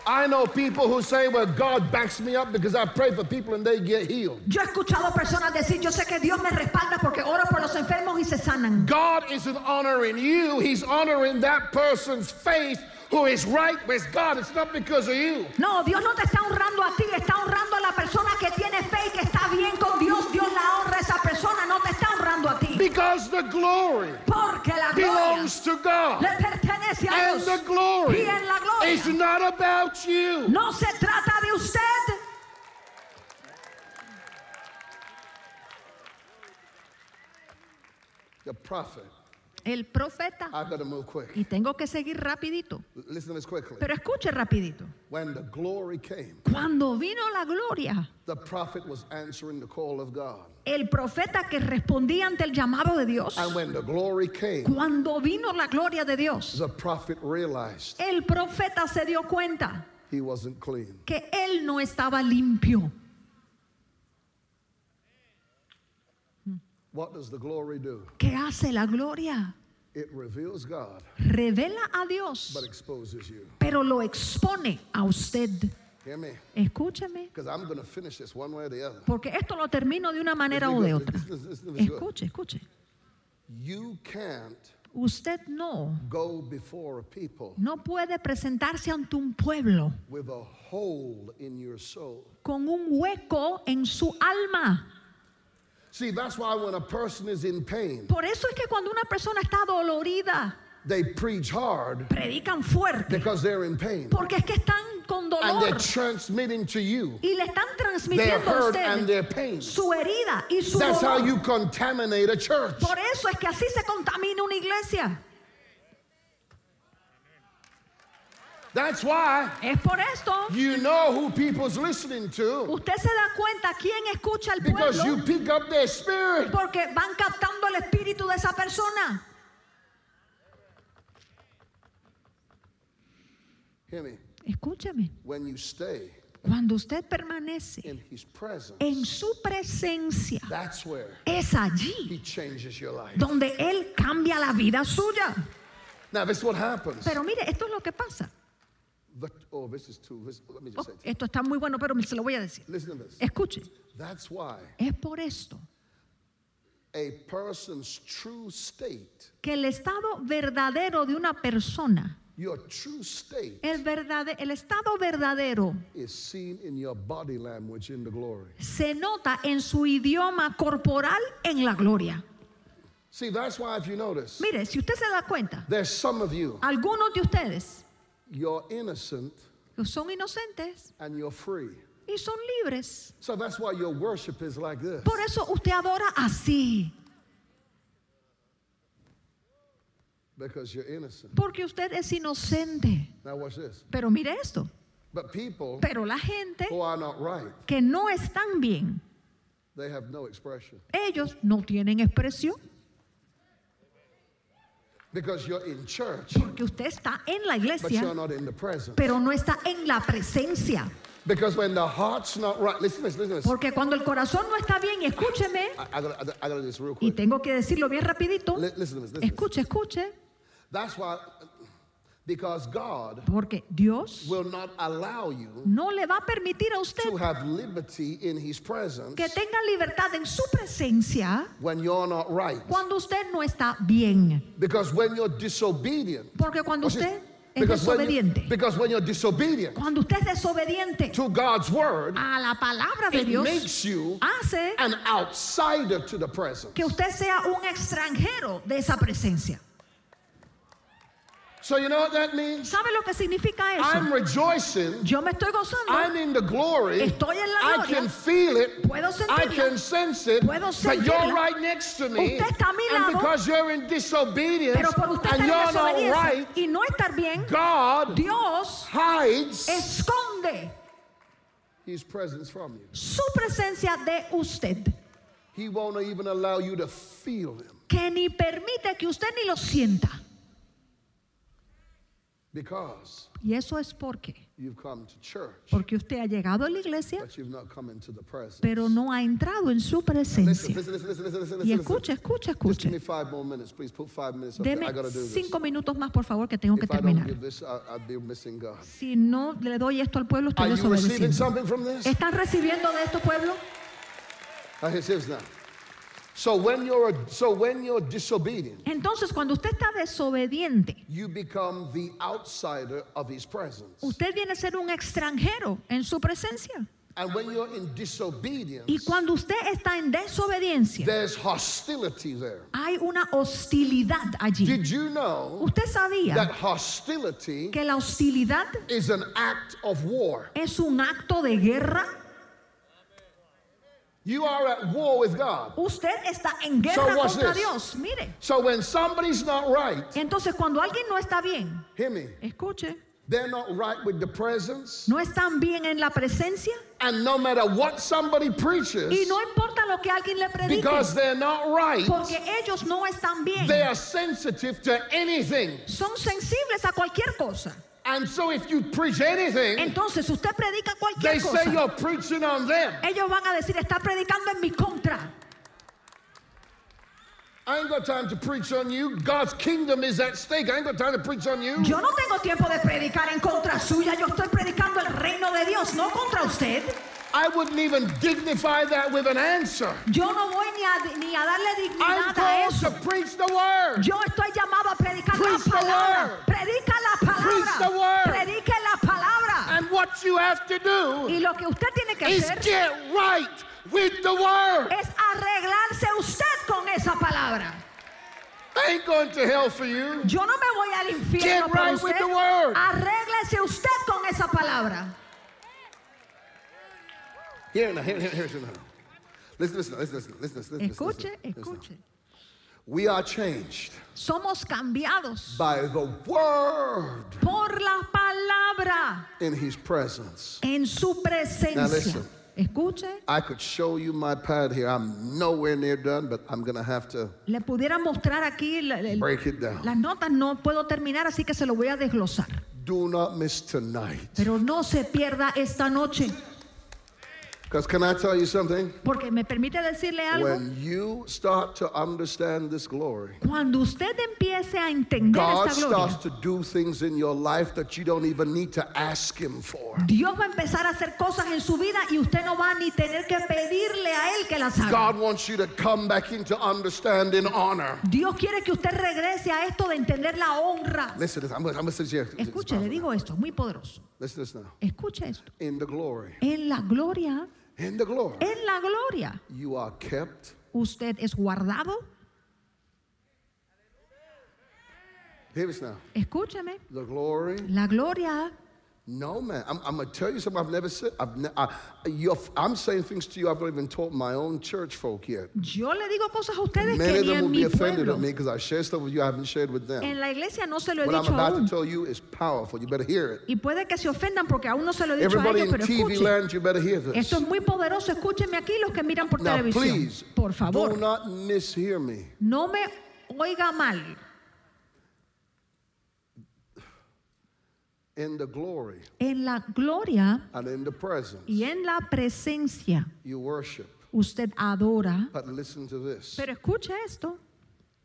Speaker 2: I know people who say, Well, God backs me up because I pray for people and they get healed.
Speaker 3: Yo he escuchado personas decir, yo sé que Dios me respalda porque oro por los enfermos y se sanan.
Speaker 2: God isn't honoring you, He's honoring that person's faith who is right with God. It's not because of you.
Speaker 3: No, Dios no te está honrando a ti, está honrando a la persona que tiene fe y que está bien con Dios. Dios la honra a esa persona, no te está honrando a ti.
Speaker 2: Because the glory
Speaker 3: Porque la gloria
Speaker 2: belongs to God.
Speaker 3: le pertenece a
Speaker 2: And the
Speaker 3: Dios.
Speaker 2: glory
Speaker 3: Y en la gloria.
Speaker 2: is not about you.
Speaker 3: No se trata de usted.
Speaker 2: The prophet.
Speaker 3: El profeta.
Speaker 2: I've got to move quick.
Speaker 3: Y tengo que seguir rapidito.
Speaker 2: Listen to this quickly.
Speaker 3: Pero escuche rapidito.
Speaker 2: When the glory came,
Speaker 3: Cuando vino la gloria,
Speaker 2: the prophet was answering the call of God.
Speaker 3: el profeta que respondía ante el llamado de Dios,
Speaker 2: And when the glory came,
Speaker 3: cuando vino la gloria de Dios,
Speaker 2: the prophet realized
Speaker 3: el profeta se dio cuenta
Speaker 2: he wasn't clean.
Speaker 3: que él no estaba limpio.
Speaker 2: What does the glory do?
Speaker 3: ¿Qué hace la gloria?
Speaker 2: It reveals God,
Speaker 3: Revela a
Speaker 2: but
Speaker 3: Dios,
Speaker 2: exposes you.
Speaker 3: pero lo expone a usted.
Speaker 2: Hear me?
Speaker 3: Escúcheme,
Speaker 2: Because I'm going to finish this one way or the other.
Speaker 3: porque esto lo termino de una manera o de otra.
Speaker 2: Listen to this, listen to this good.
Speaker 3: Escuche, escuche.
Speaker 2: You can't
Speaker 3: Usted no,
Speaker 2: go before a people
Speaker 3: no puede presentarse ante un pueblo
Speaker 2: with a hole in your soul.
Speaker 3: con un hueco en su alma.
Speaker 2: See, that's why when a person is in pain,
Speaker 3: Por eso es que cuando una persona está dolorida,
Speaker 2: they preach hard
Speaker 3: predican fuerte,
Speaker 2: because they're in pain.
Speaker 3: porque es que están con
Speaker 2: And they're
Speaker 3: dolor
Speaker 2: transmitting to you
Speaker 3: y le están
Speaker 2: their
Speaker 3: transmitiendo a
Speaker 2: hurt and
Speaker 3: usted
Speaker 2: their pain.
Speaker 3: su herida y su
Speaker 2: That's how
Speaker 3: dolor.
Speaker 2: you contaminate a church.
Speaker 3: Por eso es que así se contamina una iglesia.
Speaker 2: That's why
Speaker 3: Es por esto
Speaker 2: you know who people's listening to
Speaker 3: usted se da cuenta quién escucha al
Speaker 2: because you
Speaker 3: pueblo
Speaker 2: pick up their spirit.
Speaker 3: porque van captando el espíritu de esa persona.
Speaker 2: Hear me.
Speaker 3: Escúcheme,
Speaker 2: When you stay
Speaker 3: cuando usted permanece
Speaker 2: in his presence,
Speaker 3: en su presencia,
Speaker 2: that's where
Speaker 3: es allí
Speaker 2: he changes your life.
Speaker 3: donde Él cambia la vida suya.
Speaker 2: Now, this is what happens.
Speaker 3: Pero mire, esto es lo que pasa.
Speaker 2: But, oh, this is too. This, let me
Speaker 3: Oh,
Speaker 2: just say it.
Speaker 3: esto está muy bueno, pero se lo voy a decir.
Speaker 2: Listen to this.
Speaker 3: Escuche,
Speaker 2: That's why
Speaker 3: es por esto
Speaker 2: a person's true state,
Speaker 3: que el estado verdadero de una persona,
Speaker 2: your true state,
Speaker 3: el, verdade- el estado verdadero,
Speaker 2: is seen in your body language in the glory.
Speaker 3: se nota en su idioma corporal en la gloria.
Speaker 2: See, that's why, if you notice,
Speaker 3: Mire, si usted se da cuenta,
Speaker 2: there's some of you,
Speaker 3: algunos de ustedes
Speaker 2: you're innocent
Speaker 3: son inocentes
Speaker 2: and you're free.
Speaker 3: y son libres.
Speaker 2: So that's why your worship is like this.
Speaker 3: Por eso usted adora así,
Speaker 2: Because you're innocent.
Speaker 3: porque usted es inocente.
Speaker 2: Now, watch this.
Speaker 3: Pero mire esto,
Speaker 2: But people
Speaker 3: pero la gente
Speaker 2: who are not right,
Speaker 3: que no están bien,
Speaker 2: they have no expression.
Speaker 3: ellos no tienen expresión,
Speaker 2: Because you're in church,
Speaker 3: porque usted está en la
Speaker 2: but you're
Speaker 3: iglesia,
Speaker 2: not in the presence.
Speaker 3: pero no está en la presencia.
Speaker 2: Because when the heart's not right, listen to this, listen to this.
Speaker 3: Porque cuando el corazón no está bien, y escúcheme,
Speaker 2: I, I, gotta, I, gotta, I gotta do this real
Speaker 3: y
Speaker 2: quick.
Speaker 3: tengo que decirlo bien rapidito,
Speaker 2: Li- listen to this, listen to this.
Speaker 3: escuche, escuche,
Speaker 2: That's why, because God
Speaker 3: porque Dios
Speaker 2: will not allow you
Speaker 3: no le va a permitir a usted
Speaker 2: to have liberty in His presence
Speaker 3: que tenga libertad en su presencia
Speaker 2: when you're not right.
Speaker 3: cuando usted no está bien.
Speaker 2: Because when you're disobedient,
Speaker 3: Porque cuando
Speaker 2: watch this.
Speaker 3: usted es
Speaker 2: when you,
Speaker 3: desobediente,
Speaker 2: because when you're disobedient
Speaker 3: cuando usted es desobediente
Speaker 2: to God's word,
Speaker 3: a la palabra de
Speaker 2: it
Speaker 3: Dios,
Speaker 2: makes you
Speaker 3: hace
Speaker 2: an outsider to the presence.
Speaker 3: que usted sea un extranjero de esa presencia.
Speaker 2: So you know what that means?
Speaker 3: ¿Sabe lo que significa
Speaker 2: I'm
Speaker 3: eso?
Speaker 2: rejoicing.
Speaker 3: Yo me estoy gozando.
Speaker 2: I'm in the glory.
Speaker 3: Estoy en la
Speaker 2: I
Speaker 3: gloria.
Speaker 2: can feel it.
Speaker 3: Puedo
Speaker 2: I
Speaker 3: sentirla.
Speaker 2: can sense it.
Speaker 3: Puedo
Speaker 2: but
Speaker 3: sentirla.
Speaker 2: you're right next to me.
Speaker 3: Usted está a mi
Speaker 2: and
Speaker 3: lado.
Speaker 2: because you're in disobedience
Speaker 3: Pero por usted
Speaker 2: and
Speaker 3: estar en
Speaker 2: you're not
Speaker 3: desobediencia
Speaker 2: right,
Speaker 3: y no estar bien,
Speaker 2: God
Speaker 3: Dios
Speaker 2: hides
Speaker 3: esconde
Speaker 2: his presence from you.
Speaker 3: su presencia de usted,
Speaker 2: He won't even allow you to feel him
Speaker 3: que ni permite que usted ni lo sienta.
Speaker 2: because
Speaker 3: Y eso es porque,
Speaker 2: you've come to church,
Speaker 3: porque usted ha llegado a la iglesia,
Speaker 2: but you've not come into the presence.
Speaker 3: pero no ha entrado en su
Speaker 2: listen,
Speaker 3: presencia.
Speaker 2: listen, listen, listen, listen, listen,
Speaker 3: Y
Speaker 2: listen.
Speaker 3: escuche, escuche,
Speaker 2: Just give me
Speaker 3: escuche.
Speaker 2: five more minutes, please. Put five minutes up there. I
Speaker 3: Deme
Speaker 2: gotta do this.
Speaker 3: cinco minutos más, por favor, que tengo que
Speaker 2: if I don't
Speaker 3: terminar.
Speaker 2: give this, I, I'd be missing God.
Speaker 3: Si no le doy esto al pueblo,
Speaker 2: Are
Speaker 3: estoy
Speaker 2: you receiving
Speaker 3: desobedeciendo.
Speaker 2: something from this?
Speaker 3: ¿Están recibiendo de estos pueblos?
Speaker 2: Uh, here's, here's now. So when you're so when you're disobedient,
Speaker 3: Entonces, cuando usted está desobediente,
Speaker 2: you become the outsider of His presence.
Speaker 3: usted viene a ser un extranjero en su presencia.
Speaker 2: And when you're in
Speaker 3: Y
Speaker 2: disobedience,
Speaker 3: cuando usted está en desobediencia,
Speaker 2: there's hostility there.
Speaker 3: hay una hostilidad allí.
Speaker 2: Did you know
Speaker 3: Usted
Speaker 2: that
Speaker 3: sabía
Speaker 2: hostility
Speaker 3: que la hostilidad
Speaker 2: is an act of war?
Speaker 3: es un acto de guerra.
Speaker 2: You are at war with God.
Speaker 3: Usted está
Speaker 2: So
Speaker 3: en guerra
Speaker 2: watch
Speaker 3: contra
Speaker 2: this.
Speaker 3: Dios. Mire.
Speaker 2: So when somebody's not right,
Speaker 3: Entonces, cuando alguien no está bien,
Speaker 2: hear me,
Speaker 3: escuche,
Speaker 2: they're not right with the presence,
Speaker 3: no están bien en la presencia
Speaker 2: and no matter what somebody
Speaker 3: y
Speaker 2: preaches,
Speaker 3: no importa lo que alguien le predique,
Speaker 2: because they're not right,
Speaker 3: porque ellos no están bien.
Speaker 2: they are sensitive to anything.
Speaker 3: son sensibles a cualquier cosa.
Speaker 2: And so if you preach anything,
Speaker 3: Entonces usted predica
Speaker 2: they
Speaker 3: cualquier
Speaker 2: say
Speaker 3: cosa.
Speaker 2: you're preaching on them.
Speaker 3: Ellos van a decir, está predicando en mi contra.
Speaker 2: I ain't got time to preach on you. God's kingdom is at stake. I ain't got time to preach on you.
Speaker 3: Yo no tengo tiempo de predicar en contra suya, yo estoy predicando el reino de Dios, no contra usted.
Speaker 2: I wouldn't even dignify that with an answer.
Speaker 3: Yo no voy ni a, ni a darle
Speaker 2: I'm
Speaker 3: dignidad a
Speaker 2: called
Speaker 3: eso.
Speaker 2: to preach the word.
Speaker 3: Yo estoy llamado a predicar
Speaker 2: Preach the
Speaker 3: la palabra.
Speaker 2: word.
Speaker 3: Predica la
Speaker 2: Preach the
Speaker 3: palabra.
Speaker 2: word.
Speaker 3: Predique la palabra.
Speaker 2: And what you have to do
Speaker 3: Y lo que usted tiene que
Speaker 2: is
Speaker 3: hacer
Speaker 2: get right with the word.
Speaker 3: es arreglarse usted con esa palabra.
Speaker 2: I ain't going to hell for you.
Speaker 3: Yo no me voy al infierno
Speaker 2: Get
Speaker 3: por
Speaker 2: right
Speaker 3: usted.
Speaker 2: with the word.
Speaker 3: Arréglese usted con esa palabra.
Speaker 2: Here now, here, here, here, here now. Listen, listen, listen, listen, listen, listen, listen,
Speaker 3: Escuche,
Speaker 2: listen, listen.
Speaker 3: escuche.
Speaker 2: We are changed
Speaker 3: Somos cambiados
Speaker 2: by the word
Speaker 3: por la palabra
Speaker 2: in his presence.
Speaker 3: en su
Speaker 2: Now
Speaker 3: presencia.
Speaker 2: listen.
Speaker 3: Escuche.
Speaker 2: I could show you my pad here. I'm nowhere near done, but I'm going to have to
Speaker 3: Le pudiera mostrar aquí la- el-
Speaker 2: break it down.
Speaker 3: las notas, no puedo terminar, así que se lo voy a desglosar.
Speaker 2: Do not miss tonight.
Speaker 3: Pero no se pierda esta noche,
Speaker 2: Because can I tell you something?
Speaker 3: porque me permite decirle algo.
Speaker 2: When you start to understand this glory,
Speaker 3: Cuando usted empiece a entender
Speaker 2: God
Speaker 3: esta gloria,
Speaker 2: starts to do things in your life that you don't even need to ask Him for.
Speaker 3: Dios va a empezar a hacer cosas en su vida y usted no va a ni tener que pedirle a él que las haga.
Speaker 2: God wants you to come back into understanding honor.
Speaker 3: Dios quiere que usted regrese a esto de entender la honra.
Speaker 2: Listen, listen I'm going to sit here.
Speaker 3: Escuche, le digo esto, es muy poderoso.
Speaker 2: Listen to this now.
Speaker 3: Escuche esto.
Speaker 2: In the glory,
Speaker 3: En la gloria,
Speaker 2: in the glory,
Speaker 3: en la gloria,
Speaker 2: you are kept.
Speaker 3: usted es guardado.
Speaker 2: Hear this now.
Speaker 3: Escúcheme.
Speaker 2: The glory,
Speaker 3: La gloria,
Speaker 2: no man. I'm, I'm going to tell you something I've never said. I've ne- I, you're, I'm saying things to you I've not even taught my own church folk yet.
Speaker 3: yo le digo cosas a ustedes
Speaker 2: Many
Speaker 3: que
Speaker 2: of
Speaker 3: ni
Speaker 2: them will
Speaker 3: en
Speaker 2: be
Speaker 3: mi
Speaker 2: offended
Speaker 3: pueblo,
Speaker 2: at me because I share stuff with you I haven't shared with them.
Speaker 3: en la iglesia no se lo he
Speaker 2: What I'm
Speaker 3: dicho
Speaker 2: about to
Speaker 3: aún.
Speaker 2: tell you is powerful. You better hear it.
Speaker 3: Y puede que se ofendan porque aún no se lo he dicho a
Speaker 2: Everybody
Speaker 3: ellos,
Speaker 2: in
Speaker 3: pero
Speaker 2: TV
Speaker 3: escuche.
Speaker 2: land, you better hear this.
Speaker 3: Esto es muy poderoso. Escúchenme aquí los que miran por
Speaker 2: Now,
Speaker 3: televisión.
Speaker 2: please,
Speaker 3: por
Speaker 2: do
Speaker 3: favor,
Speaker 2: not mishear me.
Speaker 3: no me oiga mal.
Speaker 2: In the glory
Speaker 3: En la gloria
Speaker 2: and in the presence,
Speaker 3: y en la presencia
Speaker 2: you worship.
Speaker 3: usted adora.
Speaker 2: But listen to this
Speaker 3: Pero escuche esto.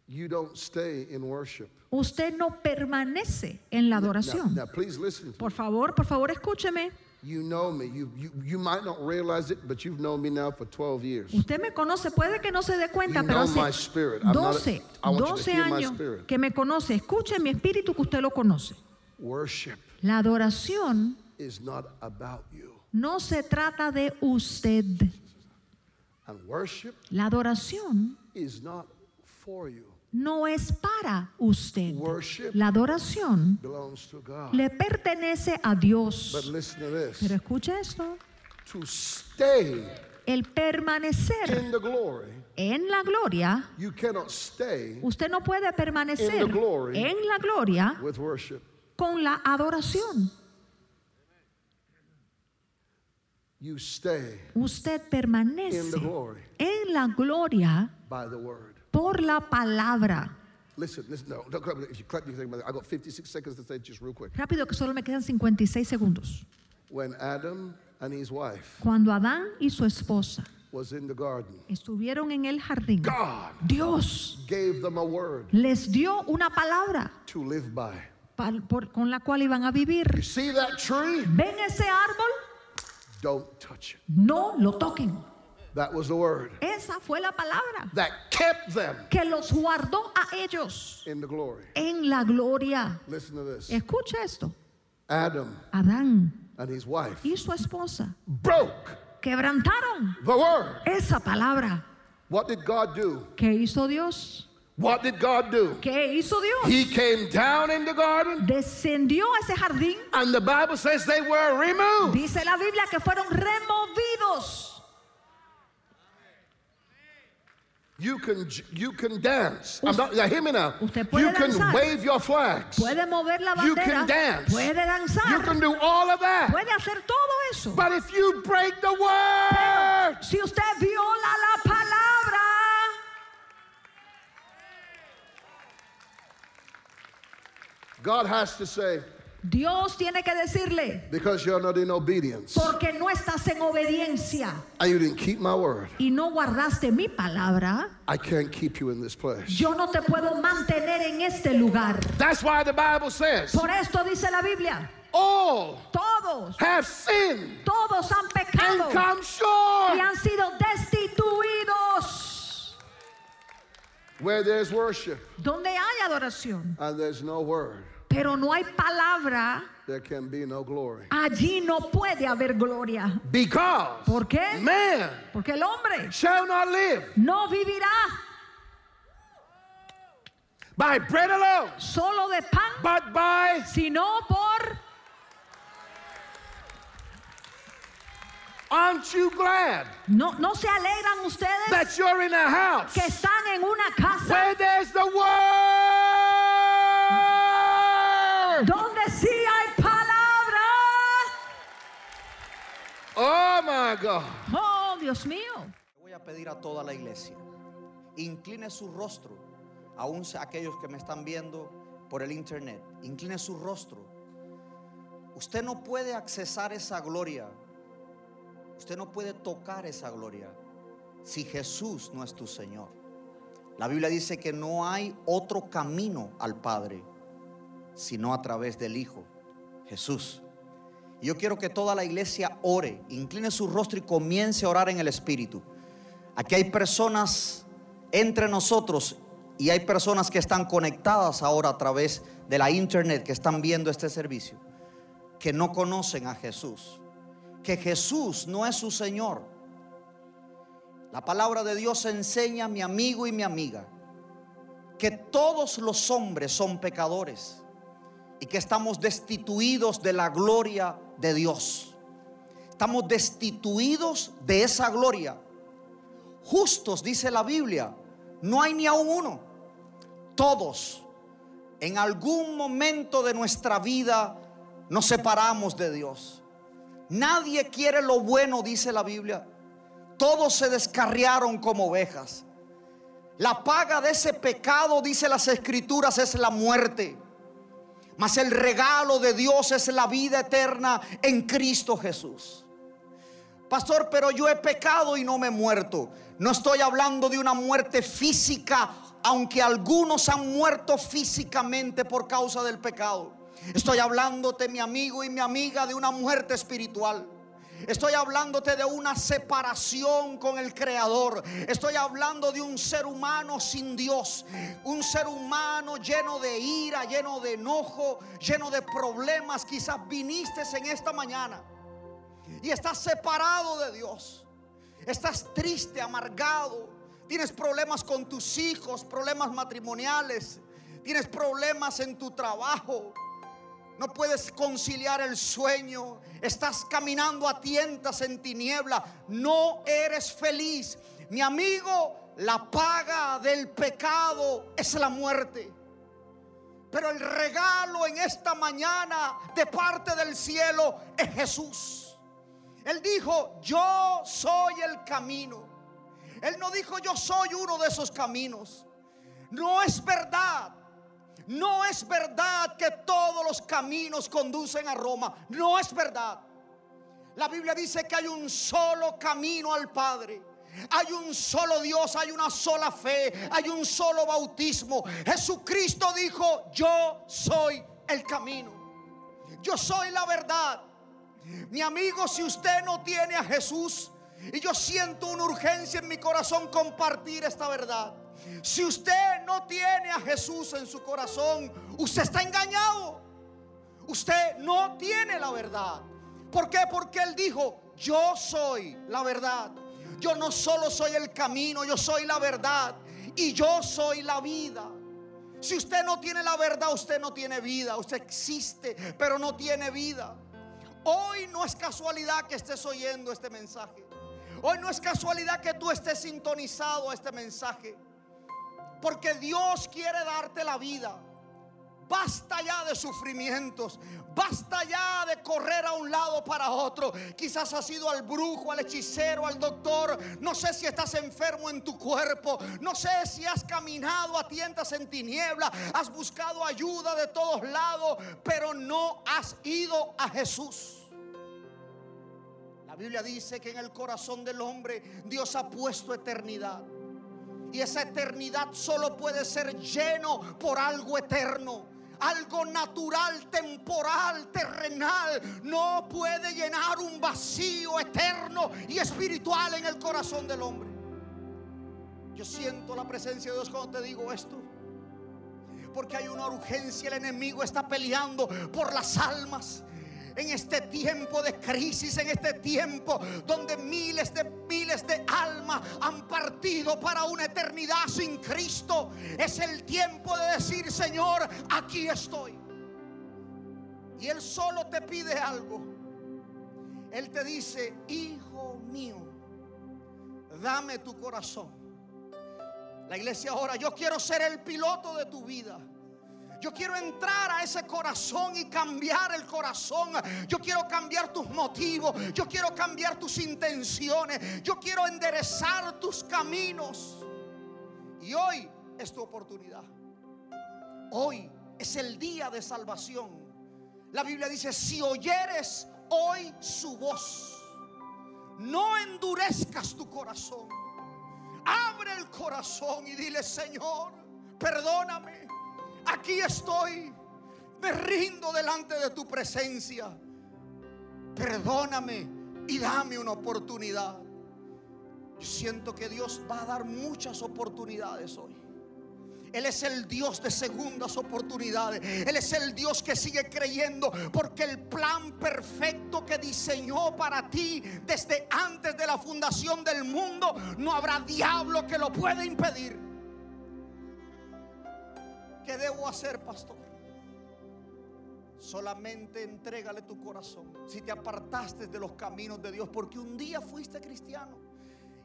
Speaker 2: you don't stay in worship.
Speaker 3: Usted no permanece en la
Speaker 2: Now,
Speaker 3: adoración.
Speaker 2: now, please listen.
Speaker 3: Por favor, por favor, escúcheme.
Speaker 2: You know me. You, you, you might not realize it, but you've known me now for 12 years.
Speaker 3: Usted me conoce, puede que no se dé cuenta,
Speaker 2: You
Speaker 3: pero
Speaker 2: know
Speaker 3: hace
Speaker 2: my spirit. I'm not a-
Speaker 3: 12,
Speaker 2: I want you to
Speaker 3: 12
Speaker 2: hear my
Speaker 3: años
Speaker 2: spirit.
Speaker 3: que me conoce. Escuche mi espíritu que usted lo conoce.
Speaker 2: Worship
Speaker 3: La adoración
Speaker 2: is not about you.
Speaker 3: no se trata de usted.
Speaker 2: And worship
Speaker 3: La adoración
Speaker 2: is not for you.
Speaker 3: no es para usted.
Speaker 2: Worship
Speaker 3: La adoración
Speaker 2: belongs to God.
Speaker 3: le pertenece a
Speaker 2: But
Speaker 3: Dios.
Speaker 2: listen to this.
Speaker 3: Pero escucha esto.
Speaker 2: To stay
Speaker 3: El permanecer
Speaker 2: in the glory,
Speaker 3: en la gloria,
Speaker 2: you cannot stay
Speaker 3: usted no puede permanecer
Speaker 2: In the glory.
Speaker 3: en la gloria
Speaker 2: with worship.
Speaker 3: con la adoración.
Speaker 2: You stay
Speaker 3: Usted
Speaker 2: in
Speaker 3: permanece
Speaker 2: the glory
Speaker 3: en la gloria
Speaker 2: by the word.
Speaker 3: por la palabra.
Speaker 2: Listen, listen. No, don't clap. If you clap, you think about it. I got 56 seconds to say it just real quick.
Speaker 3: Rápido que solo me quedan 56 segundos.
Speaker 2: When Adam and his wife
Speaker 3: Cuando Adán y su esposa
Speaker 2: was in the garden,
Speaker 3: estuvieron en el jardín,
Speaker 2: God
Speaker 3: Dios
Speaker 2: gave them a word
Speaker 3: les dio una palabra
Speaker 2: to live by.
Speaker 3: pal- por- con la cual iban a
Speaker 2: You
Speaker 3: vivir.
Speaker 2: see that tree?
Speaker 3: Ven ese árbol,
Speaker 2: Don't touch it.
Speaker 3: no lo toquen.
Speaker 2: That was the word
Speaker 3: Esa fue la palabra
Speaker 2: that kept them
Speaker 3: que los guardó a ellos
Speaker 2: in the glory.
Speaker 3: en la gloria.
Speaker 2: Listen to this.
Speaker 3: Escucha esto.
Speaker 2: Adam
Speaker 3: Adán
Speaker 2: and his wife
Speaker 3: y su esposa
Speaker 2: broke
Speaker 3: quebrantaron
Speaker 2: the word.
Speaker 3: esa palabra.
Speaker 2: What did God do?
Speaker 3: ¿Qué hizo Dios?
Speaker 2: What did God do?
Speaker 3: ¿Qué hizo Dios?
Speaker 2: He came down in the garden,
Speaker 3: Descendió a ese jardín.
Speaker 2: and the Bible says they were removed.
Speaker 3: Dice la Biblia que fueron removidos.
Speaker 2: You can you can dance. I'm not, now hear me now.
Speaker 3: Usted puede
Speaker 2: You can
Speaker 3: danzar.
Speaker 2: wave your flags.
Speaker 3: Puede mover la
Speaker 2: You can
Speaker 3: bandera.
Speaker 2: dance.
Speaker 3: Puede
Speaker 2: You
Speaker 3: danzar.
Speaker 2: can do all of that.
Speaker 3: Puede hacer todo eso.
Speaker 2: But if you break the word,
Speaker 3: Si usted viola la palabra,
Speaker 2: God has to say,
Speaker 3: Dios tiene que decirle,
Speaker 2: because you're not in obedience
Speaker 3: porque no estás en obediencia
Speaker 2: and you didn't keep my word.
Speaker 3: y no guardaste mi palabra,
Speaker 2: I can't keep you in this place.
Speaker 3: yo no te puedo mantener en este lugar.
Speaker 2: That's why the Bible says
Speaker 3: Por esto dice la Biblia,
Speaker 2: all
Speaker 3: todos,
Speaker 2: have sinned
Speaker 3: todos han
Speaker 2: and
Speaker 3: pecado
Speaker 2: come
Speaker 3: y
Speaker 2: short.
Speaker 3: han sido destituidos.
Speaker 2: Where there's worship
Speaker 3: Donde hay adoración,
Speaker 2: and there's no word,
Speaker 3: pero no hay palabra,
Speaker 2: there can be no glory.
Speaker 3: allí no puede haber gloria.
Speaker 2: Because
Speaker 3: ¿Por qué?
Speaker 2: man
Speaker 3: Porque el hombre
Speaker 2: shall not live
Speaker 3: no vivirá
Speaker 2: by bread alone,
Speaker 3: solo de pan,
Speaker 2: but by
Speaker 3: sino por...
Speaker 2: aren't you glad
Speaker 3: No, no se alegran ustedes
Speaker 2: that you're in a house
Speaker 3: que están en una casa
Speaker 2: where there's the word?
Speaker 3: donde sí hay palabra.
Speaker 2: Oh my God.
Speaker 3: Oh, Dios mío.
Speaker 4: Voy a pedir a toda la iglesia, incline su rostro, aún a aquellos que me están viendo por el internet, incline su rostro. Usted no puede accesar esa gloria, usted no puede tocar esa gloria si Jesús no es tu Señor. La Biblia dice que no hay otro camino al Padre sino a través del Hijo, Jesús. Yo quiero que toda la iglesia ore, incline su rostro y comience a orar en el Espíritu. Aquí hay personas entre nosotros y hay personas que están conectadas ahora a través de la internet que están viendo este servicio, que no conocen a Jesús, que Jesús no es su Señor. La palabra de Dios enseña, mi amigo y mi amiga, que todos los hombres son pecadores y que estamos destituidos de la gloria de Dios. Estamos destituidos de esa gloria. Justos, dice la Biblia, no hay ni aún uno. Todos, en algún momento de nuestra vida, nos separamos de Dios. Nadie quiere lo bueno, dice la Biblia. Todos se descarriaron como ovejas. La paga de ese pecado, dice las escrituras, es la muerte. Mas el regalo de Dios es la vida eterna en Cristo Jesús. Pastor, pero yo he pecado y no me he muerto. No estoy hablando de una muerte física, aunque algunos han muerto físicamente por causa del pecado. Estoy hablándote, mi amigo y mi amiga, de una muerte espiritual. Estoy hablándote de una separación con el Creador. Estoy hablando de un ser humano sin Dios. Un ser humano lleno de ira, lleno de enojo, lleno de problemas. Quizás viniste en esta mañana y estás separado de Dios. Estás triste, amargado. Tienes problemas con tus hijos, problemas matrimoniales. Tienes problemas en tu trabajo. No puedes conciliar el sueño. Estás caminando a tientas en tiniebla. No eres feliz. Mi amigo, la paga del pecado es la muerte. Pero el regalo en esta mañana de parte del cielo es Jesús. Él dijo, yo soy el camino. Él no dijo, yo soy uno de esos caminos. No es verdad. No es verdad que todos los caminos conducen a Roma. No es verdad. La Biblia dice que hay un solo camino al Padre. Hay un solo Dios, hay una sola fe, hay un solo bautismo. Jesucristo dijo, yo soy el camino. Yo soy la verdad. Mi amigo, si usted no tiene a Jesús, y yo siento una urgencia en mi corazón compartir esta verdad. Si usted no tiene a Jesús en su corazón, usted está engañado. Usted no tiene la verdad. ¿Por qué? Porque Él dijo, yo soy la verdad. Yo no solo soy el camino, yo soy la verdad. Y yo soy la vida. Si usted no tiene la verdad, usted no tiene vida. Usted existe, pero no tiene vida. Hoy no es casualidad que estés oyendo este mensaje. Hoy no es casualidad que tú estés sintonizado a este mensaje. Porque Dios quiere darte la vida. Basta ya de sufrimientos. Basta ya de correr a un lado para otro. Quizás has ido al brujo, al hechicero, al doctor. No sé si estás enfermo en tu cuerpo. No sé si has caminado a tientas en tiniebla. Has buscado ayuda de todos lados. Pero no has ido a Jesús. La Biblia dice que en el corazón del hombre Dios ha puesto eternidad. Y esa eternidad solo puede ser lleno por algo eterno. Algo natural, temporal, terrenal. No puede llenar un vacío eterno y espiritual en el corazón del hombre. Yo siento la presencia de Dios cuando te digo esto. Porque hay una urgencia. El enemigo está peleando por las almas en este tiempo de crisis, en este tiempo donde miles de miles de almas han partido para una eternidad sin Cristo. Es el tiempo de decir, Señor, aquí estoy. Y Él solo te pide algo. Él te dice, hijo mío, dame tu corazón. La iglesia ahora, yo quiero ser el piloto de tu vida. Yo quiero entrar a ese corazón y cambiar el corazón. Yo quiero cambiar tus motivos. Yo quiero cambiar tus intenciones. Yo quiero enderezar tus caminos. Y hoy es tu oportunidad. Hoy es el día de salvación. La Biblia dice, si oyeres hoy su voz, no endurezcas tu corazón. Abre el corazón y dile, Señor, perdóname aquí estoy, me rindo delante de tu presencia. Perdóname y dame una oportunidad. Yo siento que Dios va a dar muchas oportunidades hoy. Él es el Dios de segundas oportunidades. Él es el Dios que sigue creyendo porque el plan perfecto que diseñó para ti desde antes de la fundación del mundo, no habrá diablo que lo pueda impedir. ¿Qué debo hacer, pastor? Solamente entrégale tu corazón. Si te apartaste de los caminos de Dios, porque un día fuiste cristiano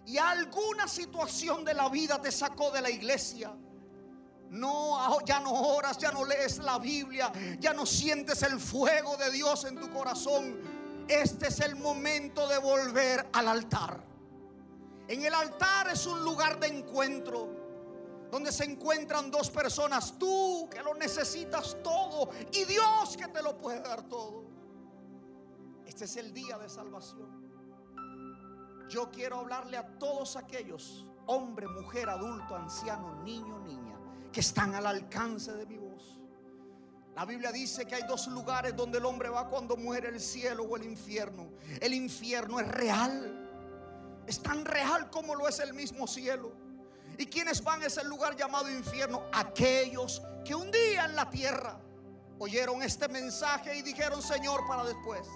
Speaker 4: y alguna situación de la vida te sacó de la iglesia. No, ah, oh, ya no oras, ya no lees la Biblia, ya no sientes el fuego de Dios en tu corazón. Este es el momento de volver al altar. En el altar es un lugar de encuentro donde se encuentran dos personas, tú que lo necesitas todo y Dios que te lo puede dar todo. Este es el día de salvación. Yo quiero hablarle a todos aquellos, hombre, mujer, adulto, anciano, niño, niña, que están al alcance de mi voz. La Biblia dice que hay dos lugares donde el hombre va cuando muere, el cielo o el infierno. El infierno es real. Es tan real como lo es el mismo cielo. ¿Y quienes van a ese lugar llamado infierno? Aquellos que un día en la tierra oyeron este mensaje y dijeron, Señor, para después.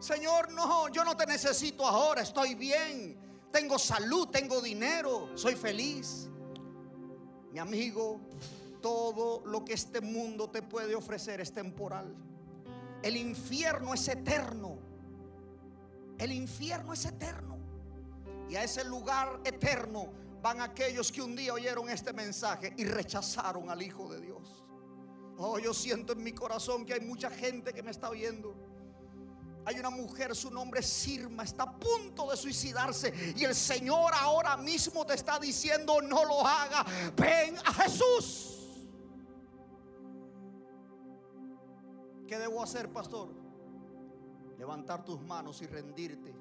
Speaker 4: Señor, no, yo no te necesito ahora, estoy bien, tengo salud, tengo dinero, soy feliz. Mi amigo, todo lo que este mundo te puede ofrecer es temporal. El infierno es eterno. El infierno es eterno. Y a ese lugar eterno van aquellos que un día oyeron este mensaje y rechazaron al Hijo de Dios. Oh, yo siento en mi corazón que hay mucha gente que me está oyendo. Hay una mujer, su nombre es Sirma, está a punto de suicidarse y el Señor ahora mismo te está diciendo, no lo haga, ven a Jesús. ¿Qué debo hacer, pastor? Levantar tus manos y rendirte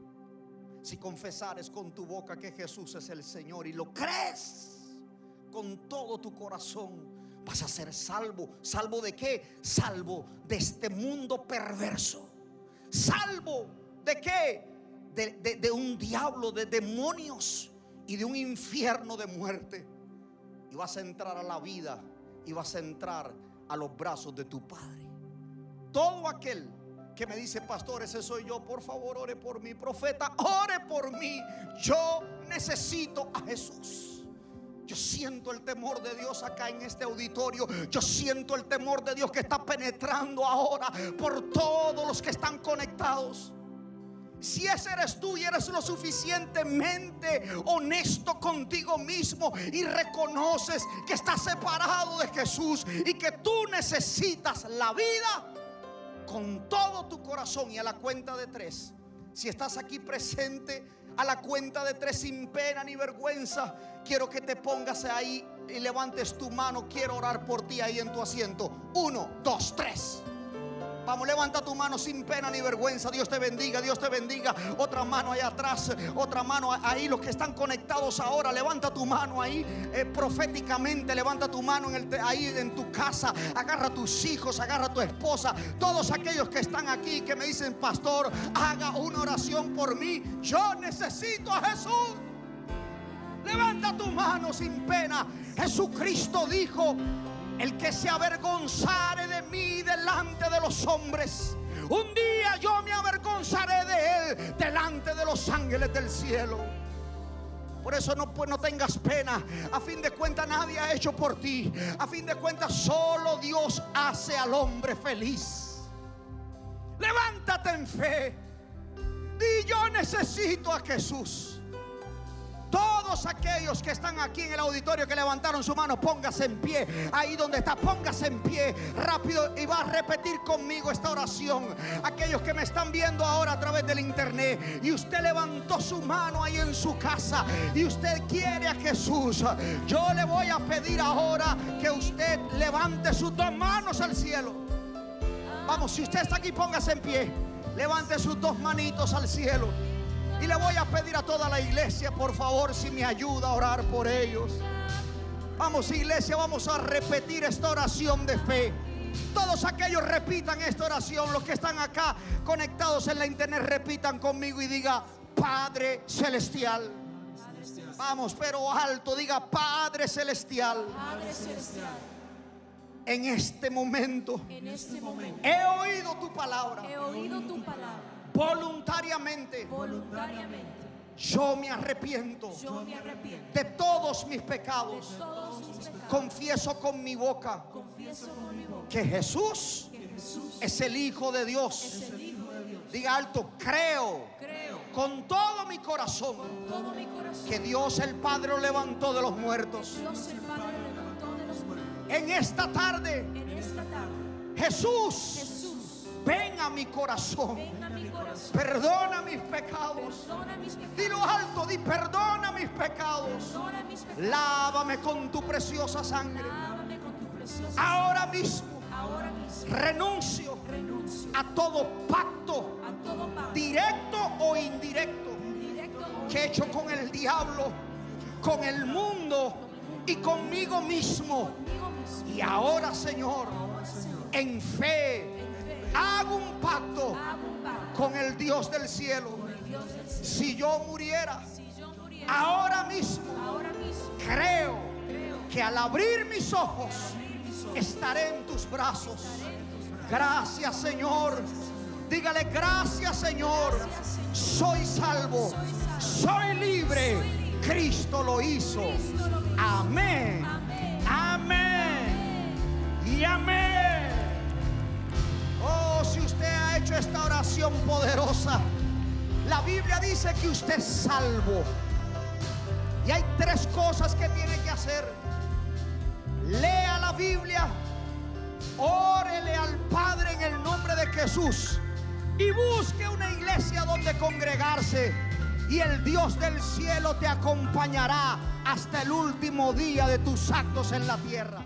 Speaker 4: si confesares con tu boca que Jesús es el Señor y lo crees con todo tu corazón, vas a ser salvo. ¿Salvo de qué? Salvo de este mundo perverso. ¿Salvo de qué? De, de, de un diablo, de demonios y de un infierno de muerte. Y vas a entrar a la vida y vas a entrar a los brazos de tu Padre. Todo aquel que me dice, pastor, ese soy yo, por favor, ore por mí, profeta, ore por mí. Yo necesito a Jesús. Yo siento el temor de Dios acá en este auditorio. Yo siento el temor de Dios que está penetrando ahora por todos los que están conectados. Si ese eres tú y eres lo suficientemente honesto contigo mismo y reconoces que estás separado de Jesús y que tú necesitas la vida con todo tu corazón y a la cuenta de tres. Si estás aquí presente a la cuenta de tres sin pena ni vergüenza, quiero que te pongas ahí y levantes tu mano. Quiero orar por ti ahí en tu asiento. Uno, dos, tres. Vamos, levanta tu mano sin pena ni vergüenza. Dios te bendiga, Dios te bendiga. Otra mano allá atrás, otra mano ahí. Los que están conectados ahora, levanta tu mano ahí eh, proféticamente. Levanta tu mano en el te- ahí en tu casa. Agarra a tus hijos, agarra a tu esposa. Todos aquellos que están aquí que me dicen, Pastor, haga una oración por mí. Yo necesito a Jesús. Levanta tu mano sin pena. Jesucristo dijo, el que se avergonzare de mí delante de los hombres, un día yo me avergonzaré de él delante de los ángeles del cielo. Por eso no, pues, no tengas pena. A fin de cuentas nadie ha hecho por ti. A fin de cuentas solo Dios hace al hombre feliz. Levántate en fe. Di yo necesito a Jesús. Todos aquellos que están aquí en el auditorio que levantaron su mano, póngase en pie. Ahí donde está, póngase en pie rápido y va a repetir conmigo esta oración. Aquellos que me están viendo ahora a través del internet y usted levantó su mano ahí en su casa y usted quiere a Jesús, yo le voy a pedir ahora que usted levante sus dos manos al cielo. Vamos, si usted está aquí, póngase en pie. Levante sus dos manitos al cielo. Y le voy a pedir a toda la iglesia, por favor, si me ayuda a orar por ellos. Vamos, iglesia, vamos a repetir esta oración de fe. Todos aquellos repitan esta oración. Los que están acá conectados en la internet, repitan conmigo y diga, Padre Celestial. Vamos, pero alto, diga, Padre Celestial.
Speaker 5: Padre Celestial,
Speaker 4: En este momento
Speaker 5: en este momento
Speaker 4: he oído tu palabra.
Speaker 5: he oído tu palabra.
Speaker 4: Voluntariamente
Speaker 5: Voluntariamente
Speaker 4: yo me arrepiento
Speaker 5: yo me arrepiento
Speaker 4: de todos mis
Speaker 5: de
Speaker 4: pecados.
Speaker 5: todos mis pecados.
Speaker 4: Confieso con mi boca
Speaker 5: Confieso con mi boca
Speaker 4: que Jesús
Speaker 5: que Jesús
Speaker 4: es el Hijo de Dios.
Speaker 5: es el Hijo de Dios.
Speaker 4: Diga alto, creo
Speaker 5: Creo
Speaker 4: con todo mi corazón
Speaker 5: con todo mi corazón
Speaker 4: que Dios el Padre lo levantó de los muertos.
Speaker 5: Dios el Padre levantó de los muertos.
Speaker 4: En esta tarde,
Speaker 5: En esta tarde,
Speaker 4: Jesús,
Speaker 5: Jesús,
Speaker 4: ven a mi corazón,
Speaker 5: venga a mi corazón.
Speaker 4: perdona mis pecados.
Speaker 5: Perdona mis pecados.
Speaker 4: Dilo alto, di perdona mis pecados.
Speaker 5: Perdona mis pecados.
Speaker 4: Lávame con tu preciosa sangre.
Speaker 5: Lávame con tu preciosa.
Speaker 4: Ahora mismo
Speaker 5: Ahora mismo
Speaker 4: renuncio
Speaker 5: renuncio
Speaker 4: a todo pacto
Speaker 5: a todo pacto
Speaker 4: directo o indirecto
Speaker 5: directo o
Speaker 4: que he hecho con el diablo, con el mundo y conmigo mismo.
Speaker 5: conmigo mismo.
Speaker 4: Y ahora, Señor,
Speaker 5: Ahora, Señor,
Speaker 4: en fe,
Speaker 5: en fe,
Speaker 4: hago un pacto
Speaker 5: hago un pacto
Speaker 4: con el Dios del cielo.
Speaker 5: con el Dios del cielo.
Speaker 4: Si yo muriera,
Speaker 5: Si yo muriera
Speaker 4: ahora mismo
Speaker 5: ahora mismo,
Speaker 4: creo
Speaker 5: creo
Speaker 4: que al abrir mis ojos
Speaker 5: abrir mis ojos,
Speaker 4: estaré en tus brazos.
Speaker 5: en tus brazos.
Speaker 4: Gracias, Señor. Dígale gracias, Señor. Soy salvo. Soy libre. Cristo lo hizo.
Speaker 5: Cristo lo hizo.
Speaker 4: Amén.
Speaker 5: Amén.
Speaker 4: Amén. Y amén. Oh, si usted ha hecho esta oración poderosa, la Biblia dice que usted es salvo. Y hay tres cosas que tiene que hacer. Lea la Biblia, órele al Padre en el nombre de Jesús y busque una iglesia donde congregarse. Y el Dios del cielo te acompañará hasta el último día de tus actos en la tierra.